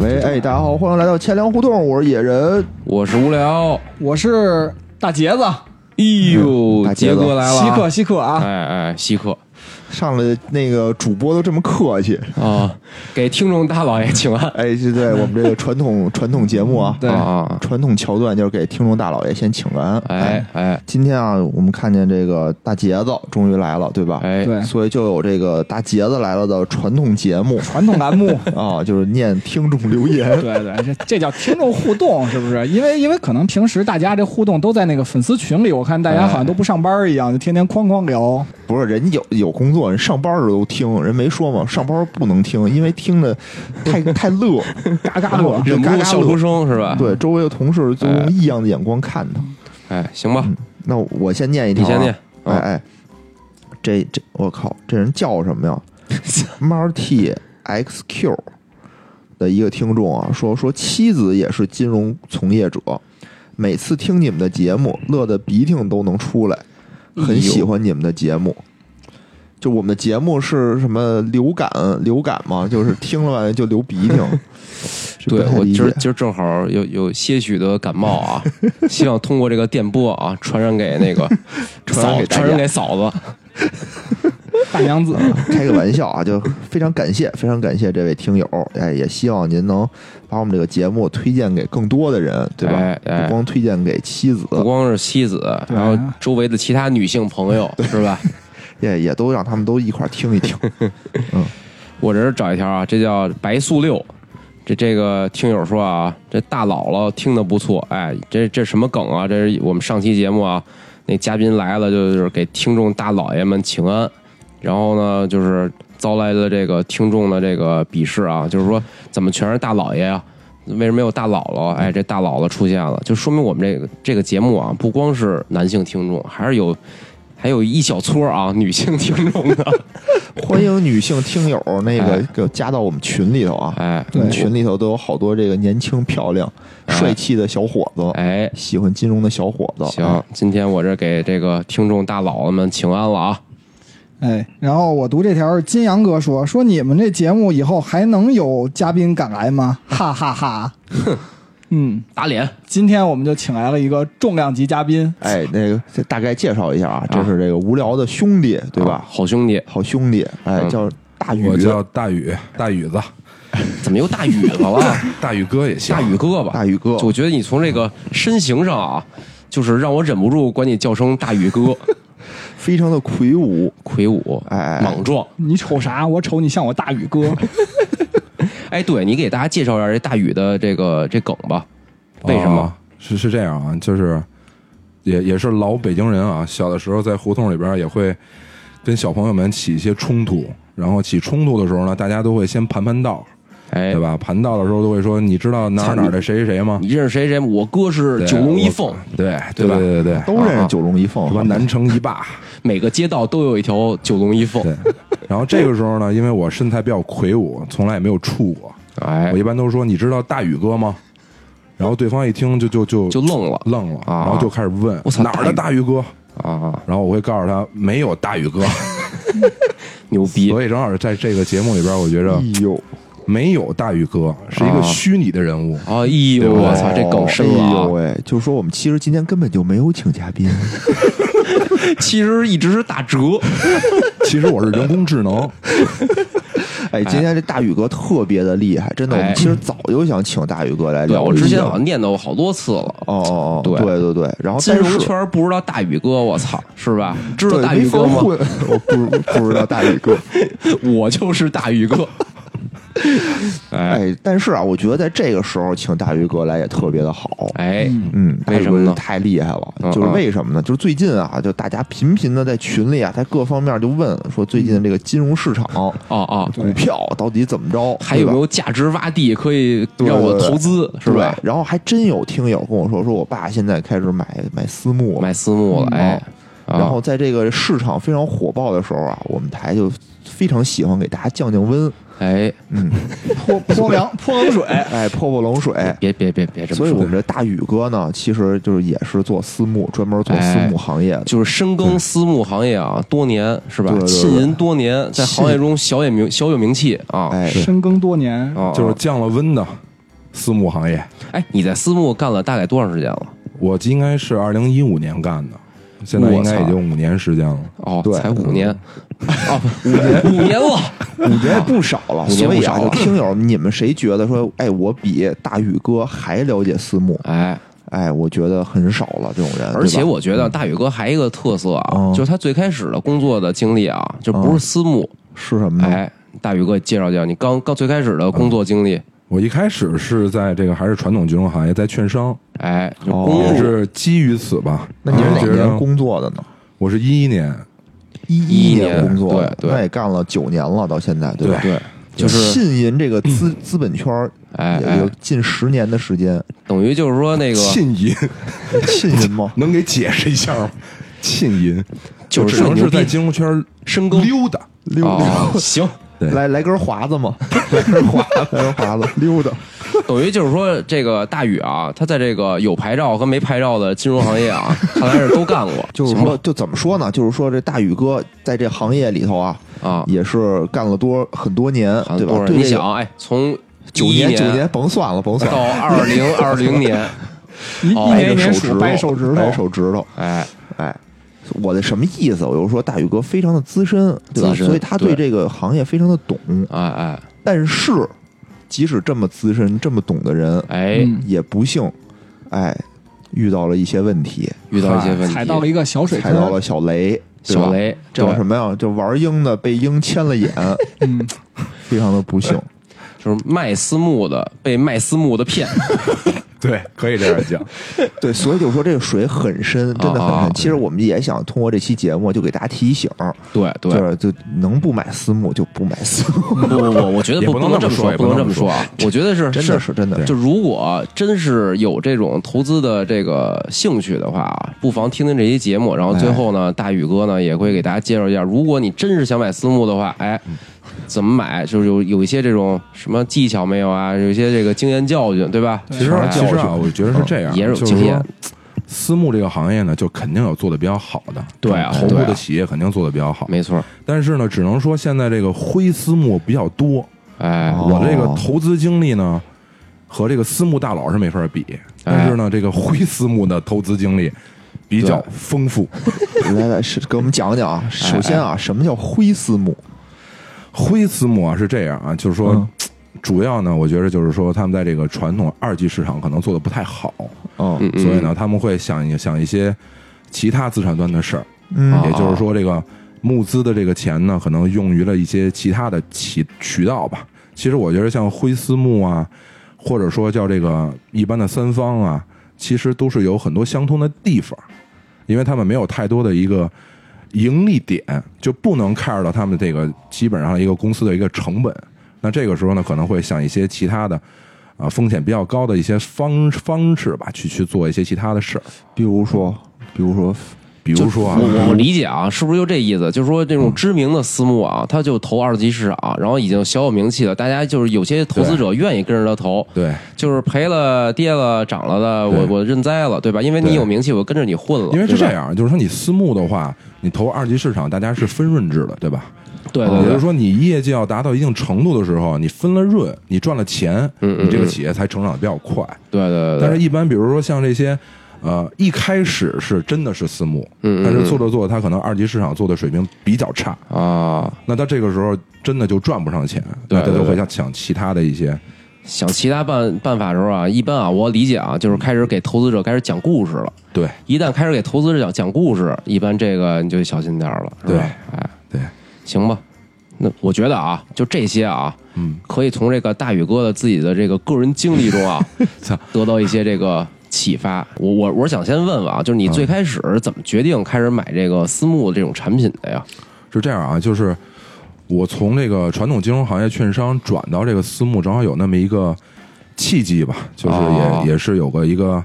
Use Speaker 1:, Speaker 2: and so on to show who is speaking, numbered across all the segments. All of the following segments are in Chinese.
Speaker 1: 喂，哎，大家好，欢迎来到钱粮胡同，我是野人。
Speaker 2: 我是无聊。
Speaker 3: 我是大杰子，
Speaker 2: 哎
Speaker 1: 嗯大
Speaker 2: 呦，杰
Speaker 1: 杰
Speaker 2: 哥
Speaker 1: 哥
Speaker 2: 来了，
Speaker 3: 稀客稀客啊！
Speaker 2: 哎哎，稀客
Speaker 1: 上来那个主播都这么客气，
Speaker 2: 啊，
Speaker 4: 给听众大老爷请安。
Speaker 1: 哎，这对我们 这个传统传统节目啊，
Speaker 3: 对
Speaker 2: 啊啊，
Speaker 1: 传统桥段就是给听众大老爷先请安。
Speaker 2: 哎，哎
Speaker 1: 今天啊，我们看见这个大杰子终于来了，对吧？
Speaker 2: 哎，
Speaker 3: 对
Speaker 1: 所以就有这个大杰子来了的传统节目
Speaker 3: 传统 栏目，
Speaker 1: 啊，就是念听众留 言。
Speaker 3: 对对，这这叫听众互动，是不是？因为因为可能平时大家这互动都在那个粉丝群里，我看大家好像都不上班一样，就天天哐哐聊。
Speaker 1: 不是人有有工作，人上班的时候都听，人没说嘛，上班不能听，因为听着太太乐，
Speaker 3: 嘎嘎乐
Speaker 1: 这
Speaker 2: 忍不
Speaker 1: 嘎
Speaker 2: 住
Speaker 1: 嘎
Speaker 2: 笑
Speaker 1: 乐
Speaker 2: 出声是吧？，
Speaker 1: 对周围的同事就用异样的眼光看他。
Speaker 2: 哎，行吧，
Speaker 1: 那我先念一条、
Speaker 2: 你
Speaker 1: 嗯啊，
Speaker 2: 先念。嗯
Speaker 1: 哎哎，这这我靠，这人叫什么 呀？Marty XQ 的一个听众啊，说说妻子也是金融从业者，每次听你们的节目，乐得鼻涕都能出来，
Speaker 2: 哎
Speaker 1: 很喜欢你们的节目。就我们的节目是什么流感流感嘛，就是听了完就流鼻 涕。这不
Speaker 2: 对
Speaker 1: 太
Speaker 2: 我
Speaker 1: 理
Speaker 2: 今儿
Speaker 1: 解
Speaker 2: 今儿正好有有些许的感冒 啊，希望通过这个电波啊，传染给那个
Speaker 1: 传染
Speaker 2: 嫂
Speaker 1: 给大家
Speaker 2: 传染给嫂子。
Speaker 3: 大娘子，
Speaker 1: 开个玩笑啊，就非常感谢，非常感谢这位听友，哎，也希望您能把我们这个节目推荐给更多的人，对吧？
Speaker 2: 哎哎
Speaker 1: 不光推荐给妻子，
Speaker 2: 不光是妻子，
Speaker 1: 啊
Speaker 3: 对
Speaker 2: 然后周围的其他女性朋友是吧？
Speaker 1: 也也都让他们都一块儿听一 听。
Speaker 2: 我这儿找一条啊，这叫白素六。这这个听友说啊，这大姥姥听的不错，哎，这这什么梗啊？这是我们上期节目啊，那嘉宾来了，就是给听众大老爷们请安，然后呢，就是遭来了这个听众的这个鄙视啊，就是说怎么全是大老爷啊？为什么有大姥姥？哎，这大姥姥出现了，就说明我们这个这个节目啊，不光是男性听众，还是有还有一小撮儿啊女性听众的，
Speaker 1: 欢迎女性听友那个
Speaker 2: 哎
Speaker 1: 给加到我们群里头啊，
Speaker 2: 哎，
Speaker 1: 我们
Speaker 3: 对
Speaker 1: 群里头都有好多这个年轻漂亮、
Speaker 2: 哎
Speaker 1: 帅气的小伙子，
Speaker 2: 哎，
Speaker 1: 喜欢金融的小伙子。啊
Speaker 2: 行，今天我这给这个听众大佬们请安了啊！
Speaker 3: 哎，然后我读这条，金阳哥说说你们这节目以后还能有嘉宾敢来吗？哈 哈哈。嗯，
Speaker 2: 打脸，
Speaker 3: 今天我们就请来了一个重量级嘉宾，
Speaker 1: 哎，那个再大概介绍一下啊，这是这个无聊的兄弟，对吧？
Speaker 2: 好兄弟，
Speaker 1: 好兄弟，哎，
Speaker 2: 啊嗯
Speaker 1: 叫大宇，
Speaker 5: 我叫大宇，大宇子，
Speaker 2: 怎么又大宇子了？
Speaker 5: 大宇哥也 行。
Speaker 2: 啊大宇哥吧，
Speaker 1: 大宇哥
Speaker 2: 就我觉得你从这个身形上啊，就是让我忍不住管你叫声大宇哥，
Speaker 1: 非常的魁梧，
Speaker 2: 魁梧，
Speaker 1: 哎哎哎
Speaker 2: 莽撞。
Speaker 3: 你瞅啥？我瞅你像我大宇哥。
Speaker 2: 哎，对你给大家介绍一下这大宇的这个这梗吧，为什么？
Speaker 5: 哦是是这样啊，就是也也是老北京人啊，小的时候在胡同里边也会跟小朋友们起一些冲突，然后起冲突的时候呢，大家都会先盘盘道，
Speaker 2: 哎
Speaker 5: 对，吧？盘道的时候都会说，你知道哪儿哪儿的谁谁谁吗？
Speaker 2: 你认识谁谁？我哥是
Speaker 5: 对
Speaker 2: 九龙一
Speaker 5: 我
Speaker 2: 凤，
Speaker 5: 对
Speaker 2: 对吧
Speaker 5: 对对对，
Speaker 1: 都认
Speaker 2: 啊
Speaker 1: 识
Speaker 2: 啊
Speaker 1: 九龙一凤，
Speaker 5: 什么南城一霸，
Speaker 2: 每个街道都有一条九龙一凤。
Speaker 5: 对。然后这个时候呢，因为我身材比较魁梧，从来也没有处过，
Speaker 2: 哎
Speaker 5: 我，一般都说，你知道大宇哥吗？然后对方一听就就就
Speaker 2: 就愣了
Speaker 5: 愣了，
Speaker 2: 啊
Speaker 5: 然后就开始问
Speaker 2: 我操
Speaker 5: 哪儿的大宇哥？
Speaker 2: 啊，
Speaker 5: 然后我会告诉他没有大 宇哥，
Speaker 2: 牛逼！
Speaker 5: 所以正好在这个节目里边，我觉着
Speaker 2: 嗯
Speaker 1: 哎呦，
Speaker 5: 没有大宇哥是一
Speaker 2: 啊
Speaker 5: 个虚拟的 人物。
Speaker 2: 哎呦，
Speaker 5: 对
Speaker 2: 我操，这梗深了
Speaker 1: 哎
Speaker 2: 啊
Speaker 1: 呦！喂，就是说我们其实今天根本就没有请嘉 宾，
Speaker 2: 其实一直是打折，
Speaker 5: 其实我是人工智能，
Speaker 2: 啊
Speaker 1: 哎，今天这大宇哥特别的厉害，真的，
Speaker 2: 哎
Speaker 1: 我们其实早就想请大宇哥来
Speaker 2: 对
Speaker 1: 聊
Speaker 2: 我
Speaker 1: 一下。
Speaker 2: 之前好像念叨过好多次了。
Speaker 1: 哦哦哦，
Speaker 2: 对
Speaker 1: 对对对，然后
Speaker 2: 金
Speaker 1: 但
Speaker 2: 融
Speaker 1: 是
Speaker 2: 圈不知道大宇哥，我操，是吧？知道
Speaker 1: 对
Speaker 2: 大宇哥
Speaker 1: 没法
Speaker 2: 吗？
Speaker 1: 混我不不知道大宇哥，
Speaker 2: 我就是大宇哥。哎
Speaker 1: 哎，但是啊，我觉得在这个时候请大宇哥来也特别的好。
Speaker 2: 哎，
Speaker 1: 嗯，大宇哥
Speaker 2: 为什么呢
Speaker 1: 太厉害了，
Speaker 2: 嗯
Speaker 1: 就是
Speaker 2: 嗯
Speaker 1: 为什么呢？就是最近啊，就大家频频的在群里啊，在各方面就问说，最
Speaker 2: 嗯
Speaker 1: 近这个金融市场
Speaker 2: 哦哦，
Speaker 1: 股票到底怎么着？
Speaker 2: 还有
Speaker 1: 对吧
Speaker 2: 没有价值洼地可以让我投资，是
Speaker 1: 对，
Speaker 2: 吧？
Speaker 1: 然后还真有听友跟我说，说我爸现在开始买买私募了，
Speaker 2: 买私募了，哎，啊
Speaker 1: 嗯哦然后在这个市场非常火爆的时候啊，我们台就非常喜欢给大家降降温，
Speaker 2: 哎，
Speaker 3: 泼泼凉泼冷水。
Speaker 1: 哎，泼泼冷水。
Speaker 2: 别别别别这
Speaker 1: 所
Speaker 2: 么
Speaker 1: 以我
Speaker 2: 说
Speaker 1: 们，这大宇哥呢，其实就是也是做私募，专门做私募行业的。
Speaker 2: 哎就是深耕私募行业啊，多年是吧
Speaker 1: 对？对对
Speaker 2: 浸淫多年，在
Speaker 1: 浸
Speaker 2: 行业中小有名小有名气啊，
Speaker 1: 哎，
Speaker 3: 深耕多年，
Speaker 2: 啊，
Speaker 5: 就是降了温的，私募行业。
Speaker 2: 哎，你在私募干了大概多长时间了？
Speaker 5: 我应该是二零一五年干的，现在应该已经五年时间了。
Speaker 2: 哦
Speaker 1: 对，
Speaker 2: 才五年，哦，五年， 五年了，
Speaker 1: 我觉得不少了，
Speaker 2: 年
Speaker 1: 所以
Speaker 2: 不
Speaker 1: 啊，
Speaker 2: 少
Speaker 1: 就
Speaker 2: 了
Speaker 1: 听友你们谁觉得说，哎，我比大宇哥还了解私募？
Speaker 2: 哎，
Speaker 1: 哎，我觉得很少了这种人，
Speaker 2: 而且
Speaker 1: 对吧
Speaker 2: 我觉得大宇哥还有一个特色啊，
Speaker 1: 嗯
Speaker 2: 就是他最开始的工作的经历啊，就不是私募。
Speaker 1: 是什么呢？
Speaker 2: 哎，大宇哥介绍介绍你刚刚最开始的工作经历。
Speaker 5: 我一开始是在这个还是传统金融行业，在券商，
Speaker 2: 哎，就
Speaker 1: 哦
Speaker 2: 公
Speaker 5: 也
Speaker 2: 募
Speaker 5: 是基于此吧。
Speaker 1: 那你是哪
Speaker 5: 觉得
Speaker 1: 年工作的呢？
Speaker 5: 我是一一年，
Speaker 1: 一
Speaker 2: 一
Speaker 1: 年
Speaker 2: 年
Speaker 1: 工作的，
Speaker 2: 对对
Speaker 1: 那也干了九年了，到现在，对吧？
Speaker 2: 对，就是
Speaker 1: 信银这个 资资本圈儿，
Speaker 2: 哎
Speaker 1: 也有
Speaker 2: 哎，
Speaker 1: 近十年的时 间，
Speaker 2: 等于就是说那个
Speaker 5: 浸淫，
Speaker 1: 信银
Speaker 2: 哦
Speaker 1: 吗？
Speaker 5: 能给解释一下 吗？浸淫
Speaker 2: 就
Speaker 5: 只
Speaker 2: 是
Speaker 5: 能
Speaker 2: 牛
Speaker 5: 是
Speaker 2: 逼
Speaker 5: 在金融圈
Speaker 2: 深耕
Speaker 5: 溜达。
Speaker 1: 溜达，
Speaker 2: 哦，行，
Speaker 5: 对
Speaker 1: 来来根华子 嘛，来根华子，来根华子，溜达。
Speaker 2: 等于就是说这个大宇啊，他在这个有牌照和没牌照的金融行业啊， 看来是都干过，
Speaker 1: 就是
Speaker 2: 行吧
Speaker 1: 说，就怎么说呢？就是说，这大宇哥在这行业里头啊，
Speaker 2: 啊，
Speaker 1: 也是干了多很多年，
Speaker 2: 好
Speaker 1: 对
Speaker 2: 像
Speaker 1: 吧
Speaker 2: 多少？
Speaker 1: 对
Speaker 2: 你
Speaker 1: 这个
Speaker 2: 想，哎，从
Speaker 1: 九
Speaker 2: 一
Speaker 1: 年
Speaker 2: 年
Speaker 1: 九年，甭算了，甭算
Speaker 2: 到
Speaker 1: 了，
Speaker 2: 二零二零年，
Speaker 3: 一一
Speaker 2: 哦
Speaker 3: 年一年数，
Speaker 1: 掰
Speaker 3: 掰
Speaker 1: 着手
Speaker 3: 手
Speaker 1: 指
Speaker 3: 指
Speaker 1: 头，
Speaker 3: 头，
Speaker 1: 掰手指头。
Speaker 2: 哎，
Speaker 1: 哎，我的什么意思？我就说大宇哥非常的资深，对吧？
Speaker 2: 资深
Speaker 1: 所以他对
Speaker 2: 对
Speaker 1: 这个行业非常的懂。
Speaker 2: 哎哎
Speaker 1: 但是，即使这么资深、这么懂的人，
Speaker 2: 哎，
Speaker 3: 嗯
Speaker 1: 也不幸，哎，遇到了一些问题，
Speaker 2: 遇到一些问题，
Speaker 3: 啊踩到了一个小水
Speaker 1: 踩到
Speaker 3: 坑，
Speaker 1: 了小雷，对吧
Speaker 2: 小，雷，
Speaker 1: 这叫
Speaker 2: 对
Speaker 1: 什么呀？就玩鹰的被鹰牵 了眼，
Speaker 3: 嗯，
Speaker 1: 非常的不幸。
Speaker 2: 就是卖私募的被卖私募的骗，
Speaker 5: 对，可以这样 讲。
Speaker 1: 对，所以就说这个水很深，真的很
Speaker 2: 啊啊
Speaker 1: 深。其实我们也想通过这期节目，就给大家提醒，
Speaker 2: 对对
Speaker 1: 就，是就能不买私募就不买私募，
Speaker 2: 不不不，我觉得
Speaker 5: 也
Speaker 2: 不
Speaker 5: 不能
Speaker 2: 能
Speaker 5: 这
Speaker 2: 这
Speaker 5: 么
Speaker 2: 么
Speaker 5: 说也不
Speaker 2: 不能这么
Speaker 5: 能这么
Speaker 2: 说啊，我觉得是
Speaker 1: 真的是真的是。
Speaker 2: 就如果真是有这种投资的这个兴趣的话啊，不妨听听这期节目。然后最后呢，大宇哥呢也会给大家介绍一下，如果你真是想买私募的话，哎，怎么买？就是有有一些这种什么技巧没有啊？有一些这个经验教训，对吧？
Speaker 5: 其实
Speaker 1: 全是
Speaker 5: 其
Speaker 1: 教
Speaker 5: 实啊，
Speaker 1: 训
Speaker 5: 我觉得是这样，
Speaker 2: 也有
Speaker 5: 就是
Speaker 2: 经验
Speaker 5: 说私募这个行业呢，就肯定有做的比较好的，
Speaker 2: 对啊
Speaker 5: 头部
Speaker 2: 对啊
Speaker 5: 的企业肯定做的比较好。
Speaker 2: 没错，
Speaker 5: 但是呢，只能说现在这个灰私募比较多，
Speaker 2: 哎
Speaker 1: 哦
Speaker 5: 我这个投资经历呢，和这个私募大佬是没法比，
Speaker 2: 哎
Speaker 5: 但是呢，这个灰私募的投资经历比较丰富。
Speaker 1: 来来，是给我们讲讲
Speaker 2: 哎
Speaker 1: 啊。 首先啊，什么叫灰私募？
Speaker 2: 嗯
Speaker 5: 灰私募啊是这样啊，就是说，主要呢，我觉得就是说他们在这个传统二级市场可能做的不太好，
Speaker 1: 嗯
Speaker 2: 嗯嗯，
Speaker 5: 所以呢，他们会想一想一些其他资产端的事儿，
Speaker 1: 嗯
Speaker 2: 啊
Speaker 5: 也就是说，这个募资的这个钱呢，可能用于了一些其他的渠渠道吧。其实我觉得像灰私募啊，或者说叫这个一般的三方啊，其实都是有很多相通的地方，因为他们没有太多的一个盈利点，就不能 care 到他们这个基本上一个公司的一个成本。那这个时候呢，可能会想一些其他的。啊，风险比较高的一些方方式吧，去去做一些其他的事儿，
Speaker 1: 比如说，比如说，
Speaker 5: 比如说啊，
Speaker 2: 我我理解啊，是不是就这意思？就是说，这
Speaker 5: 嗯
Speaker 2: 种知名的私募啊，他就投二级市场，然后已经小有名气了，大家就是有些投资者愿意跟着他投，
Speaker 5: 对，
Speaker 2: 就是赔了、跌了、涨了的，
Speaker 5: 对
Speaker 2: 我我认栽了，对吧？因为你
Speaker 5: 对
Speaker 2: 有名气，我跟着你混了。
Speaker 5: 因为是
Speaker 2: 对吧
Speaker 5: 这，样，就是说你私募的话，你投二级市场，大家是分润制的，对吧？
Speaker 2: 对
Speaker 5: 也
Speaker 2: 对
Speaker 5: 就是
Speaker 2: 对，
Speaker 5: 说，你业绩要达到一定程度的时候，你分了润，你赚了钱，
Speaker 2: 嗯嗯
Speaker 5: 你这个
Speaker 2: 嗯
Speaker 5: 企业才成长得比较快。
Speaker 2: 对对对
Speaker 5: 但
Speaker 2: 对
Speaker 5: 是，一般比如说像这些，呃，一开始是真的是私募，
Speaker 2: 嗯嗯
Speaker 5: 但是做着做着，它可能二级市场做的水平比较差，
Speaker 2: 啊，
Speaker 5: 那它这个时候真的就赚不上钱，
Speaker 2: 对
Speaker 5: 那它就
Speaker 2: 对
Speaker 5: 会
Speaker 2: 对
Speaker 5: 想想其他的一些，
Speaker 2: 想其他办办法的时候啊，一般啊，我理解啊，就是开始给投资者开始讲故事了。
Speaker 5: 对
Speaker 2: 一旦开始给投资者讲讲故事，一般这个你就小心点儿了。是吧
Speaker 5: 对
Speaker 2: 哎，
Speaker 5: 对，
Speaker 2: 行吧。那我觉得啊，就这些啊，
Speaker 5: 嗯，
Speaker 2: 可以从这个大宇哥的自己的这个个人经历中啊
Speaker 5: 操，
Speaker 2: 得到一些这个启发。我我我想先问问啊，就是你最开始怎么决定开始买这个私募这种产品的呀？
Speaker 5: 是这样啊，就是我从这个传统金融行业券商转到这个私募，正好有那么一个契机吧，就是也、
Speaker 2: 哦
Speaker 5: 也是有个一个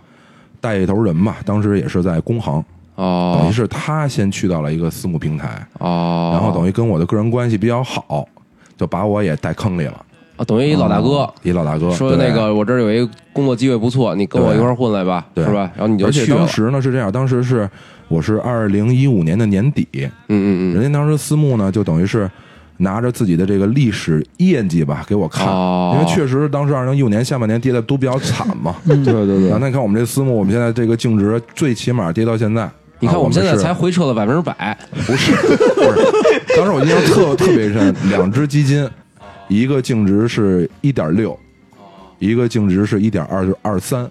Speaker 5: 带头人吧，当时也是在工行，等于
Speaker 2: 哦
Speaker 5: 是他先去到了一个私募平台，
Speaker 2: 哦，
Speaker 5: 然后等于跟我的个人关系比较好，就把我也带坑里了。嗯
Speaker 2: 啊等于一老大哥。
Speaker 5: 一老大哥
Speaker 2: 说那。
Speaker 5: 对
Speaker 2: 个我这儿有一工作机会不错，你跟我一块儿混来吧，
Speaker 5: 对
Speaker 2: 是吧？然后你就
Speaker 5: 而且
Speaker 2: 去了
Speaker 5: 当，时呢是这样，当时是我是二零一五年的年底，
Speaker 2: 嗯嗯嗯，
Speaker 5: 人家当时私募呢，就等于是拿着自己的这个历史业绩吧给我看，
Speaker 2: 哦
Speaker 5: 因为确实当时二零一五年下半年跌的都比较惨嘛。
Speaker 1: 对对
Speaker 5: 然后
Speaker 1: 对，
Speaker 5: 那你看我们这私募，我们现在这个净值最起码跌到现在，
Speaker 2: 你看
Speaker 5: 啊
Speaker 2: 我们现在
Speaker 5: 是
Speaker 2: 才回撤了百分之百，
Speaker 5: 不是，不是。 当时我印象特特别深，两只基金，一个净值是一点六，一个净值是一点二二三。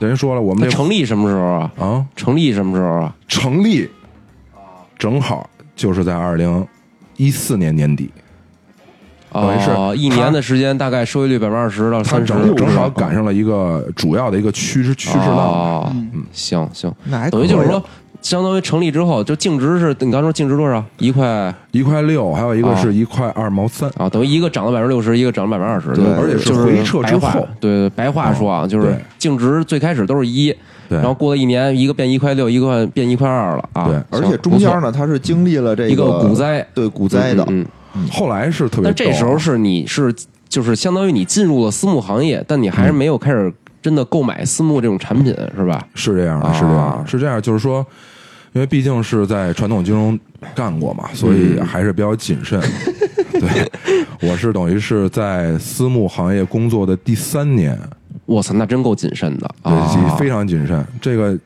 Speaker 5: 等于说了，我们
Speaker 2: 它
Speaker 5: 这
Speaker 2: 成立什么时候啊？
Speaker 5: 啊
Speaker 2: 成立什么时候啊？
Speaker 5: 成立，正好就是在二零一四年年底，等于是
Speaker 2: 哦，一
Speaker 5: 它
Speaker 2: 年的时间，大概收益率百分之二十到
Speaker 5: 它
Speaker 2: 三十，
Speaker 5: 正正好赶上了一个主要的一个趋势趋势浪。
Speaker 2: 哦
Speaker 5: 嗯
Speaker 2: 行行，
Speaker 1: 那还
Speaker 2: 等于
Speaker 1: 可
Speaker 2: 就是
Speaker 1: 以
Speaker 2: 说，相当于成立之后，就净值是你刚说净值多少？一块啊，
Speaker 5: 一块六，还有一个
Speaker 2: 哦
Speaker 5: 是一块二毛三，
Speaker 2: 等于一个涨了百分之六十，一个涨了百分之二十，
Speaker 1: 对
Speaker 5: 而且是
Speaker 2: 就是
Speaker 5: 回撤之
Speaker 2: 白话
Speaker 5: 后，哦
Speaker 2: 对对，白话说啊，就是
Speaker 5: 对
Speaker 2: 净值最开始都是一，
Speaker 5: 对
Speaker 2: 然后过了一年，一个变一块六，一个变一块二了啊。
Speaker 5: 对
Speaker 1: 而
Speaker 2: 行
Speaker 1: 且中间
Speaker 2: 不
Speaker 1: 呢，它是经历了这
Speaker 2: 错一个股灾，
Speaker 1: 对股灾的，
Speaker 2: 嗯。嗯嗯
Speaker 5: 后来是特别
Speaker 2: 但
Speaker 5: 逗。
Speaker 2: 这时候是你是就是相当于你进入了私募行业，但你
Speaker 5: 嗯
Speaker 2: 还是没有开始真的购买私募这种产品，是吧？
Speaker 5: 是这样的，
Speaker 2: 啊
Speaker 5: 是这样的，是这样，就是说，因为毕竟是在传统金融干过嘛，所以
Speaker 2: 嗯
Speaker 5: 还是比较谨慎。 对，我是等于是在私募行业工作的第三年，
Speaker 2: 我操，那真够谨慎的
Speaker 5: 对，
Speaker 2: 啊！
Speaker 5: 非常谨慎。这个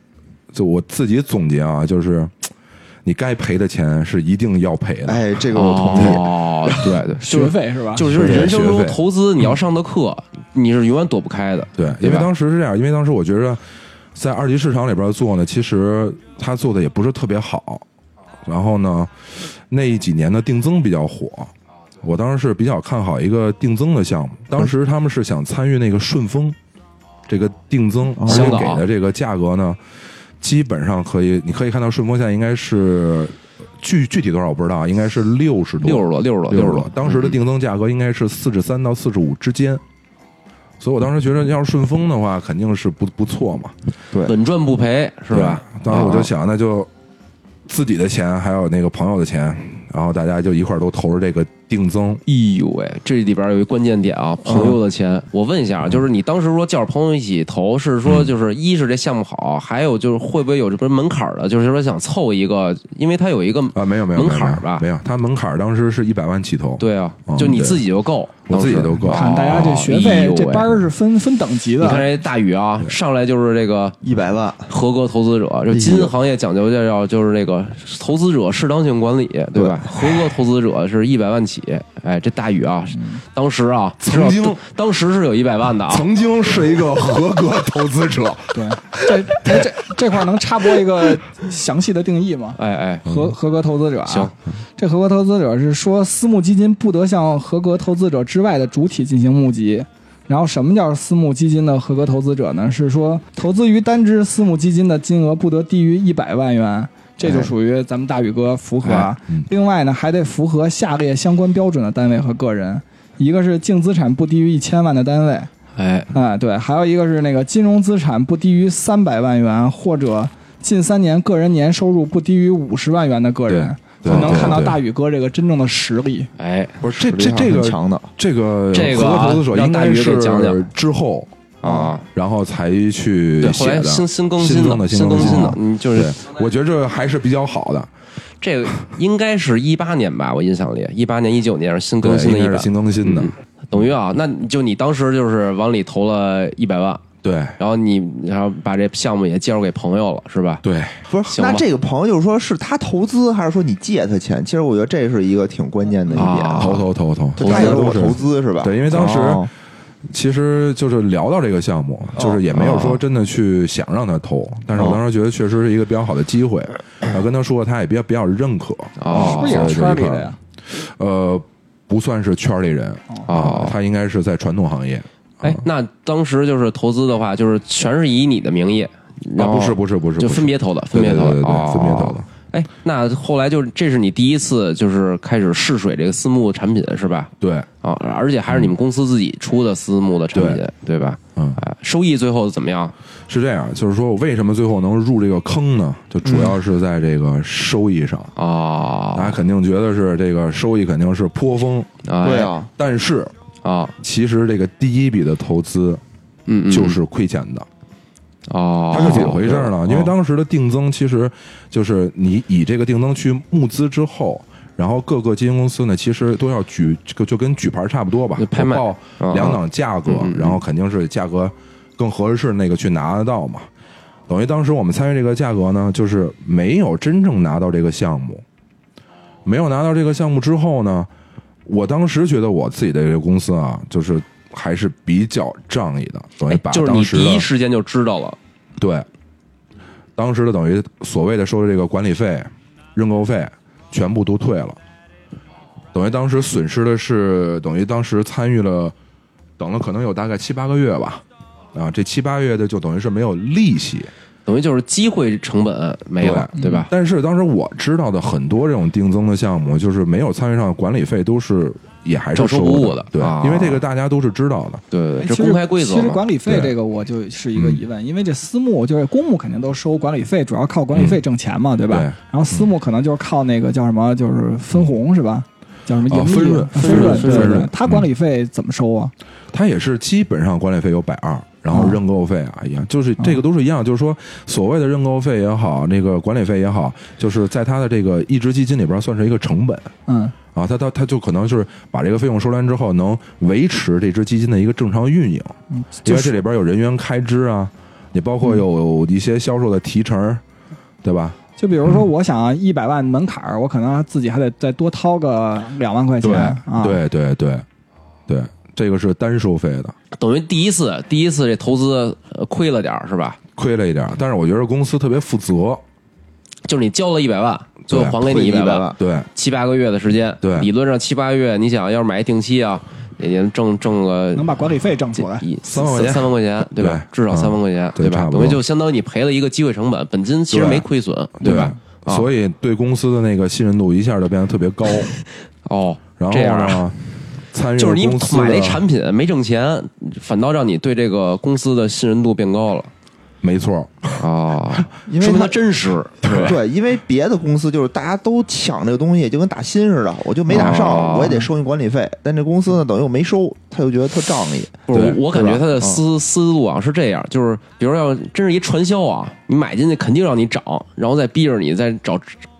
Speaker 5: 就我自己总结啊，就是你该赔的钱是一定要赔的。
Speaker 1: 哎，这个我同意。
Speaker 2: 嗯 哦，对对，
Speaker 3: 学费是吧？
Speaker 2: 就是人生
Speaker 5: 学
Speaker 2: 中
Speaker 5: 费
Speaker 2: 投资你要上的课，你是永远躲不开的。
Speaker 5: 对，
Speaker 2: 对
Speaker 5: 因为
Speaker 2: 吧
Speaker 5: 当时是这样，因为当时我觉着在二级市场里边做呢，其实他做的也不是特别好。然后呢，那几年的定增比较火，我当时是比较看好一个定增的项目。当时他们是想参与那个顺丰这个定增，而且
Speaker 2: 香港
Speaker 5: 给的这个价格呢，基本上可以，你可以看到顺丰现在应该是具具体多少我不知道，啊应该是六十多，
Speaker 2: 六十多，六十多，
Speaker 5: 六
Speaker 2: 十
Speaker 5: 十多，当时的定增价格应该是四十三到四十五之间，所以我当时觉得要是顺丰的话，肯定是不不错嘛，
Speaker 2: 稳赚不赔，是
Speaker 5: 对
Speaker 2: 吧？？
Speaker 5: 当时我就想，那就自己的钱，还有那个朋友的钱，然后大家就一块儿都投入这个定增。
Speaker 2: 哎呦喂，这里边有一关键点啊，朋友的
Speaker 5: 嗯
Speaker 2: 钱。我问一下啊，就是你当时说叫着朋友一起投，是
Speaker 5: 嗯
Speaker 2: 说就是一是这项目好，还有就是会不会有这不是门槛儿的，就是说想凑一个，因为它有一个
Speaker 5: 啊，没有没有
Speaker 2: 门槛儿
Speaker 5: 没有
Speaker 2: 吧
Speaker 5: 没有，它门槛儿当时是一百万起投，
Speaker 2: 对啊
Speaker 5: 嗯，
Speaker 2: 就你
Speaker 5: 对
Speaker 2: 自己就够，
Speaker 5: 我自己
Speaker 2: 当时
Speaker 5: 就够
Speaker 3: 看大家这学
Speaker 2: 哦哎
Speaker 3: 费
Speaker 2: 呦，喂
Speaker 3: 这班儿是分分等级
Speaker 2: 你看
Speaker 3: 的，
Speaker 2: 这大宇啊，上来就是这个
Speaker 1: 一百万，
Speaker 2: 合格投资者，
Speaker 3: 哎
Speaker 2: 就金融行业讲究就要就是这个投资者适当性管理，对吧？合格投资者是一百万起，哎，这大宇啊，
Speaker 3: 嗯
Speaker 2: 当时啊，
Speaker 5: 曾经
Speaker 2: 知道当当时是有一百万的啊，
Speaker 5: 曾经是一个合格投资者，
Speaker 3: 对，这哎这这块儿能插播一个详细的定义吗？
Speaker 2: 哎哎，
Speaker 3: 合合格投资者啊，
Speaker 2: 行
Speaker 3: 这合格投资者是说私募基金不得向合格投资者之外的主体进行募集。然后，什么叫私募基金的合格投资者呢？是说投资于单只私募基金的金额不得低于一百万元，这就属于咱们大宇哥符合啊。另外呢，还得符合下列相关标准的单位和个人，一个是净资产不低于一千万的单位，
Speaker 2: 哎，
Speaker 3: 哎，对，还有一个是那个金融资产不低于三百万元，或者近三年个人年收入不低于五十万元的个人，
Speaker 5: 对
Speaker 3: 就
Speaker 5: 对
Speaker 3: 能看到
Speaker 5: 对
Speaker 3: 大宇哥这个真正的实力。
Speaker 2: 哎，
Speaker 5: 不是这这
Speaker 1: 实力还
Speaker 5: 这
Speaker 1: 是很
Speaker 5: 个
Speaker 1: 强的，
Speaker 5: 这个
Speaker 2: 这个
Speaker 5: 合
Speaker 2: 啊
Speaker 5: 格投资者
Speaker 2: 让
Speaker 5: 应
Speaker 2: 大
Speaker 5: 该
Speaker 2: 鱼给
Speaker 5: 是
Speaker 2: 讲讲
Speaker 5: 之后
Speaker 2: 啊，
Speaker 5: 然后才去
Speaker 2: 对，后
Speaker 5: 写
Speaker 2: 来
Speaker 5: 的。啊
Speaker 2: 新新更
Speaker 5: 新
Speaker 2: 新
Speaker 5: 增
Speaker 2: 的，
Speaker 5: 的新
Speaker 2: 新
Speaker 5: 更
Speaker 2: 更
Speaker 5: 新
Speaker 2: 新
Speaker 5: 的啊
Speaker 2: 的，你就
Speaker 5: 对
Speaker 2: 是，
Speaker 5: 我觉着还是比较好的，
Speaker 2: 这个应该是一八年吧，我印象里一八年一九年是新更新的
Speaker 5: 对应
Speaker 2: 一
Speaker 5: 该
Speaker 2: 百
Speaker 5: 是，新更新的，
Speaker 2: 等于啊，那你就你当时就是往里投了一百万，
Speaker 5: 对
Speaker 2: 然后你然后把这项目也介绍给朋友了，是吧？
Speaker 5: 对，
Speaker 1: 不是？
Speaker 2: 行吧
Speaker 1: 那这个朋友就是说是他投资，还是说你借他钱？其实我觉得这是一个挺关键的一点。
Speaker 2: 啊
Speaker 5: 投投投投，
Speaker 1: 就他
Speaker 5: 大家
Speaker 1: 也是我
Speaker 5: 都
Speaker 1: 投
Speaker 5: 是。
Speaker 1: 资是吧？
Speaker 5: 对，因为当时
Speaker 1: 哦
Speaker 5: 其实就是聊到这个项目，
Speaker 2: 哦
Speaker 5: 就是也没有说真的去想让他投，但是我当时觉得确实是一个比较好的 机会，然后跟他说，他也比较比较认可，
Speaker 3: 是
Speaker 5: 啊
Speaker 2: 哦
Speaker 3: 不是也是圈里的呀？
Speaker 5: 呃，不算是圈里人
Speaker 2: 哦
Speaker 5: 啊，他应该是在传统行业，
Speaker 2: 哎，那当时就是投资的话，就是全是以你的名义，
Speaker 5: 啊
Speaker 2: 然后
Speaker 5: 不是不是不是，
Speaker 2: 哦就
Speaker 5: 不是
Speaker 2: 分别投的，分
Speaker 5: 对
Speaker 2: 别投的，
Speaker 5: 对对对
Speaker 2: 哦
Speaker 5: 对，分别投的。。
Speaker 2: 哎，那后来就是这是你第一次就是开始试水这个私募产品是吧？
Speaker 5: 对，
Speaker 2: 啊，而且还是你们公司自己出的私募的产品，对吧？
Speaker 5: 嗯
Speaker 2: 哎，收益最后怎么样？
Speaker 5: 是这样，就是说我为什么最后能入这个坑呢？就主要是在这个收益上，大
Speaker 2: 哦
Speaker 5: 家，肯定觉得是这个收益肯定是颇丰，
Speaker 2: 哎
Speaker 1: 对啊，
Speaker 5: 但是
Speaker 2: 啊，
Speaker 5: 其实这个第一笔的投资
Speaker 2: 嗯，嗯
Speaker 5: 就是亏钱的，
Speaker 2: 哦，
Speaker 5: 它是怎么回事呢？
Speaker 2: 哦
Speaker 5: 因为当时的定增其实就是你以这个定增去募资之后，然后各个基金公司呢，其实都要举就就跟举牌差不多吧
Speaker 2: 就，拍卖嗯
Speaker 5: 我报两档价格，然后肯定是价格更合适那个去拿得到嘛。等于当时我们参与这个价格呢，就是没有真正拿到这个项目，没有拿到这个项目之后呢，我当时觉得我自己的这个公司啊，就是还是比较仗义的，等于把
Speaker 2: 哎就是你
Speaker 5: 当时的、
Speaker 2: 第一时间就知道了，
Speaker 5: 对，当时的等于所谓的收的这个管理费、认购费，全部都退了，等于当时损失的是等于当时参与了，等了可能有大概七八个月吧，啊，这七八月的就等于是没有利息，
Speaker 2: 等于就是机会成本没了，对吧？
Speaker 5: 但是当时我知道的很多这种定增的项目，就是没有参与上的管理费都是也还是
Speaker 2: 照收
Speaker 5: 收
Speaker 2: 不误的
Speaker 5: 的，对，
Speaker 2: 啊
Speaker 5: 因为这个大家都是知道的，
Speaker 2: 对对
Speaker 3: 哎
Speaker 2: 对，这
Speaker 3: 其实
Speaker 2: 公开规
Speaker 3: 其
Speaker 2: 则
Speaker 3: 实
Speaker 2: 嘛。
Speaker 3: 管理费
Speaker 5: 对嗯
Speaker 3: 这个我就是一个疑问，因为这私募就是公募肯定都收管理费，主要靠管理费挣钱嘛，对吧？
Speaker 5: 嗯对
Speaker 3: 然后私募可能就是靠那个叫什么，就是分红是吧？叫什么盈
Speaker 5: 啊
Speaker 3: 利、
Speaker 5: 分润
Speaker 3: 分润，
Speaker 5: 分润
Speaker 3: 对
Speaker 5: 分
Speaker 3: 对
Speaker 5: 润
Speaker 3: 对
Speaker 5: 嗯。
Speaker 3: 他管理费怎么收啊？
Speaker 5: 它也是基本上管理费有百二，然后
Speaker 3: 啊
Speaker 5: 认购费啊一样，就是这
Speaker 3: 啊
Speaker 5: 个都是一样，就是说所谓的认购费也好，那个管理费也好，就是在它的这个一支基金里边算是一个成本
Speaker 3: 嗯，
Speaker 5: 啊，它它它就可能就是把这个费用收来之后，能维持这支基金的一个正常运营，
Speaker 3: 嗯
Speaker 5: 因
Speaker 3: 就
Speaker 5: 为这
Speaker 3: 是
Speaker 5: 里边有人员开支啊，你包括有一些销售的提成儿，对吧？
Speaker 3: 就比如说，我想一百万门槛儿，我可能自己还得再多掏个两万块钱
Speaker 5: 对
Speaker 3: 啊。，
Speaker 5: 对对对对，这个是单收费的。
Speaker 2: 等于第一次，第一次这投资呃亏了点儿是吧？
Speaker 5: 亏了一点儿，但是我觉得公司特别负责，
Speaker 2: 就是你交了一百万，最后
Speaker 5: 对
Speaker 2: 还给你
Speaker 1: 一
Speaker 2: 一百万，
Speaker 1: 万，
Speaker 5: 对
Speaker 2: 七八个月的时间。
Speaker 5: 对
Speaker 2: 理论上七八个月，你想要是买一定期啊，也能挣挣个
Speaker 3: 能把管理费挣出来。
Speaker 2: 一
Speaker 5: 三万块钱
Speaker 2: 三万块钱对吧？
Speaker 5: 对嗯
Speaker 2: 至少三万块钱
Speaker 5: 对
Speaker 2: 吧
Speaker 5: 差？不多
Speaker 2: 等于就相当于你赔了一个机会成本，本金其实
Speaker 5: 对
Speaker 2: 没亏损
Speaker 5: 对
Speaker 2: 吧？？啊
Speaker 5: 所以对公司的那个信任度一下就变得特别 高。
Speaker 2: 哦，
Speaker 5: 然后
Speaker 2: 这样啊
Speaker 5: 呢，参与
Speaker 2: 就是
Speaker 5: 了
Speaker 2: 你
Speaker 5: 公司
Speaker 2: 买那
Speaker 5: 的，
Speaker 2: 产品没挣钱，反倒让你对这个公司的信任度变高了
Speaker 5: 没错，啊
Speaker 2: 哦，
Speaker 1: 因
Speaker 2: 说
Speaker 1: 为
Speaker 2: 明它
Speaker 1: 他
Speaker 2: 真实，
Speaker 1: 对，因为别的公司就是大家都抢这个东西，就跟打新似的，我就没打
Speaker 2: 哦
Speaker 1: 上，我也得收你管理费。但这公司呢，等于我没收，他就觉得特仗义。
Speaker 2: 不是
Speaker 5: 对
Speaker 2: 我，我感觉
Speaker 1: 对吧
Speaker 2: 他的
Speaker 1: 嗯
Speaker 2: 思、思路啊是这样，就是比如要真是一传销啊，你买进去肯定让你涨，然后再逼着你再找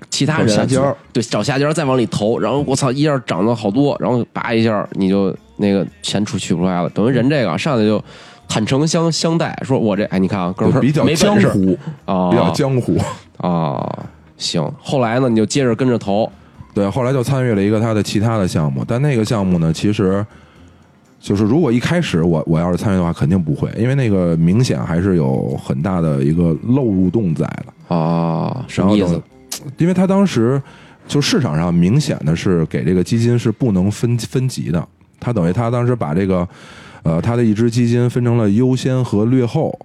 Speaker 2: 其他人
Speaker 1: 找下家儿
Speaker 2: 对，找下家儿再往里投，然后我操一下涨了好多，然后叭一下你就那个钱出取不出来了，等于人这个啊上来就坦诚相相待，说我这哎你看啊哥们儿
Speaker 5: 比较
Speaker 2: 没
Speaker 5: 江
Speaker 2: 本事
Speaker 5: 湖，
Speaker 2: 啊，
Speaker 5: 比较江湖。
Speaker 2: 啊行，后来呢你就接着跟着投，
Speaker 5: 对，后来就参与了一个他的其他的项目，但那个项目呢，其实就是如果一开始我我要是参与的话，肯定不会，因为那个明显还是有很大的一个漏洞在的。
Speaker 2: 啊，什
Speaker 5: 然
Speaker 2: 么
Speaker 5: 后
Speaker 2: 意
Speaker 5: 等
Speaker 2: 思？
Speaker 5: 因为他当时就市场上明显的是给这个基金是不能分分级的，他等于他当时把这个呃他的一支基金分成了优先和略后，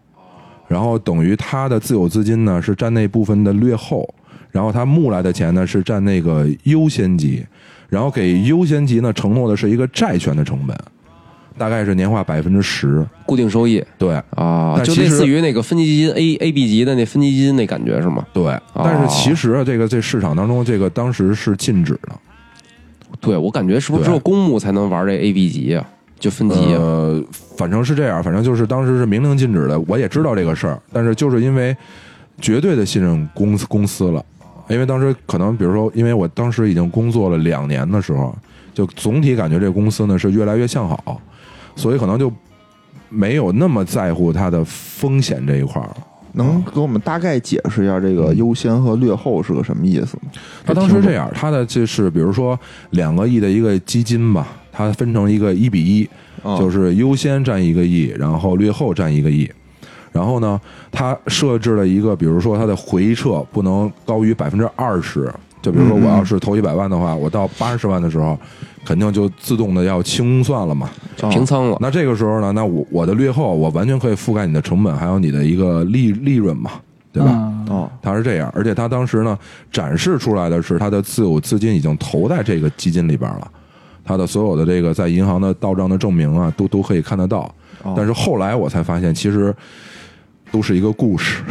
Speaker 5: 然后等于他的自有资金呢是占那部分的略后，然后他募来的钱呢是占那个优先级，然后给优先级呢承诺的是一个债权的成本，大概是年化百分之十，
Speaker 2: 固定收益
Speaker 5: 对。
Speaker 2: 啊，
Speaker 5: 但
Speaker 2: 就
Speaker 5: 其
Speaker 2: 类
Speaker 5: 实
Speaker 2: 似于那个分级基金 A A B 级的那分级基金那感觉是吗？
Speaker 5: 对，但是其实啊，这个这市场当中，这个当时是禁止的，
Speaker 2: 对，我感觉是不是
Speaker 5: 对
Speaker 2: 只有公募才能玩这 A B 级啊？就分级啊？
Speaker 5: 呃，反正是这样，反正就是当时是明令禁止的，我也知道这个事儿，但是就是因为绝对的信任公司公司了，因为当时可能比如说，因为我当时已经工作了两年的时候，就总体感觉这个公司呢是越来越向好，所以可能就没有那么在乎它的风险这一块儿了。
Speaker 1: 能给我们大概解释一下这个优先和略后是个什么意思吗？
Speaker 5: 他当时这样，他的就是比如说两个亿的一个基金吧，它分成一个一比一，
Speaker 1: 嗯
Speaker 5: 就是优先占一个亿，然后略后占一个亿。然后呢，它设置了一个，比如说它的回撤不能高于百分之二十。就比如说，我要是投一百万的话，我到八十万的时候，肯定就自动的要清算了嘛。
Speaker 1: 哦嗯
Speaker 2: 就平仓了。
Speaker 5: 那这个时候呢，那我我的略后，我完全可以覆盖你的成本，还有你的一个利利润嘛，对吧？
Speaker 3: 嗯
Speaker 1: 哦，
Speaker 5: 他是这样，而且他当时呢展示出来的是他的自有资金已经投在这个基金里边了，他的所有的这个在银行的到账的证明啊，都都可以
Speaker 2: 哦
Speaker 5: 看得到。但是后来我才发现，其实都是一个故事，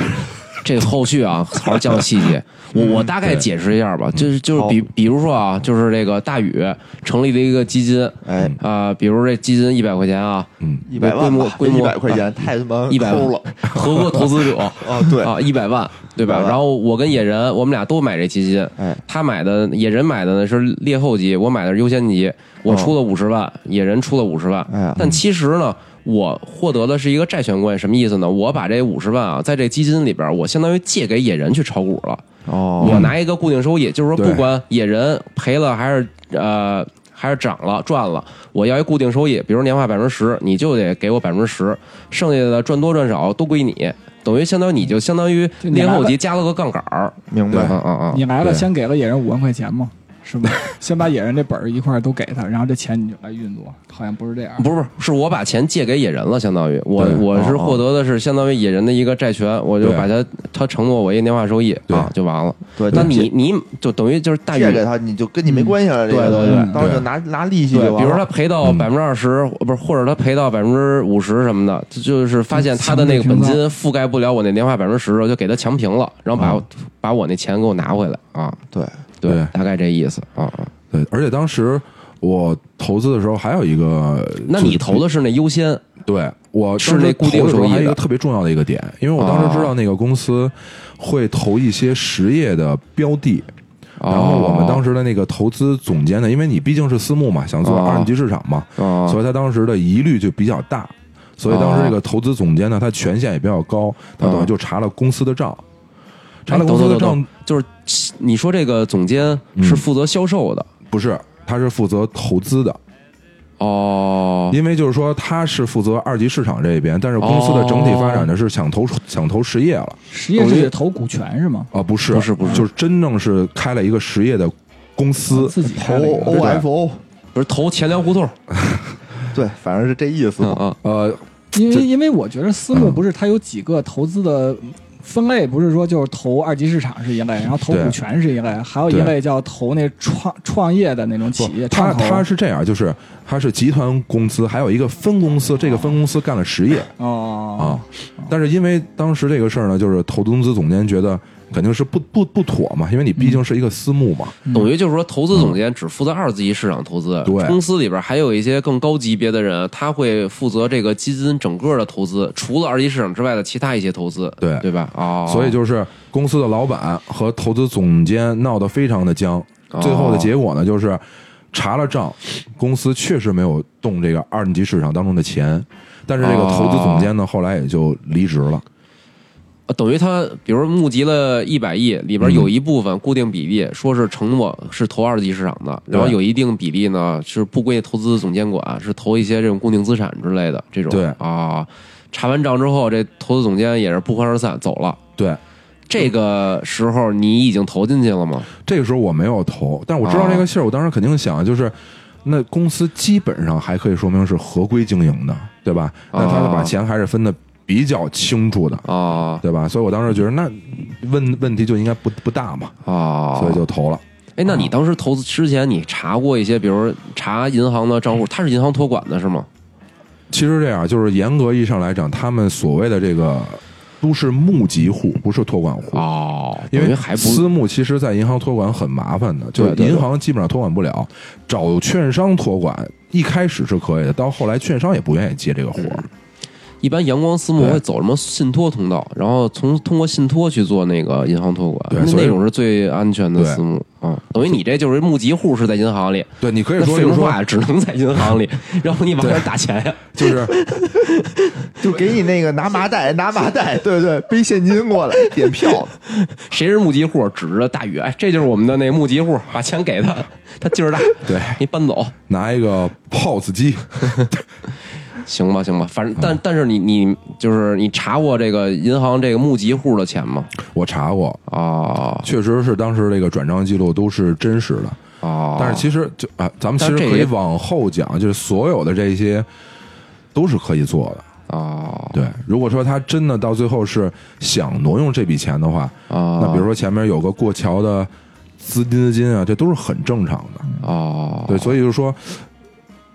Speaker 2: 这个后续啊，好好讲细节。我我大概解释一下吧，就是就是比比如说啊，就是这个大宇成立了一个基金，
Speaker 1: 哎，
Speaker 2: 啊，比如这基金一百块钱啊，
Speaker 1: 一百
Speaker 2: 规
Speaker 1: 万
Speaker 2: 模
Speaker 1: 吧，
Speaker 2: 规模啊
Speaker 1: 一百块钱太他妈
Speaker 2: 一百
Speaker 1: 抠了
Speaker 2: 合格投资者
Speaker 1: 啊！对，
Speaker 2: 啊，一百万，对吧
Speaker 1: 100？万
Speaker 2: 然后我跟野人，我们俩都买这基金，
Speaker 1: 哎，
Speaker 2: 他买的野人买的呢是劣后级，我买的是优先级，我出了五十万，野人出了五十万
Speaker 1: 哎呀，
Speaker 2: 但其实呢。我获得的是一个债权关系，什么意思呢？我把这五十万啊，在这基金里边，我相当于借给野人去炒股了。
Speaker 1: 哦，
Speaker 2: 我拿一个固定收益，就是说
Speaker 5: 对
Speaker 2: 不管野人赔了还是呃还是涨了赚了，我要一固定收益，比如年化百分之十，你就得给我百分之十，剩下的赚多赚少都归你，等于相当于你就相当于
Speaker 3: 就你
Speaker 2: 年
Speaker 3: 拿
Speaker 2: 后
Speaker 3: 了
Speaker 2: 级加了个杠杆儿，
Speaker 1: 明白
Speaker 2: 嗯。嗯
Speaker 3: 你
Speaker 2: 嗯，
Speaker 3: 来了，
Speaker 5: 哦对
Speaker 3: 先给了野人五万块钱嘛，是吧？先把野人这本儿一块儿都给他，然后这钱你就来运作，好像不是这样。
Speaker 2: 不是不是，是我把钱借给野人了，相当于我
Speaker 5: 对
Speaker 2: 我是
Speaker 1: 哦哦
Speaker 2: 获得的是相当于野人的一个债权，我就
Speaker 5: 对
Speaker 2: 把他他承诺我一年化收益
Speaker 5: 对
Speaker 2: 啊就完了。
Speaker 1: 对，
Speaker 2: 那
Speaker 1: 就
Speaker 2: 你你就等于就是大于
Speaker 1: 借给他，你就跟你没关系了。这个
Speaker 2: 对
Speaker 3: 对对
Speaker 1: 当时就
Speaker 5: 对
Speaker 1: 拿拿利息
Speaker 2: 对
Speaker 1: 就，完了。
Speaker 2: 比如说他赔到
Speaker 5: 嗯
Speaker 2: 百分之二十，不是，或者他赔到百分之五十什么的，就就是发现他的那个本金覆盖不了我那年化百分之十，就给他强平了，然后把、
Speaker 5: 啊
Speaker 2: 把我那钱给我拿回来啊。
Speaker 1: 对，
Speaker 2: 对，
Speaker 5: 对
Speaker 2: 大概这意思啊。啊
Speaker 5: 对，而且当时我投资的时候还有一个，
Speaker 2: 那你投的是那优先，
Speaker 5: 对我
Speaker 2: 是那固
Speaker 5: 当时
Speaker 2: 定
Speaker 5: 投的时
Speaker 2: 收
Speaker 5: 候
Speaker 2: 益
Speaker 5: 还有一
Speaker 2: 的哦
Speaker 5: 个特别重要的一个点，因为我当时知道那个公司会投一些实业的标的，哦然后我们当
Speaker 2: 时
Speaker 5: 时的那个投资总监呢，因为你毕竟是私募嘛，想做
Speaker 2: 哦
Speaker 5: 二级市场嘛，所以他当时的疑虑就比较大。所以当时这个投资总监呢，他权限也比较高，他等于就查了公司的账，查了公司的
Speaker 2: 哎等等
Speaker 5: 账
Speaker 2: 就是你说这个总监
Speaker 5: 嗯
Speaker 2: 是负责销售的、
Speaker 5: 不是，他是负责投资的，
Speaker 2: 哦，
Speaker 5: 因为就是说他是负责二级市场这边，但是公司的整体发展呢是想投想投实业了
Speaker 3: 实业是指投股权是吗？
Speaker 5: 啊，不是
Speaker 2: 不是不是
Speaker 5: 就是真正是开了一个实业的公司，
Speaker 3: 自己
Speaker 1: 投
Speaker 3: 开了一个
Speaker 1: OFO，
Speaker 2: 不是投钱粮胡同，
Speaker 1: 对，反正是这意思
Speaker 2: 嗯
Speaker 1: 嘛。
Speaker 2: 嗯，
Speaker 5: 呃，
Speaker 3: 因
Speaker 5: 这嗯
Speaker 3: 为因为我觉得私募不是它有几个投资的分类，不是说就是投二级市场是一类，然后投
Speaker 5: 对
Speaker 3: 股权是一类，还有一
Speaker 5: 对
Speaker 3: 类叫投那创创业的那种企业，
Speaker 5: 他
Speaker 3: 创投。
Speaker 5: 他是这样，就是他是集团公司，还有一个分公司，这个分公司干了实业
Speaker 3: 哦
Speaker 5: 啊，但是因为当时这个事儿呢，就是投资总监觉得肯定是不不不妥嘛，因为你毕
Speaker 3: 嗯
Speaker 5: 竟是一个私募嘛，
Speaker 2: 等于就是说，投资总监只负责二级市场投资，
Speaker 5: 对
Speaker 2: 公司里边还有一些更高级别的人，他会负责这个基金整个的投资，除了二级市场之外的其他一些投资，
Speaker 5: 对
Speaker 2: 对吧？哦，
Speaker 5: 所以就是公司的老板和投资总监闹得非常的僵，
Speaker 2: 哦
Speaker 5: 最后的结果呢就是查了账，公司确实没有动这个二级市场当中的钱，但是这
Speaker 3: 哦
Speaker 5: 个投资总监呢后来也就离职了，
Speaker 2: 呃等于他，比如募集了一百亿，里边有一部分固定比例说是承诺是投二级市场的，
Speaker 5: 对
Speaker 2: 然后有一定比例呢是不归投资总监管，是投一些这种固定资产之类的这种。
Speaker 5: 对
Speaker 2: 啊，查完账之后，这投资总监也是不欢而散走了。
Speaker 5: 对。
Speaker 2: 这个时候你已经投进去了吗？
Speaker 5: 这个时候我没有投，但我知道这个信儿，我当时肯定想就是。那公司基本上还可以说明是合规经营的，对吧？那他是把钱还是分的比较清楚的，
Speaker 2: 啊
Speaker 5: 对吧？所以我当时觉得那问问题就应该不不大嘛，
Speaker 2: 啊！
Speaker 5: 所以就投了。
Speaker 2: 哎，那你当时投资之前，你查过一些，比如查银行的账户，它是银行托管的是吗？
Speaker 5: 其实这样就是严格意义上来讲，他们所谓的这个都是募集户，不是托管户。
Speaker 2: 哦，
Speaker 5: 嗯因
Speaker 2: 等
Speaker 5: 为
Speaker 2: 于还不
Speaker 5: 私募其实，在银行托管很麻烦的，就是
Speaker 1: 对对对
Speaker 5: 银行基本上托管不了，找券商托管，一开始是可以的，到后来券商也不愿意接这个活儿。
Speaker 2: 一般阳光私募
Speaker 5: 对
Speaker 2: 会走什么信托通道，然后从通过信托去做那个银行托
Speaker 5: 对
Speaker 2: 管，那
Speaker 5: 所以
Speaker 2: 那种是最安全的私募啊。等于你这就是募集户是在银行里，
Speaker 5: 对你可以
Speaker 2: 那
Speaker 5: 说
Speaker 2: 废
Speaker 5: 就是
Speaker 2: 话
Speaker 5: 说，
Speaker 2: 呀只能在银行里，然后你往
Speaker 5: 对
Speaker 2: 上打钱呀。
Speaker 5: 就是
Speaker 1: 就给你那个拿麻袋，拿麻袋，对对，背现金过来，点票，
Speaker 2: 谁是募集户？指着大宇，哎，这就是我们的那募集 户，把钱给他，他劲儿大，
Speaker 5: 对
Speaker 2: 你搬走。
Speaker 5: 拿一个 POS 机，
Speaker 2: 行吧，行吧，反
Speaker 5: 嗯
Speaker 2: 正但但是你你就是你查过这个银行这个募集户的钱吗？
Speaker 5: 我查过，
Speaker 2: 哦
Speaker 5: 确实是当时这个转账记录都是真实的。
Speaker 2: 哦，
Speaker 5: 但是其实就啊，咱们其
Speaker 2: 但
Speaker 5: 实
Speaker 2: 这
Speaker 5: 可以
Speaker 2: 也
Speaker 5: 往后讲，就是所有的这些都是可以做的。
Speaker 2: 哦
Speaker 5: 对，如果说他真的到最后是想挪用这笔钱的话，
Speaker 2: 哦，
Speaker 5: 那比如说前面有个过桥的资金资金啊，这都是很正常的。
Speaker 2: 哦，
Speaker 5: 对，所以就是说，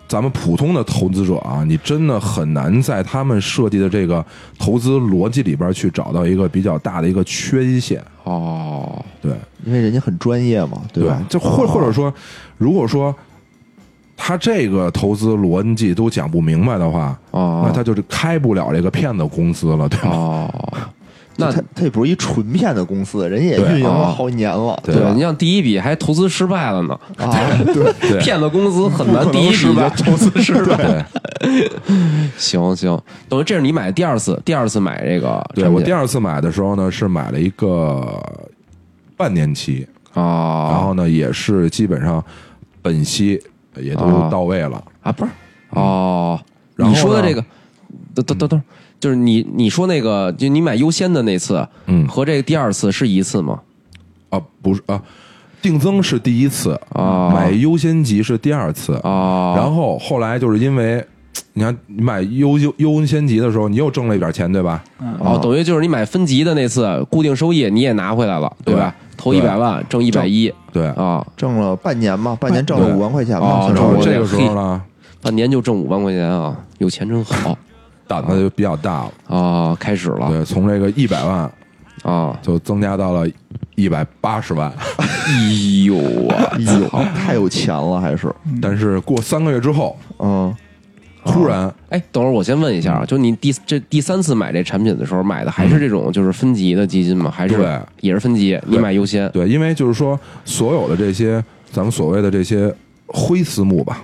Speaker 5: 咱们普通的投资者啊，你真的很难在他们设计的这个投资逻辑里边去找到一个比较大的一个缺陷。
Speaker 2: 哦，
Speaker 5: 对，
Speaker 1: 因为人家很专业嘛，对吧？
Speaker 5: 就或
Speaker 1: 啊
Speaker 5: 或者说，如果说他这个投资逻辑都讲不明白的话，
Speaker 2: 哦，
Speaker 5: 那他就是开不了这个骗子公司了，对吧？
Speaker 2: 哦，那
Speaker 1: 他他也不是一纯骗的公司，人家也
Speaker 5: 对
Speaker 1: 运营了
Speaker 2: 啊
Speaker 1: 好几年了，
Speaker 5: 对
Speaker 1: 吧
Speaker 2: 你？像第一笔还投资失败了呢，
Speaker 1: 啊，对，
Speaker 5: 对
Speaker 2: 骗子公司很难
Speaker 1: 不可
Speaker 2: 第
Speaker 1: 能
Speaker 2: 一笔
Speaker 1: 失败
Speaker 2: 就投资失 败。
Speaker 5: 对，
Speaker 2: 行行，等于这是你买第二次，第二次买这个产品，
Speaker 5: 对我第二次买的时候呢，是买了一个半年期，然
Speaker 2: 哦
Speaker 5: 后呢也是基本上本息也
Speaker 2: 啊
Speaker 5: 都到位了。
Speaker 2: 啊不是哦，
Speaker 5: 嗯然后
Speaker 2: 你说的
Speaker 5: 呢
Speaker 2: 这个，等等等等，就是你你说那个，就你买优先的那次
Speaker 5: 嗯
Speaker 2: 和这个第二次是一次吗？
Speaker 5: 啊，不是啊，定增是第一次
Speaker 2: 啊
Speaker 5: 买优先级是第二次
Speaker 2: 哦，
Speaker 5: 然后后来就是因为。你看，你买优优优先级的时候，你又挣了一点钱，对吧？嗯
Speaker 2: 哦，等于就是你买分级的那次固定收益你也拿回来了，对吧？投一
Speaker 5: 对
Speaker 2: 百万挣一百一
Speaker 5: 对，
Speaker 2: 啊，
Speaker 1: 挣了半年吧，半年挣了
Speaker 5: 对
Speaker 1: 五万块钱吧，
Speaker 2: 哦
Speaker 1: 算
Speaker 5: 然
Speaker 1: 是
Speaker 5: 后
Speaker 2: 我
Speaker 5: 这
Speaker 2: 得
Speaker 5: 个时
Speaker 2: 嘿
Speaker 5: 候呢，
Speaker 2: 半年就挣五万块钱啊，有钱真好
Speaker 5: 胆子就比较大了。
Speaker 2: 啊！开始了
Speaker 5: 对，从这个一百万
Speaker 2: 啊！
Speaker 5: 就增加到了一百八十万，
Speaker 2: 哎呦啊！
Speaker 1: 哎呦，太有钱了，还是
Speaker 2: 嗯
Speaker 5: 但是过三个月之后，
Speaker 1: 嗯，
Speaker 5: 突然
Speaker 2: 哎，等会儿我先问一
Speaker 5: 嗯
Speaker 2: 下啊，就你第这第三次买这产品的时候，买的还是这种就是分级的基金吗？还是
Speaker 5: 对
Speaker 2: 也是分级？你买优先
Speaker 5: 对，因为就是说，所有的这些咱们所谓的这些灰私募吧，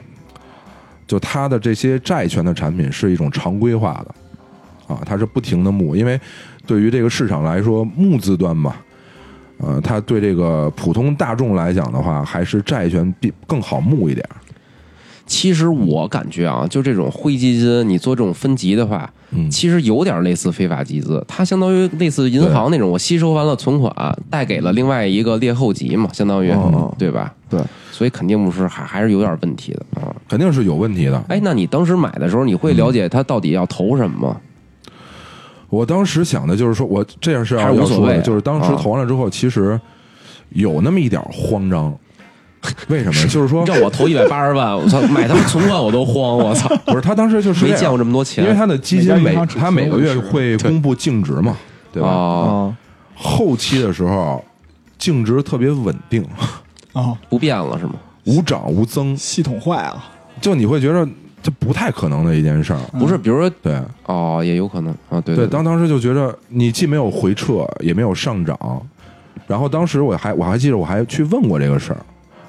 Speaker 5: 就它的这些债权的产品是一种常规化的，啊，它是不停的募，因为对于这个市场来说，募资端嘛，呃，它对这个普通大众来讲的话，还是债权比更好募一点儿。
Speaker 2: 其实我感觉啊，就这种灰基金，你做这种分级的话，
Speaker 5: 嗯
Speaker 2: 其实有点类似非法集资，它相当于类似银行那种，我吸收完了存款，贷给了另外一个劣后级嘛，相当于、
Speaker 1: 哦
Speaker 2: 对吧？
Speaker 1: 对，
Speaker 2: 所以肯定不是，还还是有点问题的啊。
Speaker 5: 肯定是有问题的。
Speaker 2: 哎，那你当时买的时候，你会了解它到底要投什
Speaker 5: 哦
Speaker 2: 么吗？
Speaker 5: 我当时想的就是说，我这样是
Speaker 2: 还是
Speaker 5: 要
Speaker 2: 无
Speaker 5: 要
Speaker 2: 所
Speaker 5: 说
Speaker 2: 谓
Speaker 5: 的，
Speaker 2: 啊
Speaker 5: 就是当时投完了之后，其实有那么一点儿慌张。为什么呢？就是说，
Speaker 2: 让我投一百八十万，我操，买他们存款我都慌，我 操，
Speaker 5: 不是他当时就是
Speaker 2: 没
Speaker 5: 这
Speaker 2: 见
Speaker 5: 样
Speaker 2: 过这么多钱，
Speaker 5: 啊因为他的基金
Speaker 3: 每家
Speaker 5: 每
Speaker 3: 银行只
Speaker 5: 他每个月
Speaker 3: 存五十
Speaker 5: 会公布净值嘛，对吧？
Speaker 2: 哦，
Speaker 1: 啊，
Speaker 5: 后期的时候，净值特别稳定，
Speaker 3: 哦，
Speaker 2: 不变了是吗？
Speaker 5: 无涨无增，
Speaker 3: 系统坏了，
Speaker 5: 就你会觉得这不太可能的一件事儿。
Speaker 2: 不是，比如说
Speaker 5: 对
Speaker 2: 哦，也有可能啊，对
Speaker 5: 嗯对，当当时就觉得你既没有回撤，也没有上涨，然后当时我还我还记得我还去问过这个事儿，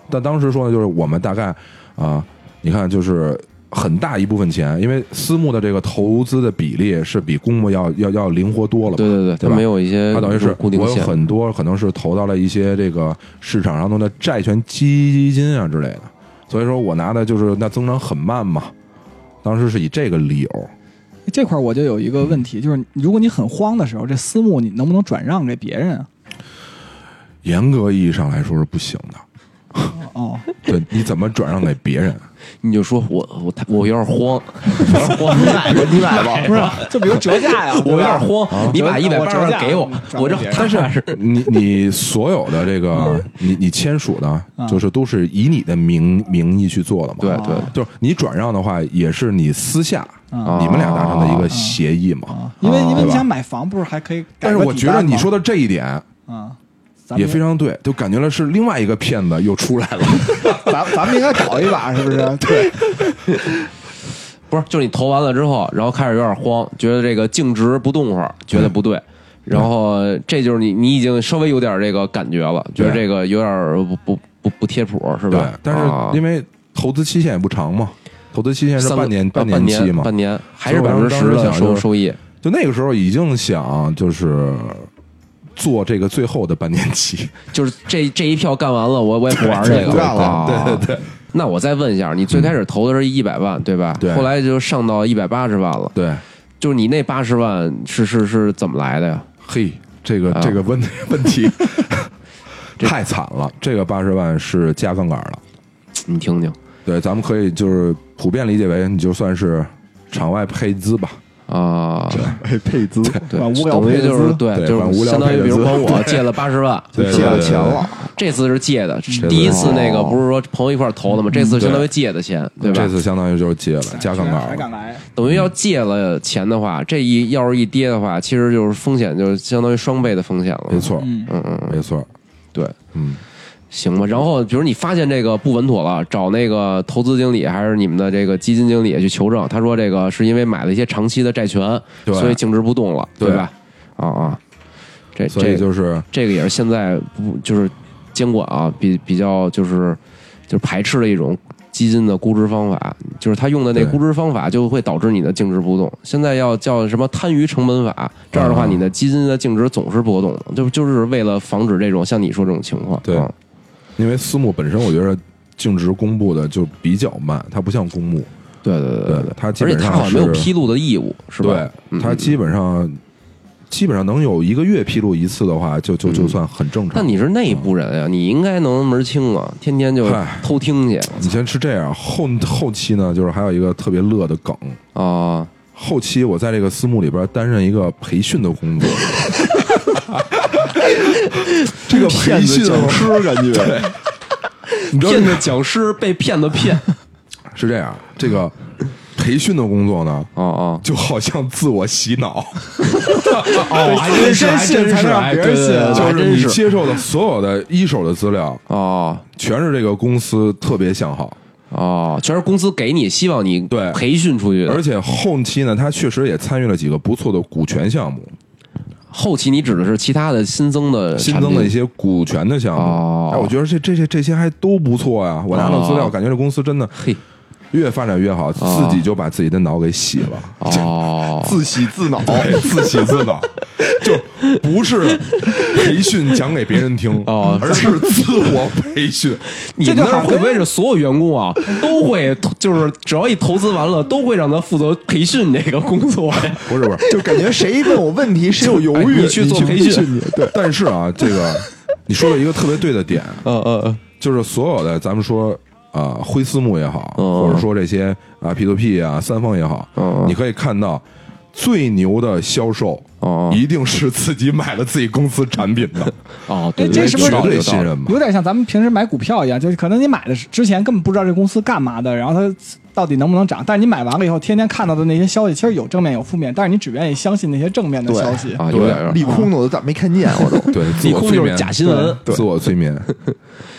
Speaker 5: 但当时说的就是我们大概啊、你看就是很大一部分钱，因为私募的这个投资的比例是比公募要要要灵活多了嘛，
Speaker 2: 对对对，它
Speaker 5: 吧
Speaker 2: 没有一些
Speaker 5: 它等于是
Speaker 2: 固定
Speaker 5: 我有
Speaker 2: 性，
Speaker 5: 很多可能是投到了一些这个市场上的债权基金啊之类的，所以说我拿的就是那增长很慢嘛。当时是以这个理由，
Speaker 3: 这块儿我就有一个问题，就是如果你很慌的时候，这私募你能不能转让给别人啊？
Speaker 5: 严格意义上来说是不行的。
Speaker 3: 哦，
Speaker 5: 对，你怎么转让给别人？
Speaker 2: 你就说我我太我有点 慌，有点慌，
Speaker 1: 你买 吧，
Speaker 3: 不是，就比如折价呀，
Speaker 2: 我有
Speaker 3: 对
Speaker 2: 点
Speaker 3: 吧
Speaker 2: 慌，你把一百八十万给我，我这
Speaker 3: 但
Speaker 2: 是
Speaker 5: 你你所有的这个，
Speaker 3: 嗯
Speaker 5: 你你签署的，就是都是以你的名名义去做的嘛。
Speaker 3: 哦
Speaker 2: 对对，
Speaker 5: 就是你转让的话，也是你私下
Speaker 3: 啊
Speaker 5: 你们俩达成的一个协议嘛。
Speaker 3: 哦因为因为
Speaker 5: 对
Speaker 3: 你
Speaker 5: 吧
Speaker 3: 想买房，不是还可以改
Speaker 5: 但是
Speaker 3: 个
Speaker 5: 我
Speaker 3: 底
Speaker 5: 觉得
Speaker 3: 单
Speaker 5: 你
Speaker 3: 吗
Speaker 5: 说的这一点
Speaker 3: 啊，咱
Speaker 5: 也
Speaker 3: 们
Speaker 5: 非常对，就感觉了是另外一个骗子又出来 了。
Speaker 1: 咱咱们应该搞一把，是 不是？对，
Speaker 2: 不是就是你投完了之后，然后开始有点慌，觉得这个净值不动会儿，觉得不对。然后这就是你，你已经稍微有点这个感觉了，觉得
Speaker 5: 对
Speaker 2: 这个有点不不不不贴谱，是
Speaker 5: 对
Speaker 2: 吧？，
Speaker 5: 但
Speaker 2: 啊
Speaker 5: 是因为投资期限也不长嘛，投资期限是
Speaker 2: 三个
Speaker 5: 半年
Speaker 2: 啊半
Speaker 5: 年期嘛，
Speaker 2: 半年还是
Speaker 5: 所以
Speaker 2: 百
Speaker 5: 我
Speaker 2: 分之
Speaker 5: 当时
Speaker 2: 十的
Speaker 5: 想
Speaker 2: 收
Speaker 5: 就是
Speaker 2: 收益
Speaker 5: 就那个时候已经想就是做这个最后的半年 期，
Speaker 2: 就是这这一票干完了，我我也不玩 这个
Speaker 1: 对
Speaker 2: 了。哦
Speaker 5: 对对对
Speaker 2: 那我再问一下，你最开始投的是一百万，对吧？
Speaker 5: 对
Speaker 2: 后来就上到一百八十万了，
Speaker 5: 对，
Speaker 2: 就是你那八十万是是是怎么来的呀？
Speaker 5: 嘿，这个
Speaker 2: 啊
Speaker 5: 这个问问题
Speaker 2: 这
Speaker 5: 太惨了，这个八十万是加杠杆了，
Speaker 2: 你听听
Speaker 5: 对，咱们可以就是普遍理解为你就算是场外配资吧，
Speaker 2: 啊，
Speaker 1: 哎配资
Speaker 2: 对，
Speaker 3: 管无聊
Speaker 2: 等于
Speaker 3: 配
Speaker 2: 就是
Speaker 3: 资
Speaker 2: 对，
Speaker 5: 对
Speaker 2: 就
Speaker 5: 管无
Speaker 2: 是
Speaker 5: 聊
Speaker 2: 相当于
Speaker 5: 配
Speaker 2: 比如
Speaker 5: 资
Speaker 2: 管我借了八十万，
Speaker 5: 对
Speaker 1: 借了钱了，
Speaker 2: 这次是借的，
Speaker 5: 次
Speaker 2: 第一次那个不是说朋友一块儿投的吗？这次相当于借的钱，对吧
Speaker 5: 这？次相当于就是借了加杠杆
Speaker 3: 还敢
Speaker 5: 了，
Speaker 3: 来？
Speaker 2: 等于要借了钱的话，这一要是一跌的话，其实就是风险就是相当于双倍的风险了。
Speaker 5: 没，错，
Speaker 3: 嗯，
Speaker 2: 嗯嗯，
Speaker 5: 没错，
Speaker 2: 对，
Speaker 5: 嗯，
Speaker 2: 行吧。然后比如你发现这个不稳妥了，找那个投资经理还是你们的这个基金经理去求证，他说这个是因为买了一些长期的债权，
Speaker 5: 对
Speaker 2: 所以净值不动了，
Speaker 5: 对
Speaker 2: 吧？啊啊，这
Speaker 5: 所
Speaker 2: 这
Speaker 5: 以
Speaker 2: 个
Speaker 5: 就是
Speaker 2: 这个也是现在不就是监管啊，比比较就是就是排斥的一种基金的估值方法，就是他用的那
Speaker 5: 对
Speaker 2: 估值方法就会导致你的净值波动。现在要叫什么贪余成本法，这样的话
Speaker 5: 啊
Speaker 2: 你的基金的净值总是波动的，就就是为了防止这种像你说这种情况。
Speaker 5: 对
Speaker 2: 啊
Speaker 5: 因为私募本身，我觉得净值公布的就比较慢，它不像公募，
Speaker 2: 对对对
Speaker 5: 对
Speaker 2: 对，
Speaker 5: 它基
Speaker 2: 而且
Speaker 5: 本
Speaker 2: 他
Speaker 5: 上
Speaker 2: 好像没有
Speaker 5: 是
Speaker 2: 披露的义务，是吧？嗯
Speaker 5: 对，它基本上基本上能有一个月披露一次的话，就就就算很正常。
Speaker 2: 但嗯你是内部人啊，你应该能门儿清啊，天天就
Speaker 5: 嗨
Speaker 2: 偷听去
Speaker 5: 你先是这样，后后期呢，就是还有一个特别乐的梗。
Speaker 2: 啊。
Speaker 5: 后期我在这个私募里边担任一个培训的工作， 这个培
Speaker 1: 骗子
Speaker 5: 训
Speaker 1: 讲师感觉
Speaker 5: 你知道
Speaker 2: 骗子讲师被骗子骗，
Speaker 5: 是这样，这个培训的工作呢，
Speaker 2: 哦哦，
Speaker 5: 就好像自我洗脑，
Speaker 3: 哦，还真是，还真是，让别人信啊
Speaker 5: 就
Speaker 2: 还
Speaker 5: 是
Speaker 2: 真
Speaker 5: 你
Speaker 2: 是
Speaker 5: 接受的所有的一手的资料，
Speaker 2: 哦
Speaker 5: 全是这个公司特别向好。
Speaker 2: 哦，全是公司给你，希望你
Speaker 5: 对
Speaker 2: 培训出去的。
Speaker 5: 而且后期呢，他确实也参与了几个不错的股权项目，
Speaker 2: 后期你指的是其他的新增的
Speaker 5: 新
Speaker 2: 产
Speaker 5: 增的
Speaker 2: 品
Speaker 5: 一些股权的项目。
Speaker 2: 哦
Speaker 5: 哎，我觉得这这些这些还都不错呀。我拿到资料，
Speaker 2: 哦
Speaker 5: 感觉这公司真的
Speaker 2: 嘿
Speaker 5: 越发展越好，自己就把自己的脑给洗了，
Speaker 2: 哦，
Speaker 1: 自喜自恼，
Speaker 5: 对自洗自脑，就不是培训讲给别人听，
Speaker 2: 哦
Speaker 5: 而是自 我培训。
Speaker 2: 你们那儿会不会是所有员工啊 都会投，就是只要一投资完了，都会让他负责培训这个工 作呀？
Speaker 5: 不是不是，
Speaker 1: 就感觉谁问我问题，谁有犹豫，
Speaker 2: 哎
Speaker 1: 你
Speaker 2: 你去做培
Speaker 1: 训
Speaker 2: 训
Speaker 1: 你， 对，
Speaker 5: 但是啊，这个你说了一个特别对的点，
Speaker 2: 嗯嗯嗯，
Speaker 5: 就是所有的咱们说啊、呃灰私募也好，
Speaker 2: 嗯
Speaker 5: 或者说这些啊 P to P 啊三方也好，
Speaker 2: 嗯
Speaker 5: 你可以看到最牛的销售。
Speaker 2: 哦
Speaker 5: 一定是自己买了自己公司产 品的，
Speaker 2: 哦，对，
Speaker 3: 哎这
Speaker 2: 对
Speaker 3: 是不是
Speaker 5: 绝
Speaker 2: 有道理
Speaker 5: 对
Speaker 2: 有道
Speaker 5: 信
Speaker 2: 理
Speaker 5: 任吧？
Speaker 3: 有点像咱们平时买股票一样，就是可能你买的之前根本不知道这公司干嘛的，然后它到底能不能涨，但是你买完了以后，天天看到的那些消息，其实有正面有负面，但是你只愿意相信那些正面的
Speaker 1: 对
Speaker 3: 消息。
Speaker 2: 啊？有点有点
Speaker 1: 利空的我都咋没看见我 都。
Speaker 5: 对，自
Speaker 2: 利
Speaker 5: 我
Speaker 2: 空
Speaker 5: 催
Speaker 2: 就
Speaker 5: 眠
Speaker 2: 是假新闻。
Speaker 5: 自我 催眠，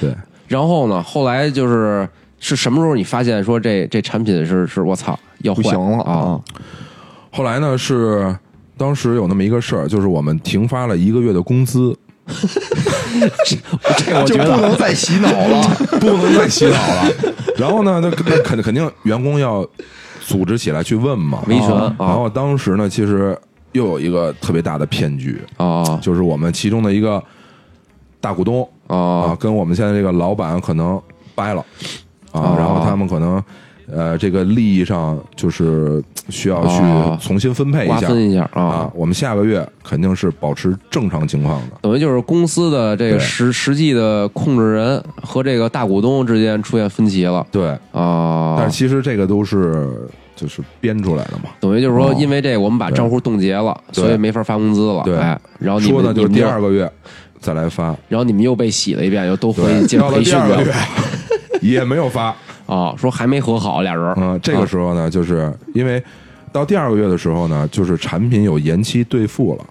Speaker 5: 对，
Speaker 2: 然后呢，后来就是是什么时候你发现说这这产品是是我操要
Speaker 1: 不
Speaker 2: 坏
Speaker 1: 行了
Speaker 2: 啊？！
Speaker 5: 后来呢是当时有那么一个事儿，就是我们停发了一个月的工资，
Speaker 2: 这我
Speaker 1: 就
Speaker 2: 觉
Speaker 1: 不
Speaker 2: 得
Speaker 1: 能再洗脑了。
Speaker 5: 不能再洗脑了。然后呢，那那肯肯定员工要组织起来去问嘛。
Speaker 2: 维权
Speaker 5: 啊
Speaker 2: 啊
Speaker 5: 然后当时呢，其实又有一个特别大的骗局，
Speaker 2: 哦
Speaker 5: 就是我们其中的一个大股东
Speaker 2: 哦
Speaker 5: 啊，跟我们现在这个老板可能掰了啊
Speaker 2: 哦，
Speaker 5: 然后他们可能。呃，这个利益上就是需要
Speaker 2: 哦
Speaker 5: 去重新分配一
Speaker 2: 瓜
Speaker 5: 下，
Speaker 2: 分一下
Speaker 5: 啊
Speaker 2: 啊，，
Speaker 5: 我们下个月肯定是保持正常情况的。
Speaker 2: 等于就是公司的这
Speaker 5: 对
Speaker 2: 个实实际的控制人和这个大股东之间出现分歧了
Speaker 5: 对，
Speaker 2: 啊。
Speaker 5: 但是其实这个都是就是编出来的嘛。
Speaker 2: 等于就是说
Speaker 5: 哦，
Speaker 2: 因为这个我们把账户冻结了，
Speaker 5: 对
Speaker 2: 所以没法发工资了。
Speaker 5: 对
Speaker 2: 哎，然后你
Speaker 5: 说
Speaker 2: 们
Speaker 5: 的就是
Speaker 2: 你们
Speaker 5: 第
Speaker 2: 又
Speaker 5: 二个月再来发，
Speaker 2: 然后你们又被洗了一遍，又都回去
Speaker 5: 对，
Speaker 2: 接
Speaker 5: 到了
Speaker 2: 培
Speaker 5: 第
Speaker 2: 训
Speaker 5: 二个
Speaker 2: 去
Speaker 5: 月
Speaker 2: 了
Speaker 5: 也没有 发。
Speaker 2: 啊，说还没和好俩人。
Speaker 5: 嗯，这个时候呢，就是因为到第二个月的时候呢，就是产品有延期兑付了。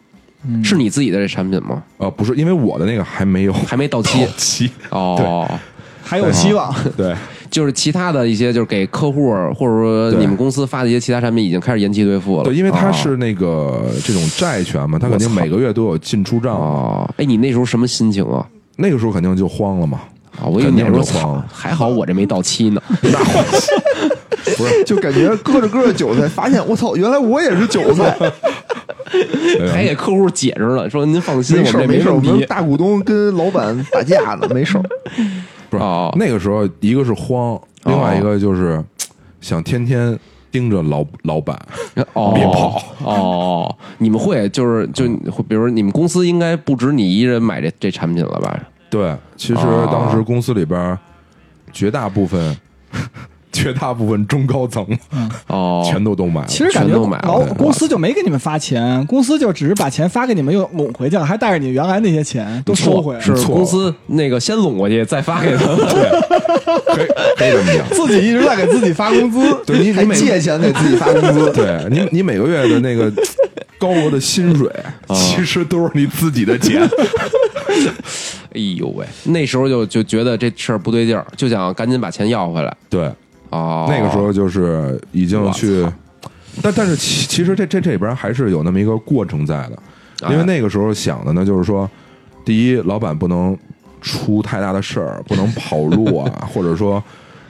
Speaker 3: 嗯
Speaker 2: 是你自己的这产品吗？
Speaker 5: 呃，不是，因为我的那个还没有
Speaker 2: 还没到期
Speaker 5: 到期，
Speaker 2: 哦，
Speaker 3: 还有希望，
Speaker 5: 对
Speaker 2: 就是其他的一些，就是给客户或者说
Speaker 5: 对
Speaker 2: 你们公司发的一些其他产品已经开始延期兑付了。
Speaker 5: 对，因为它
Speaker 2: 啊
Speaker 5: 是那个这种债权嘛，它肯定每个月都有进出账嘛，
Speaker 2: 哦，哎，你那时候什么心情啊？
Speaker 5: 那个时候肯定就慌了嘛。
Speaker 2: 啊，我以为你
Speaker 5: 肯定
Speaker 2: 说
Speaker 5: 就慌
Speaker 2: 操
Speaker 5: 了，
Speaker 2: 还好我这没到期呢。
Speaker 5: 那我不是，
Speaker 1: 就感觉割着割着韭菜，发现我操，原来我也是韭菜。
Speaker 5: 对啊
Speaker 2: 还给客户解释了，说您放心，
Speaker 1: 没
Speaker 2: 我
Speaker 1: 事
Speaker 2: 们
Speaker 1: 儿
Speaker 2: 这
Speaker 1: 没事儿，我
Speaker 2: 问
Speaker 1: 们
Speaker 2: 题。
Speaker 1: 大股东跟老板打架呢，没事儿。
Speaker 5: 不是、
Speaker 2: 哦
Speaker 5: 那个时候，一个是慌，另外一个就是
Speaker 2: 啊
Speaker 5: 想天天盯着老老板，
Speaker 2: 哦，
Speaker 5: 别跑
Speaker 2: 哦！你们会就是就会，比如你们公司应该不止你一人买这这产品了吧？
Speaker 5: 对，其实
Speaker 2: 哦
Speaker 5: 当时公司里边绝大部分绝大部分中高层
Speaker 2: 哦，
Speaker 5: 全都都买了。
Speaker 3: 其实感
Speaker 2: 全
Speaker 3: 觉
Speaker 2: 都买了
Speaker 3: 老
Speaker 2: 对
Speaker 3: 公司就没给你们发钱，公司就只是把钱发给你们，又拢回去了，还带着你原来那些钱都收回来，
Speaker 2: 是
Speaker 5: 错了
Speaker 2: 公司那个先拢过去，再发给他们。
Speaker 5: 可以可以这么讲，
Speaker 3: 自己一直在给 自己发工资。
Speaker 5: 对你
Speaker 1: 还
Speaker 5: 你每，
Speaker 1: 借钱给自己发工资
Speaker 5: 对你你每个月的那个高额的薪水，其实都是你自己的钱。
Speaker 2: 哎呦喂，那时候就就觉得这事儿不对劲儿，就想赶紧把钱要回来。
Speaker 5: 对，
Speaker 2: 哦，
Speaker 5: 那个时候就是已经去
Speaker 2: 我，
Speaker 5: 但但是其其实这这这里边还是有那么一个过程在的，因为
Speaker 2: 哎
Speaker 5: 那个时候想的呢，就是说，第一，老板不能出太大的事儿，不能跑路啊， 或者说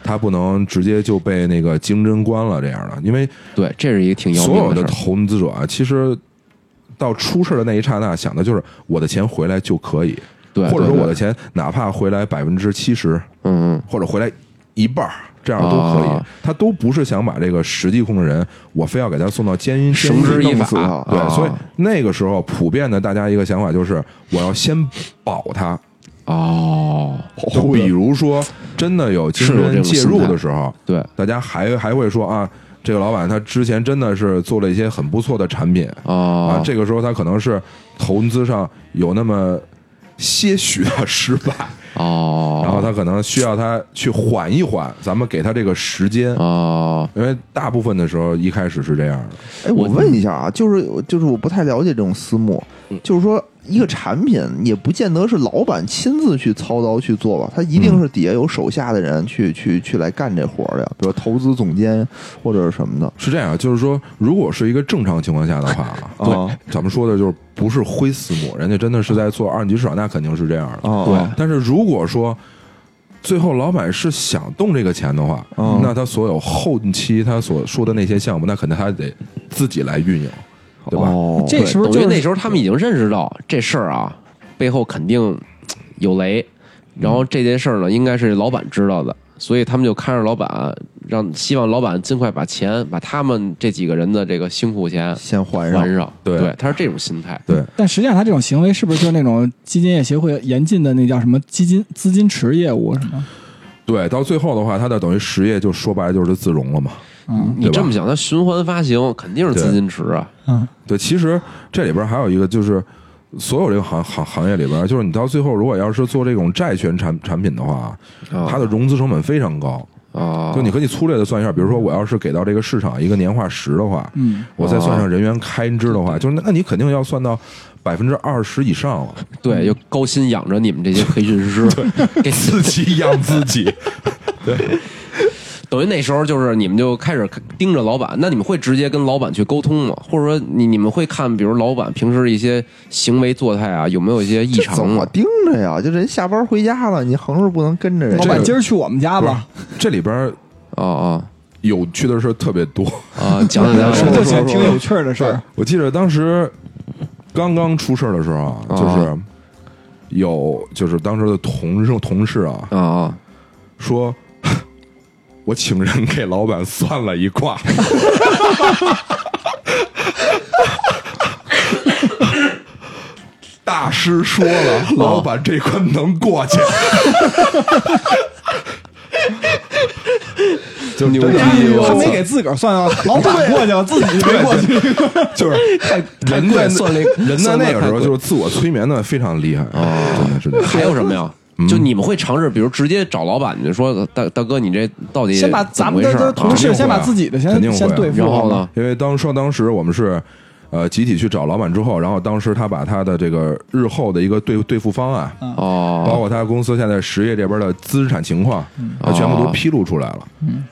Speaker 5: 他不能直接就被那个经侦关了这样的，因为
Speaker 2: 对，这是一个挺要
Speaker 5: 所有
Speaker 2: 命
Speaker 5: 的
Speaker 2: 的事
Speaker 5: 投资者啊，其实到出事的那一刹那，想的就是我的钱回来就可以，
Speaker 2: 对
Speaker 5: 或者
Speaker 2: 对
Speaker 5: 说
Speaker 2: 对
Speaker 5: 我的钱哪怕回来百分之七十，
Speaker 2: 儿。嗯，
Speaker 5: 或者回来一半儿，这样都可以。
Speaker 2: 啊
Speaker 5: 他都不是想把这个实际控制人，我非要给他送到监狱
Speaker 2: 绳之以法
Speaker 5: 监狱弄死他对，
Speaker 2: 啊
Speaker 5: 所以那个时候普遍的大家一个想法就是，我要先保他。
Speaker 2: 哦，
Speaker 5: 就比如说，真的有经
Speaker 2: 是有这
Speaker 5: 人
Speaker 2: 种
Speaker 5: 介
Speaker 2: 心
Speaker 5: 入
Speaker 2: 态
Speaker 5: 的时候，
Speaker 2: 对，
Speaker 5: 大家还还会说啊，这个老板他之前真的是做了一些很不错的产品。啊
Speaker 2: 哦，，
Speaker 5: 这个时候他可能是投资上有那么些许的失败，
Speaker 2: 哦，
Speaker 5: 然后他可能需要他去缓一缓，咱们给他这个时间，
Speaker 2: 哦，
Speaker 5: 因为大部分的时候一开始是这样的。
Speaker 1: 哎，我问一下啊，就是就是我不太了解这种私募，
Speaker 2: 嗯
Speaker 1: 就是说一个产品也不见得是老板亲自去操刀去做吧，他一定
Speaker 2: 嗯
Speaker 1: 是底下有手下的人去、去去来干这活儿的呀，比如投资总监或者是什么的。
Speaker 5: 是这样，啊就是说，如果是一个正常情况下的话 啊，
Speaker 1: 啊
Speaker 5: 对，咱们说的就是不是灰私募，人家真的是在做二级市场，那肯定是这样的。
Speaker 1: 哦，
Speaker 5: 但是如果说最后老板是想动这个钱的话，
Speaker 1: 嗯
Speaker 5: 那他所有后期他所说的那些项目，那肯定他得自己来运营，对吧？
Speaker 1: 哦，
Speaker 3: 这是不是
Speaker 2: 等
Speaker 3: 就
Speaker 2: 于
Speaker 3: 是
Speaker 2: 那时候他们已经认识到这事儿啊，背后肯定有雷，然后这件事儿呢，应该是老板知道的，所以他们就看着老板，让希望老板尽快把钱，把他们这几个人的这个辛苦钱
Speaker 1: 先还上
Speaker 2: 还？上。
Speaker 5: 对
Speaker 2: 他是这种心态。
Speaker 5: 对，
Speaker 3: 但实际上，他这种行为是不是就是那种基金业协会严禁的那叫什么基金资金池业务什么？
Speaker 5: 对，到最后的话，他的等于实业就说白了就是自融了嘛。
Speaker 3: 嗯
Speaker 2: 你
Speaker 5: 对吧
Speaker 2: 这么想，他循环发行肯定是资金池啊。
Speaker 3: 嗯，
Speaker 5: 对，其实这里边还有一个就是，所有这个行行行业里边，就是你到最后如果要是做这种债权产产品的话，啊它
Speaker 2: 他
Speaker 5: 的融资成本非常高。
Speaker 2: 啊，
Speaker 5: 就你可以粗略的算一下，比如说我要是给到这个市场一个年化十的话，
Speaker 3: 嗯，
Speaker 5: 我再算上人员开支的话，就是那那你肯定要算到百分之二十以上了，
Speaker 2: 对，又高薪养着你们这些培训师，给
Speaker 5: 自己养自己。
Speaker 2: 等于那时候就是你们就开始盯着老板，那你们会直接跟老板去沟通吗？或者说你你们会看，比如老板平时一些行为作态啊，有没有一些异
Speaker 1: 这
Speaker 2: 常啊
Speaker 1: 怎么
Speaker 2: 吗？
Speaker 1: 盯着呀？就人下班回家了，你横是不能跟着人
Speaker 3: 老
Speaker 1: 家。
Speaker 3: 板今儿去我们家
Speaker 5: 不是
Speaker 3: 吧，
Speaker 5: 这里边
Speaker 2: 哦
Speaker 5: 有趣的事儿特别多。
Speaker 2: 哦啊，讲讲讲
Speaker 3: 我
Speaker 2: 讲
Speaker 3: 就想听有趣儿的事儿。
Speaker 5: 我记得当时刚刚出事儿的时候啊，就是有就是当时的同事同事啊，
Speaker 2: 啊 啊！
Speaker 5: 说 我请人给老板算了一卦， 大师说了，
Speaker 2: 哦
Speaker 5: 老板这关能过去。 就牛
Speaker 3: 人家哎还没给自个儿算啊，老板过去了，自己没过去。
Speaker 5: 就是太人
Speaker 2: 贵
Speaker 5: 在
Speaker 2: 了算了一
Speaker 5: 人在
Speaker 2: 算了
Speaker 5: 那个时
Speaker 2: 太
Speaker 5: 候
Speaker 2: 贵哦
Speaker 5: 就是自我催眠的非常厉害，真的是这样。
Speaker 2: 还有什么呀？
Speaker 5: 嗯
Speaker 2: 就你们会尝试，比如直接找老板，你就说大大哥，你这到底
Speaker 3: 先把咱们的
Speaker 2: 怎么回事
Speaker 3: 的
Speaker 2: 儿
Speaker 3: 同
Speaker 5: 肯定
Speaker 3: 事
Speaker 5: 会啊
Speaker 3: 先把自己的
Speaker 5: 肯定
Speaker 3: 先
Speaker 5: 会
Speaker 3: 先
Speaker 5: 啊
Speaker 3: 对付
Speaker 2: 然
Speaker 3: 好
Speaker 2: 后
Speaker 3: 了。
Speaker 2: 呢？
Speaker 5: 因为当说当时我们是呃集体去找老板之后，然后当时他把他的这个日后的一个对对付方案，包
Speaker 2: 哦，
Speaker 5: 括他公司现在实业这边的资产情况，他全部都披露出来了。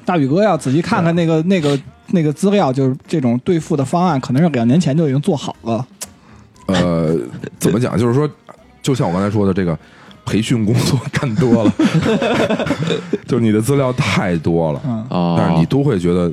Speaker 3: 大宇哥要仔细看看那个那个那个资料，就是这种兑付的方案，可能是两年前就已经做好了。
Speaker 5: 呃，怎么讲？就是说，就像我刚才说的，这个培训工作干多了，就是你的资料太多了，
Speaker 3: 嗯，
Speaker 2: 哦，
Speaker 5: 但是你都会觉得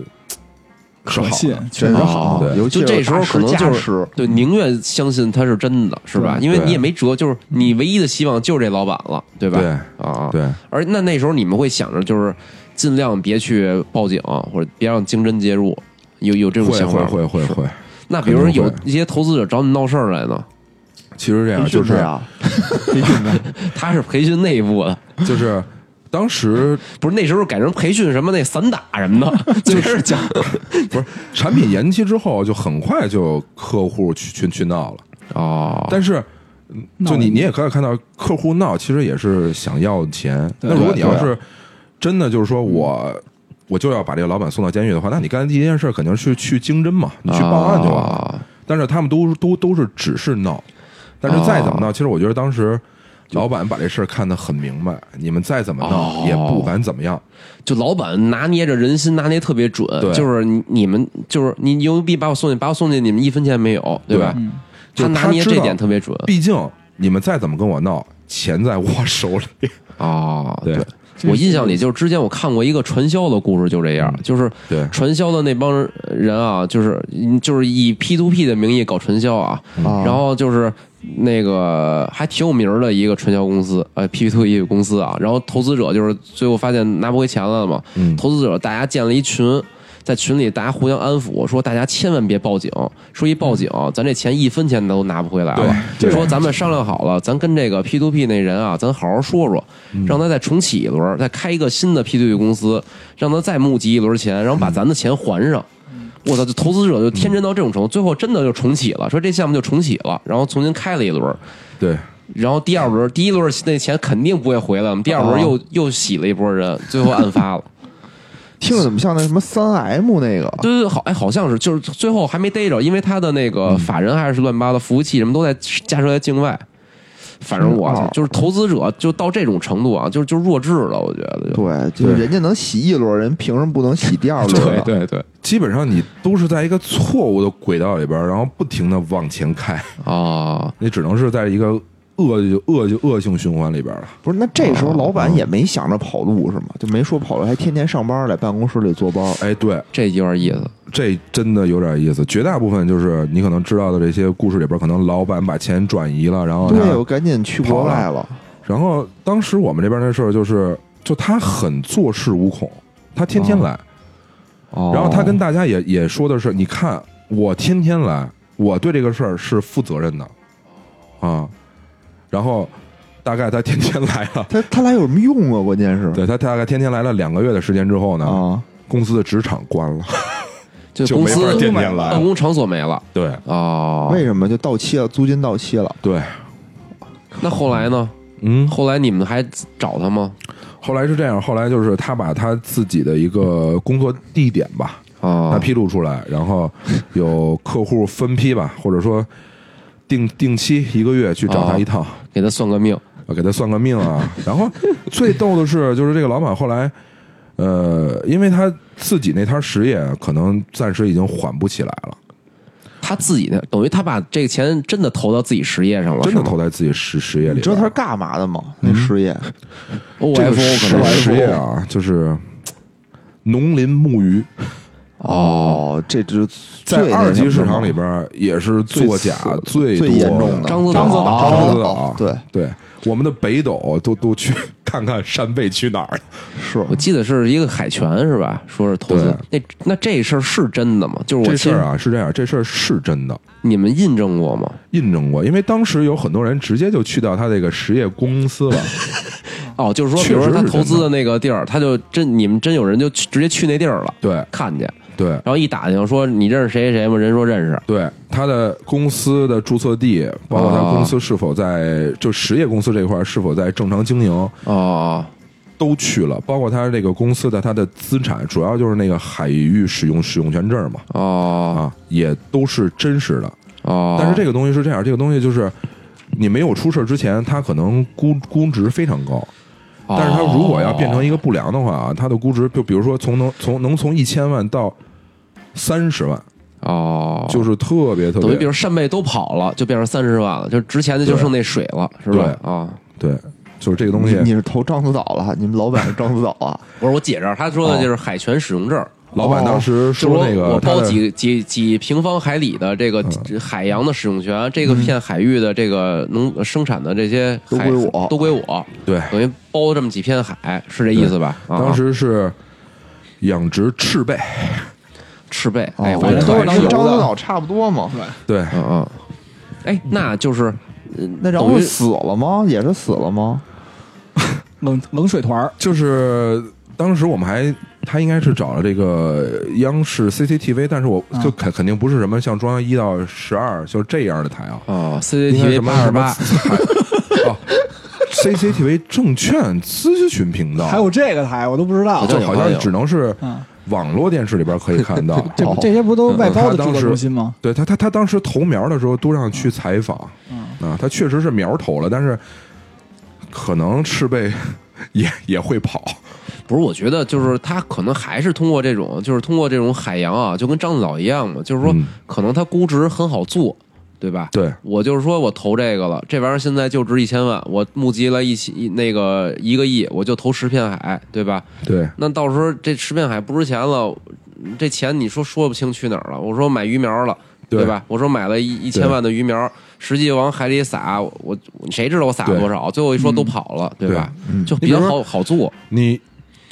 Speaker 5: 是
Speaker 3: 可
Speaker 5: 好
Speaker 3: 信
Speaker 5: 的。，
Speaker 3: 确实
Speaker 1: 真好
Speaker 3: 好。
Speaker 5: 对
Speaker 1: 尤其
Speaker 2: 就这时候可能
Speaker 1: 大
Speaker 2: 就
Speaker 1: 师
Speaker 2: 是啊对，宁愿相信他是真的，是吧？
Speaker 3: 对
Speaker 2: 因为你
Speaker 5: 对
Speaker 2: 也没辙，就是你唯一的希望就是这老板了，对吧？
Speaker 5: 对
Speaker 2: 啊，
Speaker 5: 对，
Speaker 2: 而那那时候你们会想着就是尽量别去报警，或者别让经侦介入，有有这种
Speaker 5: 会
Speaker 2: 想法
Speaker 5: 会
Speaker 2: 吗。
Speaker 5: 会会会。
Speaker 2: 那比如说
Speaker 5: 肯定
Speaker 2: 有
Speaker 5: 会
Speaker 2: 一些投资者找你闹事儿来呢，
Speaker 5: 其实这样
Speaker 1: 培训
Speaker 5: 就是
Speaker 1: 的呀，
Speaker 2: 他是培训内部的
Speaker 5: 就是当时
Speaker 2: 不是那时候给人培训什么那散打什么 的，就是讲
Speaker 5: 不是产品延期之后，就很快就有客户去去去闹了。
Speaker 2: 哦，
Speaker 5: 但是，嗯就你你也可以看到，客户闹其实也是想要钱。
Speaker 3: 对
Speaker 5: 那如果你
Speaker 1: 对
Speaker 5: 要
Speaker 1: 对
Speaker 5: 是真的就是说我我就要把这个老板送到监狱的话，那你干的第一件事肯定是去去经侦嘛，你去报案就完了。
Speaker 2: 啊
Speaker 5: 但是他们都都都是只是闹，但是再怎么闹，其实我觉得当时。老板把这事儿看得很明白，你们再怎么
Speaker 2: 哦
Speaker 5: 闹也不敢怎么样。
Speaker 2: 就老板拿捏着人心，拿捏特别准
Speaker 5: 对，
Speaker 2: 就是你你们就是你牛逼把我送进，把我送进，你们一分钱没有，对吧？
Speaker 3: 嗯，
Speaker 5: 就
Speaker 2: 拿捏
Speaker 5: 知
Speaker 2: 这
Speaker 5: 道
Speaker 2: 点特别准
Speaker 5: 毕竟你们再怎么跟我闹，钱在我手里。
Speaker 2: 哦，
Speaker 5: 对
Speaker 2: 我印象里就是之前我看过一个传销的故事，就这
Speaker 5: 嗯
Speaker 2: 样，就是
Speaker 5: 对
Speaker 2: 传销的那帮人啊，就是就是以 P to P 的名义搞传销啊，
Speaker 5: 哦
Speaker 1: 啊
Speaker 2: 然后就是那个还挺有名儿的一个传销公司，呃，P to P 公司啊，然后投资者就是最后发现拿不回钱来了嘛，
Speaker 5: 嗯
Speaker 2: 投资者大家建了一群。在群里，大家互相安抚，说大家千万别报警，说一报警，咱这钱一分钱都拿不回来了。
Speaker 5: 对
Speaker 2: 说咱们商量好了，咱跟这个 P to P 那人啊，咱好好说说，让
Speaker 5: 嗯
Speaker 2: 他再重启一轮，再开一个新的 P to P 公司，让他再募集一轮钱，然后把咱的钱还上。我操！这投资者就天真到这种程度，最后真的就重启了，说这项目就重启了，然后重新开了一轮，
Speaker 5: 对，
Speaker 2: 然后第二轮，第一轮那钱肯定不会回来，我们第二轮又、又洗了一波人，最后案发了。
Speaker 1: 听着怎么像那什么三 M 那个？
Speaker 2: 对对对，好，哎，好像是，就是最后还没逮着，因为他的那
Speaker 5: 嗯
Speaker 2: 个法人还是乱七八糟，服务器什么都在架设在境外。反正我操
Speaker 1: 哦
Speaker 2: 就是投资者就到这种程度啊，就就弱智了，我觉得就。
Speaker 1: 对，就是人家能洗一轮，人凭什么不能洗第二啊轮呢？
Speaker 2: 对对，
Speaker 5: 基本上你都是在一个错误的轨道里边儿，然后不停的往前开，
Speaker 2: 啊，
Speaker 5: 你只能是在一个恶恶恶性循环里边儿了。
Speaker 1: 不是，那这
Speaker 5: 哦
Speaker 1: 时候老板也没想着跑路是吗？就没说跑路，还天天上班来办公室里坐班。
Speaker 5: 哎，对，
Speaker 2: 这有点意思。
Speaker 5: 这真的有点意思。绝大部分就是你可能知道的这些故事里边儿，可能老板把钱转移哦了，然后
Speaker 1: 对，
Speaker 5: 他
Speaker 1: 我赶紧去国外了。
Speaker 5: 然后当时我们这边儿的事儿就是，就他很做事无恐，他天天来，
Speaker 2: 哦
Speaker 5: 然后他跟大家也也说的是，你看我天天来，我对这个事儿是负责任的，啊，然后大概他天天来了，
Speaker 1: 他他来有什么用啊？关键
Speaker 2: 嗯
Speaker 1: 是
Speaker 5: 对他哦大概天天来了两个月的时间之后呢，
Speaker 1: 啊，
Speaker 5: 公司的职场关了，
Speaker 2: 就
Speaker 5: 就
Speaker 2: 哦公
Speaker 5: 没法
Speaker 2: 司嗯
Speaker 5: 天天来
Speaker 2: 办
Speaker 5: 了，
Speaker 2: 公场所没了。
Speaker 5: 对
Speaker 2: 哦，
Speaker 1: 为什么就到期了？租金到期了。
Speaker 5: 对，
Speaker 2: 那后来呢？
Speaker 5: 嗯，
Speaker 2: 后来你们还找他吗？
Speaker 5: 后来是这样，后来就是他把他自己的一个工作地点吧，他
Speaker 2: 啊，
Speaker 5: 披露出来，然后有客户分批吧，或者说定定期一个月去找
Speaker 2: 哦
Speaker 5: 他一趟。
Speaker 2: 给他算个命。
Speaker 5: 我给他算个命啊。然后最逗的是，就是这个老板后来，呃，因为他自己那摊实业可能暂时已经缓不起来了，
Speaker 2: 他自己呢，等于他把这个钱真的投到自己实业上了，
Speaker 5: 真的
Speaker 2: 是吗
Speaker 5: 投在自己实实业里。
Speaker 1: 你知道他是干嘛的吗？
Speaker 5: 嗯
Speaker 1: 那事业，
Speaker 5: 这
Speaker 2: OFO
Speaker 5: 个
Speaker 2: 可
Speaker 5: 实
Speaker 2: 能是
Speaker 5: 实业啊，就是农林牧渔，
Speaker 1: 哦，这只
Speaker 5: 在二级市场里边也是作假
Speaker 1: 最
Speaker 5: 多
Speaker 1: 最严重的
Speaker 2: 张子
Speaker 1: 张
Speaker 2: 岛
Speaker 1: 岛，
Speaker 5: 张子
Speaker 1: 岛
Speaker 5: 岛，
Speaker 1: 对，
Speaker 5: 对，我们的北斗都都去 看看扇贝去哪儿了。
Speaker 1: 是
Speaker 2: 我记得是一个海泉是吧？说是投资那那这事儿是真的吗？就是我
Speaker 5: 这
Speaker 2: 其
Speaker 5: 事
Speaker 2: 实
Speaker 5: 儿啊是这样，这事儿是真的，
Speaker 2: 你们印证过吗？
Speaker 5: 印证过，因为当时有很多人直接就去到他这个实业公司了。
Speaker 2: 哦，就是说，比
Speaker 5: 确实
Speaker 2: 如说他
Speaker 5: 是
Speaker 2: 投资的那个地儿，他就真你们真有人就去直接去那地儿了，
Speaker 5: 对
Speaker 2: 看去，然
Speaker 5: 对，
Speaker 2: 后一打听说你认识谁谁吗？人说认识，
Speaker 5: 对他的公司的注册地，包括他
Speaker 2: 哦
Speaker 5: 公司是否在、就实业公司这块儿是否在正常经营，
Speaker 2: 哦
Speaker 5: 都去了。包括他这个公司的他的资产，主要就是那个海域使用使用权证嘛，
Speaker 2: 哦
Speaker 5: 啊，也都是真实的。
Speaker 2: 哦，
Speaker 5: 但是这个东西是这样，这个东西就是你没有出事之前，它可能估估值非常高，
Speaker 2: 哦，
Speaker 5: 但是它如果要变成一个不良的话啊，它的估值就比如说从能从能从一千万到三十万，
Speaker 2: 哦，
Speaker 5: 就是特别特
Speaker 2: 等于
Speaker 5: 别
Speaker 2: 比如扇贝都跑了，就变成三十万了，就值钱的就
Speaker 5: 对
Speaker 2: 剩那水了，是吧？啊，
Speaker 5: 对，就是这个东西。
Speaker 1: 你你是投张子岛了，你们老板是张子岛 啊？
Speaker 2: 我说我解释，他说的就是海泉使用证。
Speaker 5: 老板当时
Speaker 2: 哦就是
Speaker 5: 说那个
Speaker 2: 我
Speaker 5: 他
Speaker 2: 包
Speaker 5: 的嗯
Speaker 2: 几几几平方海里的这个海洋的使用权，啊这个片海域的这个农生产的这些
Speaker 1: 都
Speaker 2: 海
Speaker 1: 归我
Speaker 2: 都归我，
Speaker 5: 对，
Speaker 2: 等于包这么几片海，是这意思吧？啊
Speaker 5: 当时是养殖赤贝，
Speaker 2: 赤贝，
Speaker 5: 哦
Speaker 2: 哎，我
Speaker 1: 反正
Speaker 2: 特
Speaker 1: 都
Speaker 2: 爱
Speaker 1: 是
Speaker 2: 吃
Speaker 1: 跟
Speaker 2: 油
Speaker 1: 张子
Speaker 2: 的，
Speaker 1: 岛差不多嘛。
Speaker 5: 对，
Speaker 2: 嗯嗯，哎，那就是
Speaker 1: 那然后
Speaker 2: 等于
Speaker 1: 死了吗？也是死了吗？
Speaker 3: 冷冷水团儿，
Speaker 5: 就是当时我们还他应该是找了这个央视 CCTV，但是我
Speaker 3: 啊
Speaker 5: 就肯肯定不是什么像中央一到十二就是这样的台啊，
Speaker 2: 哦
Speaker 5: 应该什
Speaker 2: ，CCTV
Speaker 5: 么
Speaker 2: 八
Speaker 5: 什
Speaker 2: 十
Speaker 5: 么
Speaker 2: 八，
Speaker 5: 台哦，CCTV 证券咨询频道，
Speaker 3: 还有这个台我都不知道
Speaker 5: 就哦好像只能是
Speaker 3: 啊。
Speaker 5: 网络电视里边可以看到。
Speaker 3: 这这些不都是外包的制作中心吗？
Speaker 5: 对他，他他当时投苗的时候都让
Speaker 2: 嗯
Speaker 5: 去采访，啊，他确实是苗投了，但是可能是被 也也会跑，
Speaker 2: 不是，我觉得就是他可能还是通过这种，就是通过这种海洋啊，就跟獐子岛一样嘛，就是说
Speaker 5: 嗯
Speaker 2: 可能它估值很好做，对吧？
Speaker 5: 对，
Speaker 2: 我就是说我投这个了，这玩意儿现在就值一千万，我募集了一起一那个一个亿，我就投十片海，对吧？
Speaker 5: 对，
Speaker 2: 那到时候这十片海不值钱了，这钱你说说不清去哪儿了。我说买鱼苗了，
Speaker 5: 对
Speaker 2: 对吧？我说买了一一千万的鱼苗，实际往海里撒，我我谁知道我撒了
Speaker 5: 对
Speaker 2: 多少？最后一说都跑了，嗯对吧？就比
Speaker 5: 你比
Speaker 2: 较
Speaker 5: 如
Speaker 2: 好好做。
Speaker 5: 你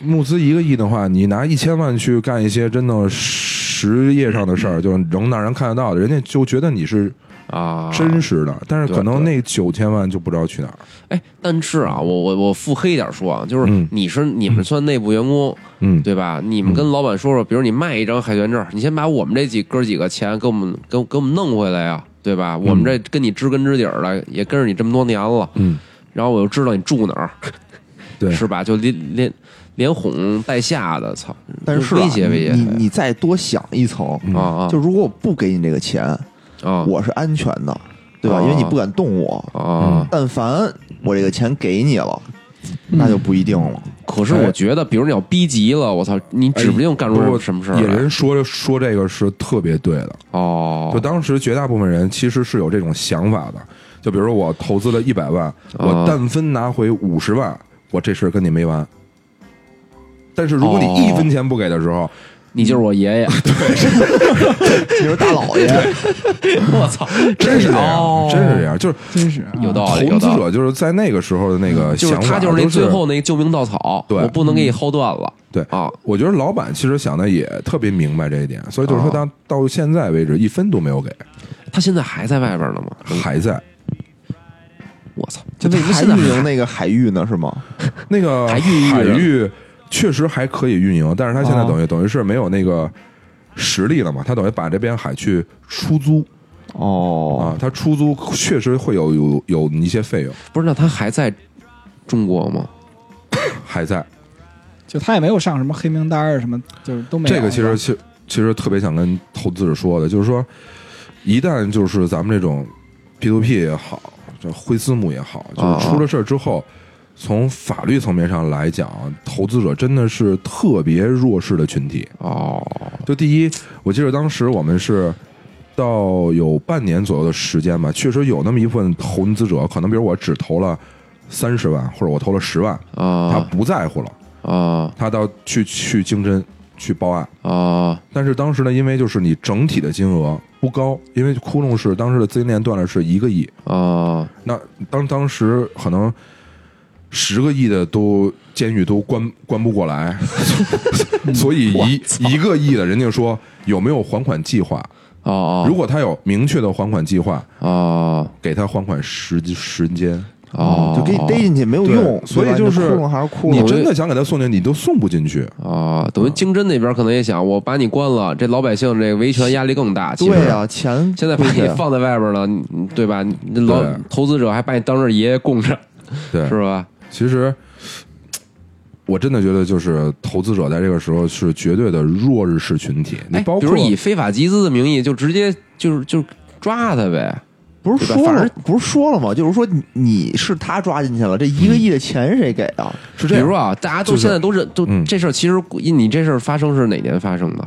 Speaker 5: 募资一个亿的话，你拿一千万去干一些真的实业上的事儿，就是能让人看得到的，人家就觉得你是
Speaker 2: 啊，
Speaker 5: 真实的，但是可能那九千万就不知道去哪儿。
Speaker 2: 哎，但是啊，我我我腹黑一点说啊，就是
Speaker 5: 嗯
Speaker 2: 你是你们算内部员工，
Speaker 5: 嗯，
Speaker 2: 对吧？你们跟老板说说，比如你卖一张海权证，你先把我们这几哥几个钱给我们给我给我们弄回来呀、对吧？我们这跟你知根知底儿的，也跟着你这么多年了，
Speaker 5: 嗯，
Speaker 2: 然后我又知道你住哪儿，
Speaker 5: 对
Speaker 2: 是吧？就连连连哄带吓的，操！
Speaker 1: 但是啊
Speaker 2: 威胁威胁哎
Speaker 1: 你你你再多想一层，
Speaker 5: 嗯
Speaker 2: 啊啊，
Speaker 1: 就如果我不给你这个钱，
Speaker 2: 啊
Speaker 1: 我是安全的，对吧？因为你不敢动我。
Speaker 5: 嗯
Speaker 2: 啊。
Speaker 1: 但凡我这个钱给你了，那就不一定了。
Speaker 2: 可是我觉得，比如你要逼急了，我操，你哎指不定干
Speaker 5: 哎不
Speaker 2: 出
Speaker 5: 过
Speaker 2: 什么事儿
Speaker 5: 野
Speaker 2: 来
Speaker 5: 人说说这个是特别对的，
Speaker 2: 哦
Speaker 5: 就。当时绝大部分人其实是有这种想法的。就比如说我投资了一百万，
Speaker 2: 啊
Speaker 5: 我但分拿回五十万，我这事儿跟你没完。但是如
Speaker 2: 哦
Speaker 5: 果你一分钱不给的时候，
Speaker 2: 你就是我 爷爷，嗯
Speaker 1: 你说大 老爷，
Speaker 2: 我操，
Speaker 5: 真是这
Speaker 2: 哦
Speaker 5: 样， 真是这样，就是
Speaker 3: 真是啊
Speaker 2: 有道理，
Speaker 5: 投
Speaker 2: 有
Speaker 5: 资
Speaker 2: 道理。
Speaker 5: 者就是在那个时候的那个
Speaker 2: 就是
Speaker 5: 想
Speaker 2: 他
Speaker 5: 法，
Speaker 2: 就是那
Speaker 5: 是
Speaker 2: 最后那个救命稻草，
Speaker 5: 对嗯
Speaker 2: 我不能给你薅断了，
Speaker 5: 对
Speaker 2: 啊，
Speaker 5: 我觉得老板其实想的也特别明白这一点，所以
Speaker 2: 哦
Speaker 5: 就是说到到现在为止一分都没有给，
Speaker 2: 他现在还在外边呢吗？
Speaker 5: 还在
Speaker 2: 我操，
Speaker 1: 就
Speaker 2: 就为什么
Speaker 1: 还
Speaker 2: 现在
Speaker 1: 运营
Speaker 2: 还
Speaker 1: 那个海域呢，是吗？
Speaker 2: 啊
Speaker 5: 那个
Speaker 2: 还
Speaker 5: 海
Speaker 2: 孕育着
Speaker 5: 域确实还可以运营，但是他现在
Speaker 3: 哦
Speaker 5: 等于等于是没有那个实力了嘛，他等于把这边海去出租
Speaker 1: 哦，
Speaker 5: 啊，他出租确实会有有有一些费用，
Speaker 2: 不是？那他还在中国吗？
Speaker 5: 还在
Speaker 3: 就他也没有上什么黑名单儿什么，就是都没有。
Speaker 5: 这个其实其实其实特别想跟投资者说的，就是说，一旦就是咱们这种 P to P 也好，这灰私募也好，
Speaker 3: 哦
Speaker 5: 就是出了事儿之后，从法律层面上来讲，投资者真的是特别弱势的群体。
Speaker 2: 哦，
Speaker 5: 就第一，我记得当时我们是。到有半年左右的时间吧，确实有那么一部分投资者，可能比如我只投了三十万，或者我投了十万，他
Speaker 2: 啊
Speaker 5: 不在乎了，
Speaker 2: 啊
Speaker 5: 他到去去竞争去报案，
Speaker 2: 啊
Speaker 5: 但是当时呢，因为就是你整体的金额不高，因为窟窿是当时的资金链断了是一个亿，
Speaker 2: 啊！
Speaker 5: 那当当时可能十个亿的都监狱都关 关不过来，所以一一个亿的人家说有没有还款计划？
Speaker 2: 哦
Speaker 5: 如果他有明确的还款计划，
Speaker 2: 哦哦
Speaker 5: 给他还款时时间。
Speaker 2: 哦，
Speaker 1: 就给你逮进去没有
Speaker 5: 对
Speaker 1: 用，
Speaker 5: 所以
Speaker 1: 对吧
Speaker 5: 就是
Speaker 1: 你窟窿还是窟
Speaker 5: 你
Speaker 1: 窿。
Speaker 5: 真的想给他送进去，你都送不进去。
Speaker 2: 啊！等于经侦那边可能也想，我把你关了，这老百姓这维权压力更大。其实
Speaker 1: 对呀，钱
Speaker 2: 现在把
Speaker 1: 亏
Speaker 2: 你
Speaker 1: 着呀
Speaker 2: 放在外边了，你你对吧？你那老
Speaker 5: 对
Speaker 2: 投资者还把你当成爷爷供着，
Speaker 5: 对，
Speaker 2: 是吧？
Speaker 5: 其实，我真的觉得，就是投资者在这个时候是绝对的弱势群体。你
Speaker 2: 哎
Speaker 5: 包
Speaker 2: 比
Speaker 5: 括、
Speaker 2: 如以非法集资的名义，就直接就是就是抓他呗。
Speaker 1: 不是
Speaker 2: 对吧
Speaker 1: 说
Speaker 2: 反
Speaker 1: 了
Speaker 2: 而
Speaker 1: 不是说了吗？就是说你你是他抓进去了，这一个
Speaker 2: 嗯
Speaker 1: 亿的钱谁给啊？
Speaker 5: 是
Speaker 2: 比
Speaker 5: 这
Speaker 2: 如
Speaker 5: 样，
Speaker 2: 啊，大家都
Speaker 5: 就是
Speaker 2: 现在都认，都
Speaker 5: 嗯
Speaker 2: 这事儿其实你这事儿发生是哪年发生的？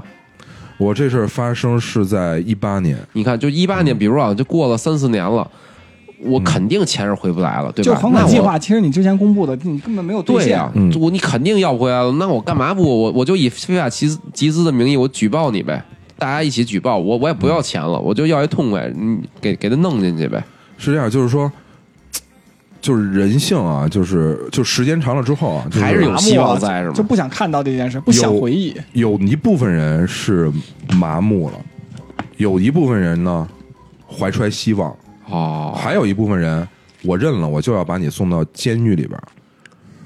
Speaker 5: 我这事儿发生是在一八年，
Speaker 2: 你看，就一八
Speaker 5: 嗯
Speaker 2: 年，比如啊，就过了三四年了，我肯定钱是回不来了，对吧？
Speaker 3: 就还款
Speaker 2: 那
Speaker 3: 计
Speaker 2: 我
Speaker 3: 划，其实你之前公布的，你根本没有兑
Speaker 2: 对啊
Speaker 3: 现
Speaker 2: 呀、。
Speaker 5: 嗯
Speaker 2: 我你肯定要不回来了。那我干嘛不我我就以非法集资集资的名义，我举报你呗，大家一起举报我，我也不要钱
Speaker 5: 嗯
Speaker 2: 了，我就要一痛快，你给给他弄进去呗。
Speaker 5: 是这样，就是说，就是人性啊，就是就时间长了之后啊，就
Speaker 2: 还是有希望在是吗
Speaker 3: 就不想看到这件事，不想回忆。
Speaker 5: 有一部分人是麻木了，有一部分人呢怀揣希望，
Speaker 2: 哦，
Speaker 5: 还有一部分人我认了，我就要把你送到监狱里边儿。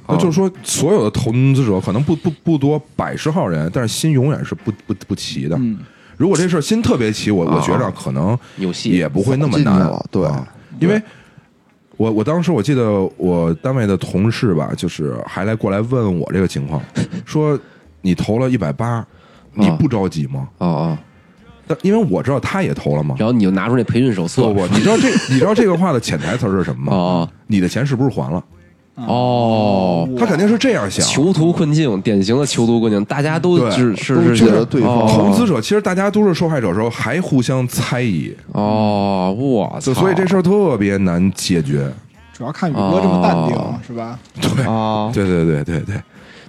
Speaker 5: 那就是说，所有的投资者可能不不不多，百十号人，但是心永远是不不不齐的。
Speaker 3: 嗯
Speaker 5: 如果这事儿心特别齐，我我觉着可能
Speaker 2: 有戏
Speaker 5: 也不会那么
Speaker 1: 进去
Speaker 5: 难
Speaker 1: 了对
Speaker 5: 啊因为我我当时我记得我单位的同事吧，就是还来过来问我这个情况，说你投了一百八，你不着急吗？
Speaker 2: 哦哦，
Speaker 5: 但因为我知道他也投了嘛。
Speaker 2: 然后你就拿出那培训手册，
Speaker 5: 不不，你知道这你知道这个话的潜台词是什么吗？
Speaker 2: 哦
Speaker 5: 你的钱是不是还了？
Speaker 2: 哦，
Speaker 5: 他肯定是这样想。
Speaker 2: 囚徒困境，典型的囚徒困境，大家都
Speaker 5: 对
Speaker 2: 只
Speaker 1: 都
Speaker 2: 是
Speaker 1: 觉得对方
Speaker 5: 投资
Speaker 2: 者
Speaker 5: 者其实大家都是受害者的时候，还互相猜疑，
Speaker 2: 哦，我操，
Speaker 5: 所所以这事儿特别难解决。
Speaker 3: 主要看宇哥这么淡定、
Speaker 2: 哦
Speaker 3: 是吧？
Speaker 5: 对，
Speaker 2: 啊，
Speaker 5: 对对对对对，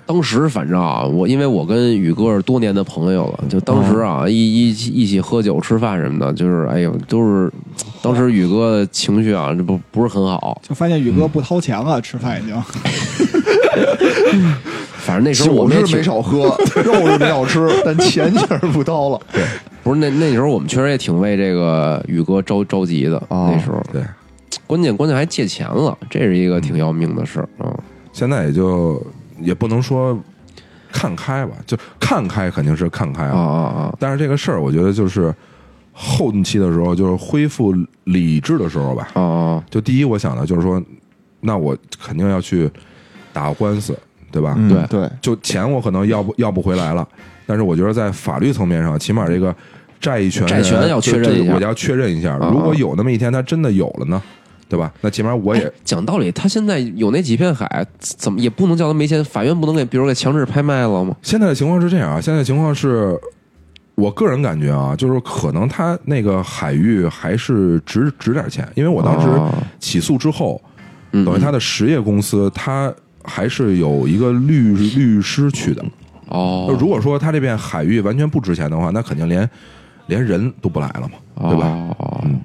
Speaker 2: 当时反正啊，我因为我跟宇哥是多年的朋友了，就当时
Speaker 1: 嗯
Speaker 2: 啊、一一起一起喝酒吃饭什么的，就是哎呦，都是当时宇哥的情绪啊，这不不是很好。
Speaker 3: 就发现宇哥不掏钱了，吃饭已经。
Speaker 2: 反正那时候我
Speaker 1: 酒
Speaker 2: 们也
Speaker 1: 是
Speaker 2: 挺
Speaker 1: 没少喝， 肉是没少吃，但钱确实不掏了。
Speaker 2: 不是那那时候我们确实也挺为这个宇哥着着急的。
Speaker 5: 啊
Speaker 1: 哦
Speaker 2: 那时候
Speaker 5: 对，
Speaker 2: 关键关键还借钱了，这是一个挺要命的事儿啊。
Speaker 5: 现在也就也不能说看开吧，就看开肯定是看开
Speaker 2: 啊
Speaker 1: 嗯
Speaker 5: 啊。
Speaker 2: 啊啊！
Speaker 5: 但是这个事儿，我觉得就是后期的时候，就是恢复理智的时候吧。
Speaker 2: 啊啊！
Speaker 5: 就第一，我想的就是说，那我肯定要去打官司，对吧？
Speaker 1: 嗯
Speaker 2: 对
Speaker 1: 对，
Speaker 5: 就钱我可能要不要不回来了，但是我觉得在法律层面上，起码这个债权人
Speaker 2: 债权要确认一下
Speaker 5: 这个我要确认一下。
Speaker 2: 啊
Speaker 5: 如果有那么一天他真的有了呢，对吧？那起码我也
Speaker 2: 哎讲道理，他现在有那几片海，怎么也不能叫他没钱，法院不能给，比如给强制拍卖了吗？
Speaker 5: 现在的情况是这样啊，现在的情况是。我个人感觉啊，就是可能他那个海域还是值值点钱，因为我当时
Speaker 2: 啊
Speaker 5: 起诉之后，
Speaker 2: 嗯
Speaker 5: 等于他的实业公司，他还是有一个律律师去的。
Speaker 2: 哦
Speaker 5: 那，如果说他这片海域完全不值钱的话，那肯定连连人都不来了嘛，对吧？
Speaker 2: 哦哦哦
Speaker 5: 嗯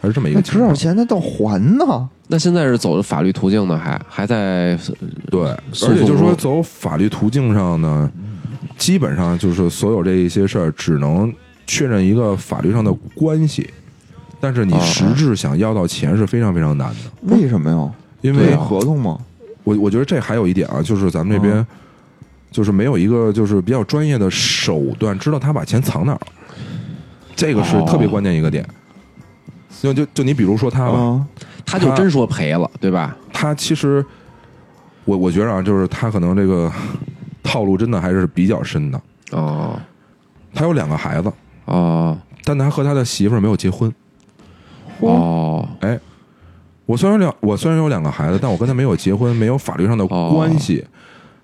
Speaker 5: 还是这么一
Speaker 1: 那
Speaker 5: 个
Speaker 1: 值
Speaker 5: 情
Speaker 1: 点
Speaker 5: 况。
Speaker 1: 钱，那倒还呢。
Speaker 2: 那现在是走的法律途径呢，还还在
Speaker 5: 对，而
Speaker 2: 诉讼
Speaker 5: 且就是说
Speaker 2: 中
Speaker 5: 走法律途径上呢，基本上就是所有这一些事儿只能确认一个法律上的关系，但是你
Speaker 2: 哦
Speaker 5: 实质想要到钱是非常非常难的，
Speaker 1: 为什么呀？
Speaker 5: 因
Speaker 1: 没
Speaker 5: 为
Speaker 2: 啊
Speaker 1: 合同吗？
Speaker 5: 我我觉得这还有一点啊，就是咱们这边。就是没有一个就是比较专业的手段，知道他把钱藏哪儿了，这个是特别关键一个点。就就就你比如说他吧，
Speaker 3: 嗯
Speaker 1: 啊，
Speaker 2: 他就真说赔了，对吧？
Speaker 5: 他其实，我我觉得啊，就是他可能这个套路真的还是比较深的。
Speaker 2: 哦
Speaker 5: 啊他有两个孩子，
Speaker 2: 哦
Speaker 5: 但他和他的媳妇儿没有结婚。
Speaker 2: 哦
Speaker 5: 哎，我虽然有两我虽然有两个孩子，但我跟他没有结婚，没有法律上的关系。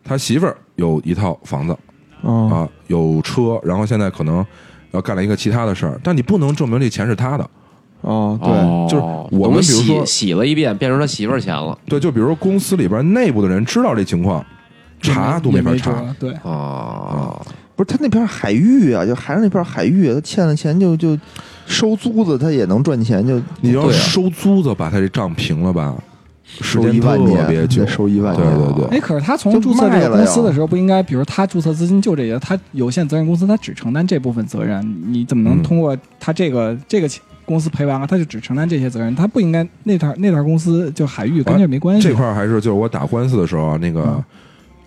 Speaker 5: 他媳妇儿有一套房子
Speaker 1: 啊
Speaker 3: 嗯
Speaker 5: 啊，有车，然后现在可能要干了一个其他的事儿，但你不能证明这钱是他的。
Speaker 1: 啊！对，
Speaker 2: 哦，
Speaker 5: 就是我们比如
Speaker 2: 洗
Speaker 5: 说
Speaker 2: 洗了一遍，变成他媳妇儿钱了
Speaker 5: 对，就比如说公司里边内部的人知道这情况，查都没
Speaker 3: 也
Speaker 5: 法
Speaker 3: 没
Speaker 5: 查。
Speaker 3: 辙。对，
Speaker 5: 啊
Speaker 2: 哦
Speaker 1: 不是他那片海域啊，就海上那片海域，他欠了钱就就收租子，他也能赚钱，就
Speaker 5: 你要
Speaker 2: 对啊
Speaker 5: 收租子把他这账平了吧，时
Speaker 1: 收
Speaker 5: 间
Speaker 1: 一
Speaker 5: 特
Speaker 1: 万年，
Speaker 5: 别久
Speaker 1: 得。收一万
Speaker 5: 对
Speaker 1: 年。啊
Speaker 5: 对对，
Speaker 3: 哎，可是他从注册这个公司的时候，不应该，比如他注册资金就这些，他有限责任公司他只承担这部分责任，你怎么能
Speaker 5: 嗯
Speaker 3: 通过他这个这个公司赔完了，他就只承担这些责任？他不应该那套那套公司就海域跟这没关系。
Speaker 5: 这块儿还是就是我打官司的时候啊，那个
Speaker 3: 嗯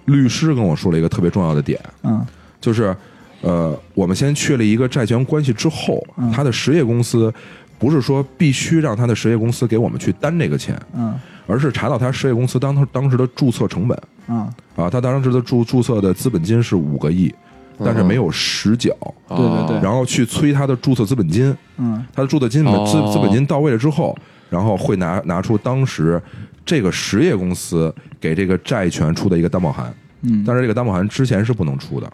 Speaker 5: 律师跟我说了一个特别重要的点，
Speaker 3: 嗯
Speaker 5: 就是呃，我们先确立一个债权关系之后
Speaker 3: 嗯，
Speaker 5: 他的实业公司不是说必须让他的实业公司给我们去担这个钱，
Speaker 3: 嗯
Speaker 5: 而是查到他实业公司当他当时的注册成本
Speaker 3: 嗯，
Speaker 5: 啊，他当时的注注册的资本金是五个亿，但是没有实缴，
Speaker 2: 哦，
Speaker 3: 对对对
Speaker 5: 然后去催他的注册资本金。
Speaker 3: 嗯
Speaker 5: 他的注册金本资
Speaker 2: 哦
Speaker 5: 资本金到位了之后，然后会拿拿出当时这个实业公司给这个债权出的一个担保函，
Speaker 3: 嗯，
Speaker 5: 但是这个担保函之前是不能出的，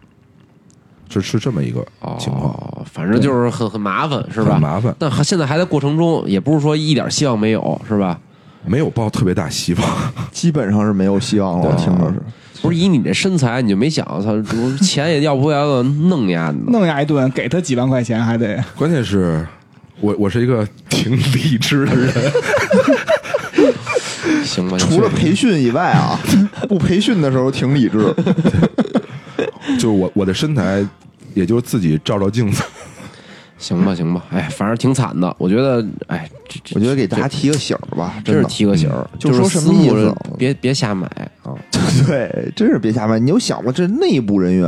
Speaker 5: 是是这么一个情况，
Speaker 2: 哦，反正就是很很麻烦，是吧
Speaker 5: 很？麻烦，
Speaker 2: 那还现在还在过程中，也不是说一点希望没有，是吧？
Speaker 5: 没有抱特别大希望。
Speaker 1: 基本上是没有希
Speaker 5: 啊
Speaker 1: 望了，我听着是。
Speaker 2: 不是以你这身材，你就没想操， 我钱也要不回来了，弄你丫的！
Speaker 3: 弄他一顿，给他几万块钱还得。
Speaker 5: 关键是我我是一个挺理智的人，
Speaker 2: 行吧，
Speaker 1: 除了培训以外 啊，不培训的时候挺理智。
Speaker 5: 就是我我的身材，也就是自己照照镜子。
Speaker 2: 行吧，行吧，哎，反正挺惨的。我觉得，哎，这这
Speaker 1: 我觉得给大家提个醒儿吧，
Speaker 2: 真
Speaker 1: 真
Speaker 2: 是
Speaker 1: 的嗯
Speaker 2: 提个醒儿，
Speaker 1: 就说
Speaker 2: 是
Speaker 1: 什么意思
Speaker 2: 私募人别别瞎买啊！
Speaker 1: 对，真是别瞎掰。你有想过这内部人员，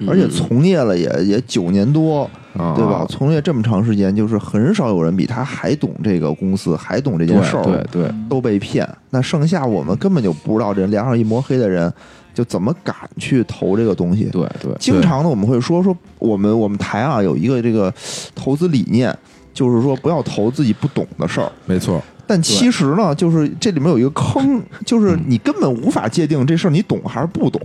Speaker 2: 嗯
Speaker 1: 而且从业了也也九年多，
Speaker 5: 啊
Speaker 1: 对吧？？从业这么长时间，就是很少有人比他还懂这个公司，还懂这件事儿，
Speaker 2: 对对，
Speaker 1: 都被骗。那剩下我们根本就不知道，这脸上一摸黑的人，就怎么敢去投这个东西？
Speaker 2: 对对，
Speaker 1: 经常呢，我们会说说我们我们台啊有一个这个投资理念，就是说不要投自己不懂的事儿。
Speaker 5: 没错，
Speaker 1: 但其实呢，就是这里面有一个 坑，就是
Speaker 2: 嗯
Speaker 1: 你根本无法界定这事儿你懂还是不懂。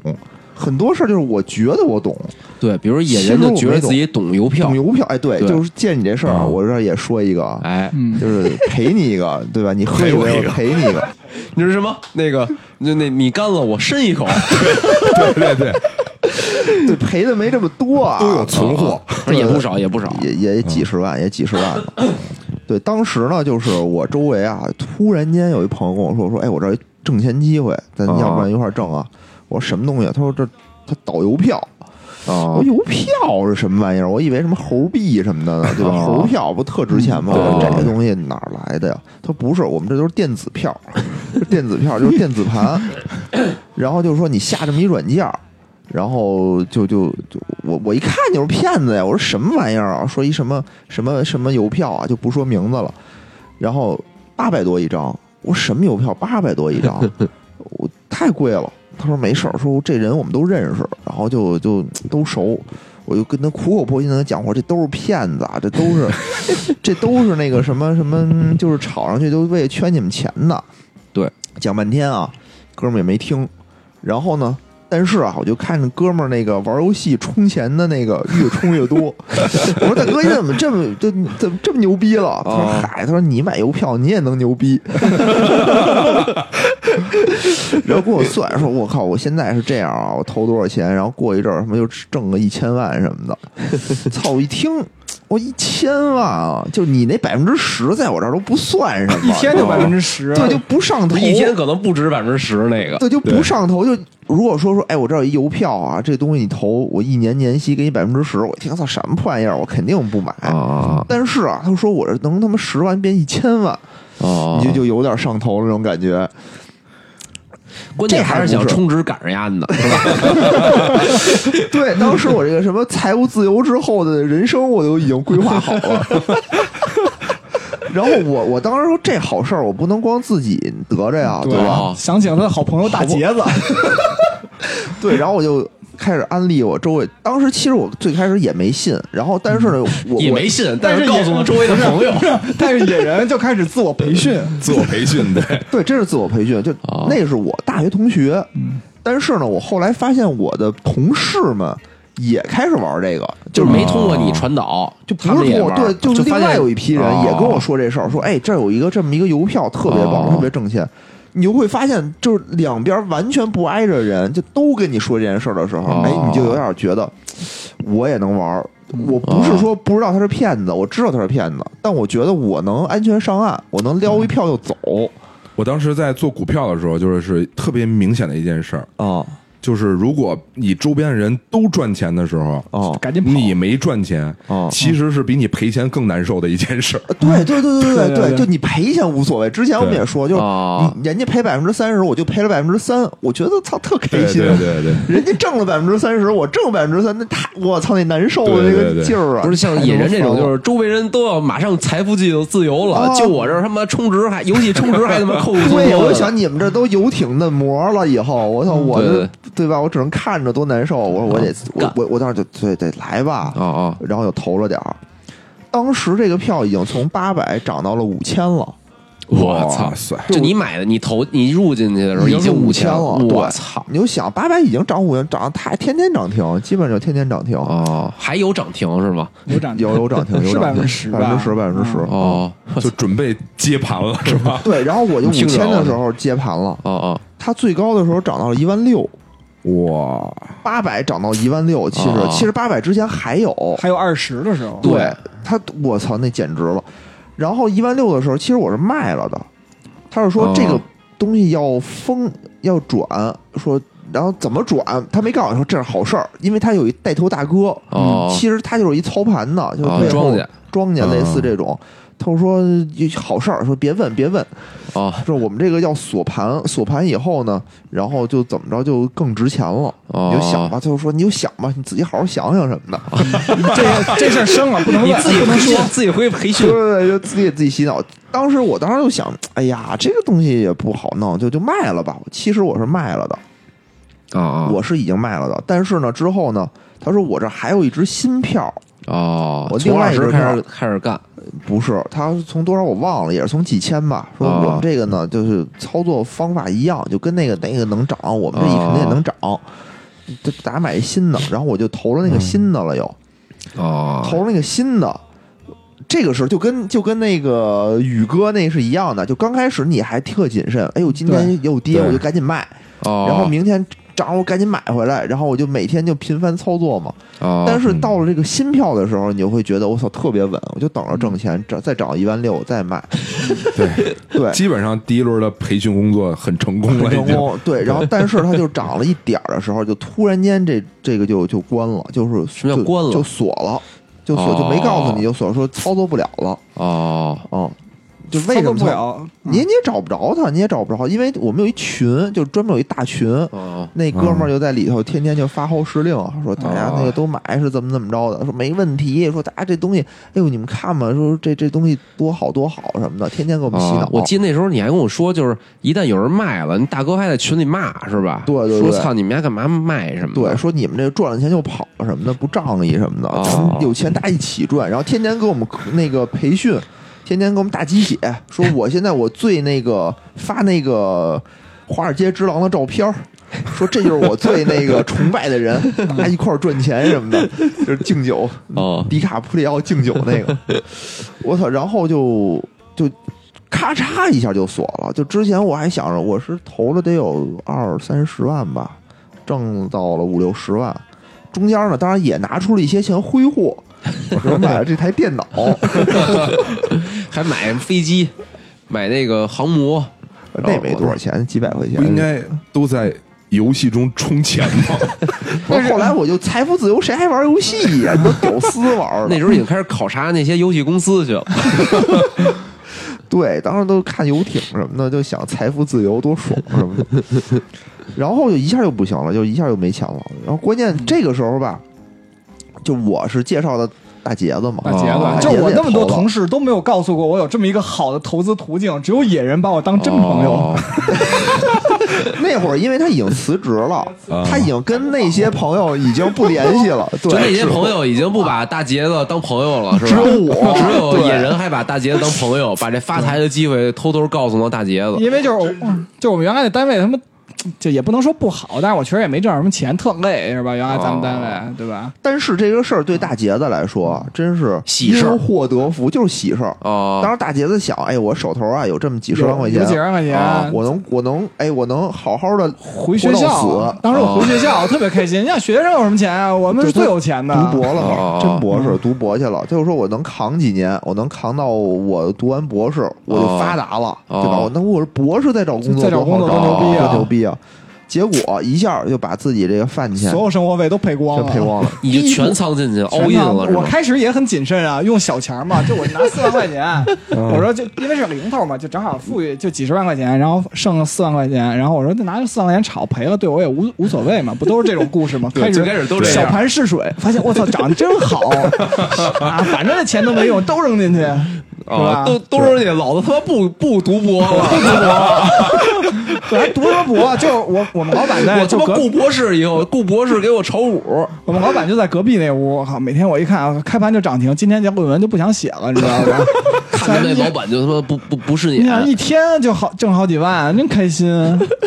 Speaker 1: 很多事儿就是我觉得我懂，
Speaker 2: 对，比如野人就觉得自己懂邮票
Speaker 1: 懂，邮票，哎，对，
Speaker 2: 对
Speaker 1: 就是借你这事儿啊，
Speaker 5: 嗯
Speaker 1: 我这儿也说一个啊，
Speaker 2: 哎，
Speaker 3: 嗯，
Speaker 1: 就是赔你一个， 对吧？你喝一
Speaker 2: 赔我一
Speaker 1: 杯，
Speaker 2: 个
Speaker 1: 我赔你一 个，
Speaker 2: 你说什么？那个那那米干了，我伸一 口，
Speaker 5: 对对对，
Speaker 1: 对，赔的没这么多啊，嗯
Speaker 5: 都有存货，
Speaker 2: 不是也嗯不少，也不少，
Speaker 1: 也也几十万，也几十万了。对，当时呢，就是我周围啊，突然间有一朋友跟我说说，哎，我这儿有一挣钱机会，咱
Speaker 5: 啊
Speaker 1: 要不然一块儿挣啊？我说什么东西啊？他说这他倒邮票。
Speaker 5: 啊
Speaker 1: 我说，邮票是什么玩意儿？我以为什么猴币什么的呢，对吧？
Speaker 5: 啊
Speaker 1: 猴票不特值钱吗？
Speaker 5: 嗯
Speaker 1: 我说
Speaker 5: 对
Speaker 1: 这东西哪儿来的呀？他说不是，我们这都是电子票， 电子票就是电子盘。然后就说你下这么一软件儿，然后就就就我我一看就是骗子呀！我说什么玩意儿啊？说一什么什么什么邮票啊，就不说名字了。然后八百多一张，我说什么邮票八百多一张，我太贵了。他说没事儿，说这人我们都认识，然后就就都熟。我就跟他苦口婆心的跟他讲，我说这都是骗子啊，这都是 这都是那个什么什么，就是炒上去都为圈你们钱的。
Speaker 2: 对，
Speaker 1: 讲半天啊，哥们儿也没听。然后呢，但是啊，我就看着哥们儿那个玩游戏充钱的那个越充越 多。我说大哥，你怎么这么这怎么这么牛逼了？他说
Speaker 2: 哦
Speaker 1: 嗨，他说你买邮票你也能牛逼。然后跟我算说，我靠，我现在是这样啊，我投多少钱，然后过一阵儿他妈就挣个一千万什么的。操！我一听，我一千万啊，就你那百分之十在我这儿都不算什么，
Speaker 3: 一天就百分之十，
Speaker 1: 对就不上头，
Speaker 2: 一天可能不止百分之十那个，
Speaker 1: 对，就不上头。就如果说说，哎，我这儿有一邮票啊，这东西你投，我一年年息给你百分之十，我一听操什么破玩意儿，我肯定不买。
Speaker 5: 啊
Speaker 1: 但是啊，他说我这能他妈十万变一千万，
Speaker 2: 哦
Speaker 1: 你就就有点上头了那种感觉。
Speaker 2: 关键还是
Speaker 1: 这还
Speaker 2: 想
Speaker 1: 不是
Speaker 2: 充值赶上丫的，是吧？
Speaker 1: 对，当时我这个什么财务自由之后的人生，我都已经规划好 了。然后我我当时说这好事儿，我不能光自己得着呀，对啊吧？
Speaker 2: 吧
Speaker 3: 想起了他的好朋友大杰子，
Speaker 1: 对，然后我就开始安利我周围。当时其实我最开始也没信，然后但是呢，我
Speaker 2: 也
Speaker 1: 我
Speaker 2: 没信，但
Speaker 3: 但
Speaker 2: 是
Speaker 3: 是也
Speaker 2: 告诉了周围的朋友，
Speaker 3: 但是野人就开始自我培训，
Speaker 5: 自我培训对，
Speaker 1: 对，真是自我培训，就
Speaker 2: 哦
Speaker 1: 那是我大学同学。但是呢，我后来发现我的同事们也开始玩这个，就
Speaker 2: 就是没通过你传导，就
Speaker 1: 哦不是通过对，就是另外有一批人也跟我说这事儿，说哎，这有一个这么一个邮票特别棒，
Speaker 2: 哦
Speaker 1: 特别挣钱。你就会发现，就是两边完全不挨着人，就都跟你说这件事儿的时候，
Speaker 2: 哦
Speaker 1: 哎，你就有点觉得我也能玩儿。我不是说不知道他是骗子，我知道他是骗子，但我觉得我能安全上岸，我能撩一票就走。
Speaker 5: 我当时在做股票的时候，就是是特别明显的一件事儿，
Speaker 1: 哦
Speaker 5: 就是如果你周边的人都赚钱的时候，
Speaker 1: 哦
Speaker 3: 赶紧跑。
Speaker 5: 你没赚钱，
Speaker 1: 哦
Speaker 5: 其实是比你赔钱更难受的一件事儿。
Speaker 1: 对对对对
Speaker 3: 对
Speaker 1: 对
Speaker 3: 对
Speaker 1: 对，就你赔钱无所谓。之前我们
Speaker 5: 对
Speaker 1: 也说，就是
Speaker 2: 哦
Speaker 1: 你人家赔百分之三十，我就赔了百分之三，我觉得操特开心。
Speaker 5: 对对 对，
Speaker 1: 人家挣了百分之三十，我挣百分之三，那太我操那难受的
Speaker 5: 对
Speaker 1: 那
Speaker 5: 对
Speaker 1: 个
Speaker 5: 对
Speaker 1: 劲儿啊！
Speaker 2: 不是像野人这种，就是是周围人都要马上财富自由自由了，
Speaker 1: 哦
Speaker 2: 就我这儿他妈充 值还游戏充值还他妈扣
Speaker 1: 哎对，啊我就
Speaker 2: 想
Speaker 1: 想你们这都游艇嫩模了，以后我操我
Speaker 2: 嗯对
Speaker 1: 这
Speaker 2: 对
Speaker 1: 对吧？我只能看着多难受。我说我得我
Speaker 2: 干
Speaker 1: 我我当时就对得来吧，
Speaker 2: 哦哦
Speaker 1: 然后就投了点儿。当时这个票已经从八百涨到了五千了，
Speaker 2: 我操
Speaker 5: 哇！塞！
Speaker 2: 就你买的，你投你入进去的时候
Speaker 1: 已
Speaker 2: 经
Speaker 1: 嗯五
Speaker 2: 五
Speaker 1: 千
Speaker 2: 了，
Speaker 1: 了。
Speaker 2: 我
Speaker 1: 对
Speaker 2: 操！
Speaker 1: 你就想八百已经涨五千，涨它天天涨停，基本就天天涨停。
Speaker 2: 哦，还有涨停是吗？
Speaker 3: 有涨
Speaker 1: 有有涨停，有
Speaker 3: 是
Speaker 1: 涨停，
Speaker 3: 10%吧
Speaker 1: 百分之十，百分之十。
Speaker 2: 哦
Speaker 5: 就准备接盘了是 吧？
Speaker 1: 对，然后我就五
Speaker 2: 你听着
Speaker 1: 千
Speaker 2: 啊
Speaker 1: 的时候接盘了，
Speaker 2: 哦哦，
Speaker 1: 它最高的时候涨到了一万六，
Speaker 5: 哇，
Speaker 1: 八百涨到一万六，其实
Speaker 2: 哦
Speaker 1: 其实八百之前还有，
Speaker 3: 还有二十的时候，
Speaker 1: 对它，我操，那简直了。然后一万六的时候，其实我是卖了的，他是说
Speaker 2: 哦
Speaker 1: 这个东西要封要转，说然后怎么转，他没告诉我说这是好事儿，因为他有一带头大哥，
Speaker 2: 哦
Speaker 1: 其实他就是一操盘的，就是
Speaker 2: 哦
Speaker 1: 背后
Speaker 2: 庄家
Speaker 1: 庄家类似这种。他说有好事儿，说别问别问，
Speaker 2: 哦
Speaker 1: 说我们这个要锁盘，锁盘以后呢，然后就怎么着就更值钱了。
Speaker 2: 哦
Speaker 1: 你就想吧，他就说你就想吧，你自己好好想想什么的。
Speaker 3: 这这事儿生了不能问，不能说。
Speaker 2: 自己会 培
Speaker 1: 对对对，就自己给自己洗脑。当时我当时就想，哎呀，这个东西也不好弄，就就卖了吧。其实我是卖了的，
Speaker 2: 啊啊
Speaker 1: 我是已经卖了的。但是呢，之后呢，他说我这还有一支新票，
Speaker 2: 哦，
Speaker 1: 我另
Speaker 2: 从
Speaker 1: 外
Speaker 2: 二
Speaker 1: 一
Speaker 2: 十
Speaker 1: 个
Speaker 2: 开
Speaker 1: 是
Speaker 2: 始开始干，
Speaker 1: 不是他从多少我忘了，也是从几千吧。说
Speaker 2: 啊
Speaker 1: 我们这个呢，就是操作方法一样，就跟那个那个能涨，我们这一肯定也能涨。就大家买一新 的，然后我就投了那个新的了又。
Speaker 2: 嗯哦
Speaker 1: 投了那个新的。这个时候就跟就跟那个宇哥那是一样的，就刚开始你还特谨慎，哎呦今天又跌
Speaker 2: 对
Speaker 1: 我就赶紧卖，
Speaker 2: 哦，
Speaker 1: 然后明天涨我赶紧买回来，然后我就每天就频繁操作嘛。
Speaker 2: 哦，
Speaker 1: 但是到了这个新票的时候，你就会觉得我操特别稳，我就等着挣钱，涨再涨一万六我再卖，
Speaker 5: 对，
Speaker 1: 对，
Speaker 5: 基本上第一轮的培训工作很成功
Speaker 1: 很
Speaker 5: 了，已
Speaker 1: 成
Speaker 5: 经。
Speaker 1: 功。对，然后但是它就涨了一点儿的时候，就突然间这这个就就关了，就是
Speaker 2: 什么叫
Speaker 1: 就
Speaker 2: 关了
Speaker 1: 就锁了，就锁就没告诉你就锁说操作不了了。
Speaker 2: 哦
Speaker 1: 哦，就为什么
Speaker 3: 操作不了？嗯
Speaker 1: 你你也找不着他，你也找不着，因为我们有一群，就专门有一大群，
Speaker 2: 哦
Speaker 1: 那哥们儿就在里头天天就发号施令，说大家
Speaker 2: 哦
Speaker 1: 那个都买是怎么怎么着的，说没问题，说大家这东西，哎呦你们看吧，说这这东西多好多好什么的，天天给我们洗脑。
Speaker 2: 哦，我记得那时候你还跟我说，就是一旦有人卖了，你大哥还在群里骂是吧？
Speaker 1: 对对
Speaker 2: 说
Speaker 1: 对
Speaker 2: 操你们家干嘛卖什么的？
Speaker 1: 对，说你们这赚了钱就跑什么的，不仗义什么的，
Speaker 2: 哦
Speaker 1: 咱们有钱大家一起赚，然后天天给我们那个培训，天天给我们大鸡血，说我现在我最那个发那个华尔街之狼的照片儿说这就是我最那个崇拜的人，大家一块儿赚钱什么的，就是敬酒，嗯
Speaker 2: 哦
Speaker 1: 迪卡普里奥敬酒那个， 我操，然后就就咔嚓一下就锁了。就之前我还想着我是投了得有二三十万吧，挣到了五六十万，中间呢当然也拿出了一些钱挥霍，我买了这台电 脑，
Speaker 2: 还买飞机，买那个航母，
Speaker 1: 那没多少钱，几百块钱
Speaker 5: 不。应该
Speaker 1: 哎
Speaker 5: 都在游戏中充钱吗？
Speaker 1: 不是后来我就财富自由，谁还玩游戏呀、你都屌丝玩儿了。
Speaker 2: 那时候已经开始考察那些游戏公司 去了。
Speaker 1: 对，当时都看游艇什么的，就想财富自由多爽什么的，然后就一下就不行了，就一下就没钱了。然后关键这个时候吧，就我是介绍的大杰子嘛，啊
Speaker 3: 大杰
Speaker 1: 大
Speaker 3: 子，
Speaker 1: 杰
Speaker 3: 哦就
Speaker 1: 子
Speaker 3: 我
Speaker 1: 也
Speaker 3: 那么多
Speaker 1: 投了
Speaker 3: 同事都没有告诉过我有这么一个好的投资途径，只有野人把我当真朋友。
Speaker 2: 哦
Speaker 1: 那会儿，因为他已经辞职 了，
Speaker 3: 啊
Speaker 1: 他已经跟那些朋友已经不联系 了，对，
Speaker 2: 就那些
Speaker 1: 是
Speaker 2: 朋友已经不把大杰子当朋友了，是吧？
Speaker 1: 只有我
Speaker 2: 只有
Speaker 1: 对
Speaker 2: 野人还把大杰子当朋友，把这发财的机会偷偷告诉了大杰子。
Speaker 3: 因为就是我就我们原来的单位，他们就也不能说不好，但是我确实也没挣着什么钱，特累是吧？原来咱们单
Speaker 1: 哦
Speaker 3: 位对吧？
Speaker 1: 但是这个事儿对大杰子来说，啊真是
Speaker 2: 喜事儿
Speaker 1: 因祸得福，就是喜事儿。
Speaker 3: 啊
Speaker 2: 哦
Speaker 1: 当时大杰子想，哎，我手头啊有这么几十万块
Speaker 3: 有
Speaker 1: 钱，
Speaker 3: 几十万块钱
Speaker 1: 啊我能，我能，哎，我能好好的
Speaker 3: 回学校，当时我回学
Speaker 1: 哦
Speaker 3: 校、我特别开心。你想学生有什么钱啊？我们是最有钱的。
Speaker 1: 读博了嘛，
Speaker 2: 哦
Speaker 1: 真博士读博去了。他就说我能扛几年，我能扛到我读完博士，我就发达了，
Speaker 2: 哦
Speaker 1: 对吧？我那我是博士再找工作，
Speaker 3: 再找工作
Speaker 1: 多好
Speaker 3: 多牛逼啊
Speaker 1: 多牛逼啊！结果一下就把自己这个饭钱
Speaker 3: 所有生活费都赔光
Speaker 1: 全
Speaker 3: 了，
Speaker 1: 赔光 了。
Speaker 2: 你就全仓进去
Speaker 3: 全
Speaker 2: ，all in
Speaker 3: 当
Speaker 2: 了，是
Speaker 3: 我
Speaker 2: 吧？
Speaker 3: 开始也很谨慎 啊，用小钱儿嘛，就我拿四万块钱，
Speaker 2: 嗯
Speaker 3: 我说就因为是零头嘛，就正好富裕，就几十万块钱，然后剩了四万块钱，然后我说就拿这四万块钱炒赔了，对我也无无所谓嘛，不都是这种故事吗？开始
Speaker 2: 最开始都这
Speaker 3: 小
Speaker 2: 样
Speaker 3: 盘试水，发现我操长得真好啊，反正这钱都没用，都扔 进去，是吧
Speaker 2: 啊，？都都是那老子他妈不不读博 了，
Speaker 3: 本来读什么博，就我我们老板在
Speaker 2: 我他
Speaker 3: 就
Speaker 2: 妈
Speaker 3: 隔
Speaker 2: 雇博士以后，雇博士给我炒股，
Speaker 3: 我们老板就在隔壁那屋，哈，每天我一看啊，开盘就涨停，今天这论文就不想写了，你知道 吗？
Speaker 2: 看着那老板就他妈不不不是
Speaker 3: 你想
Speaker 2: 眼
Speaker 3: 一天就好挣好几万，真开 心。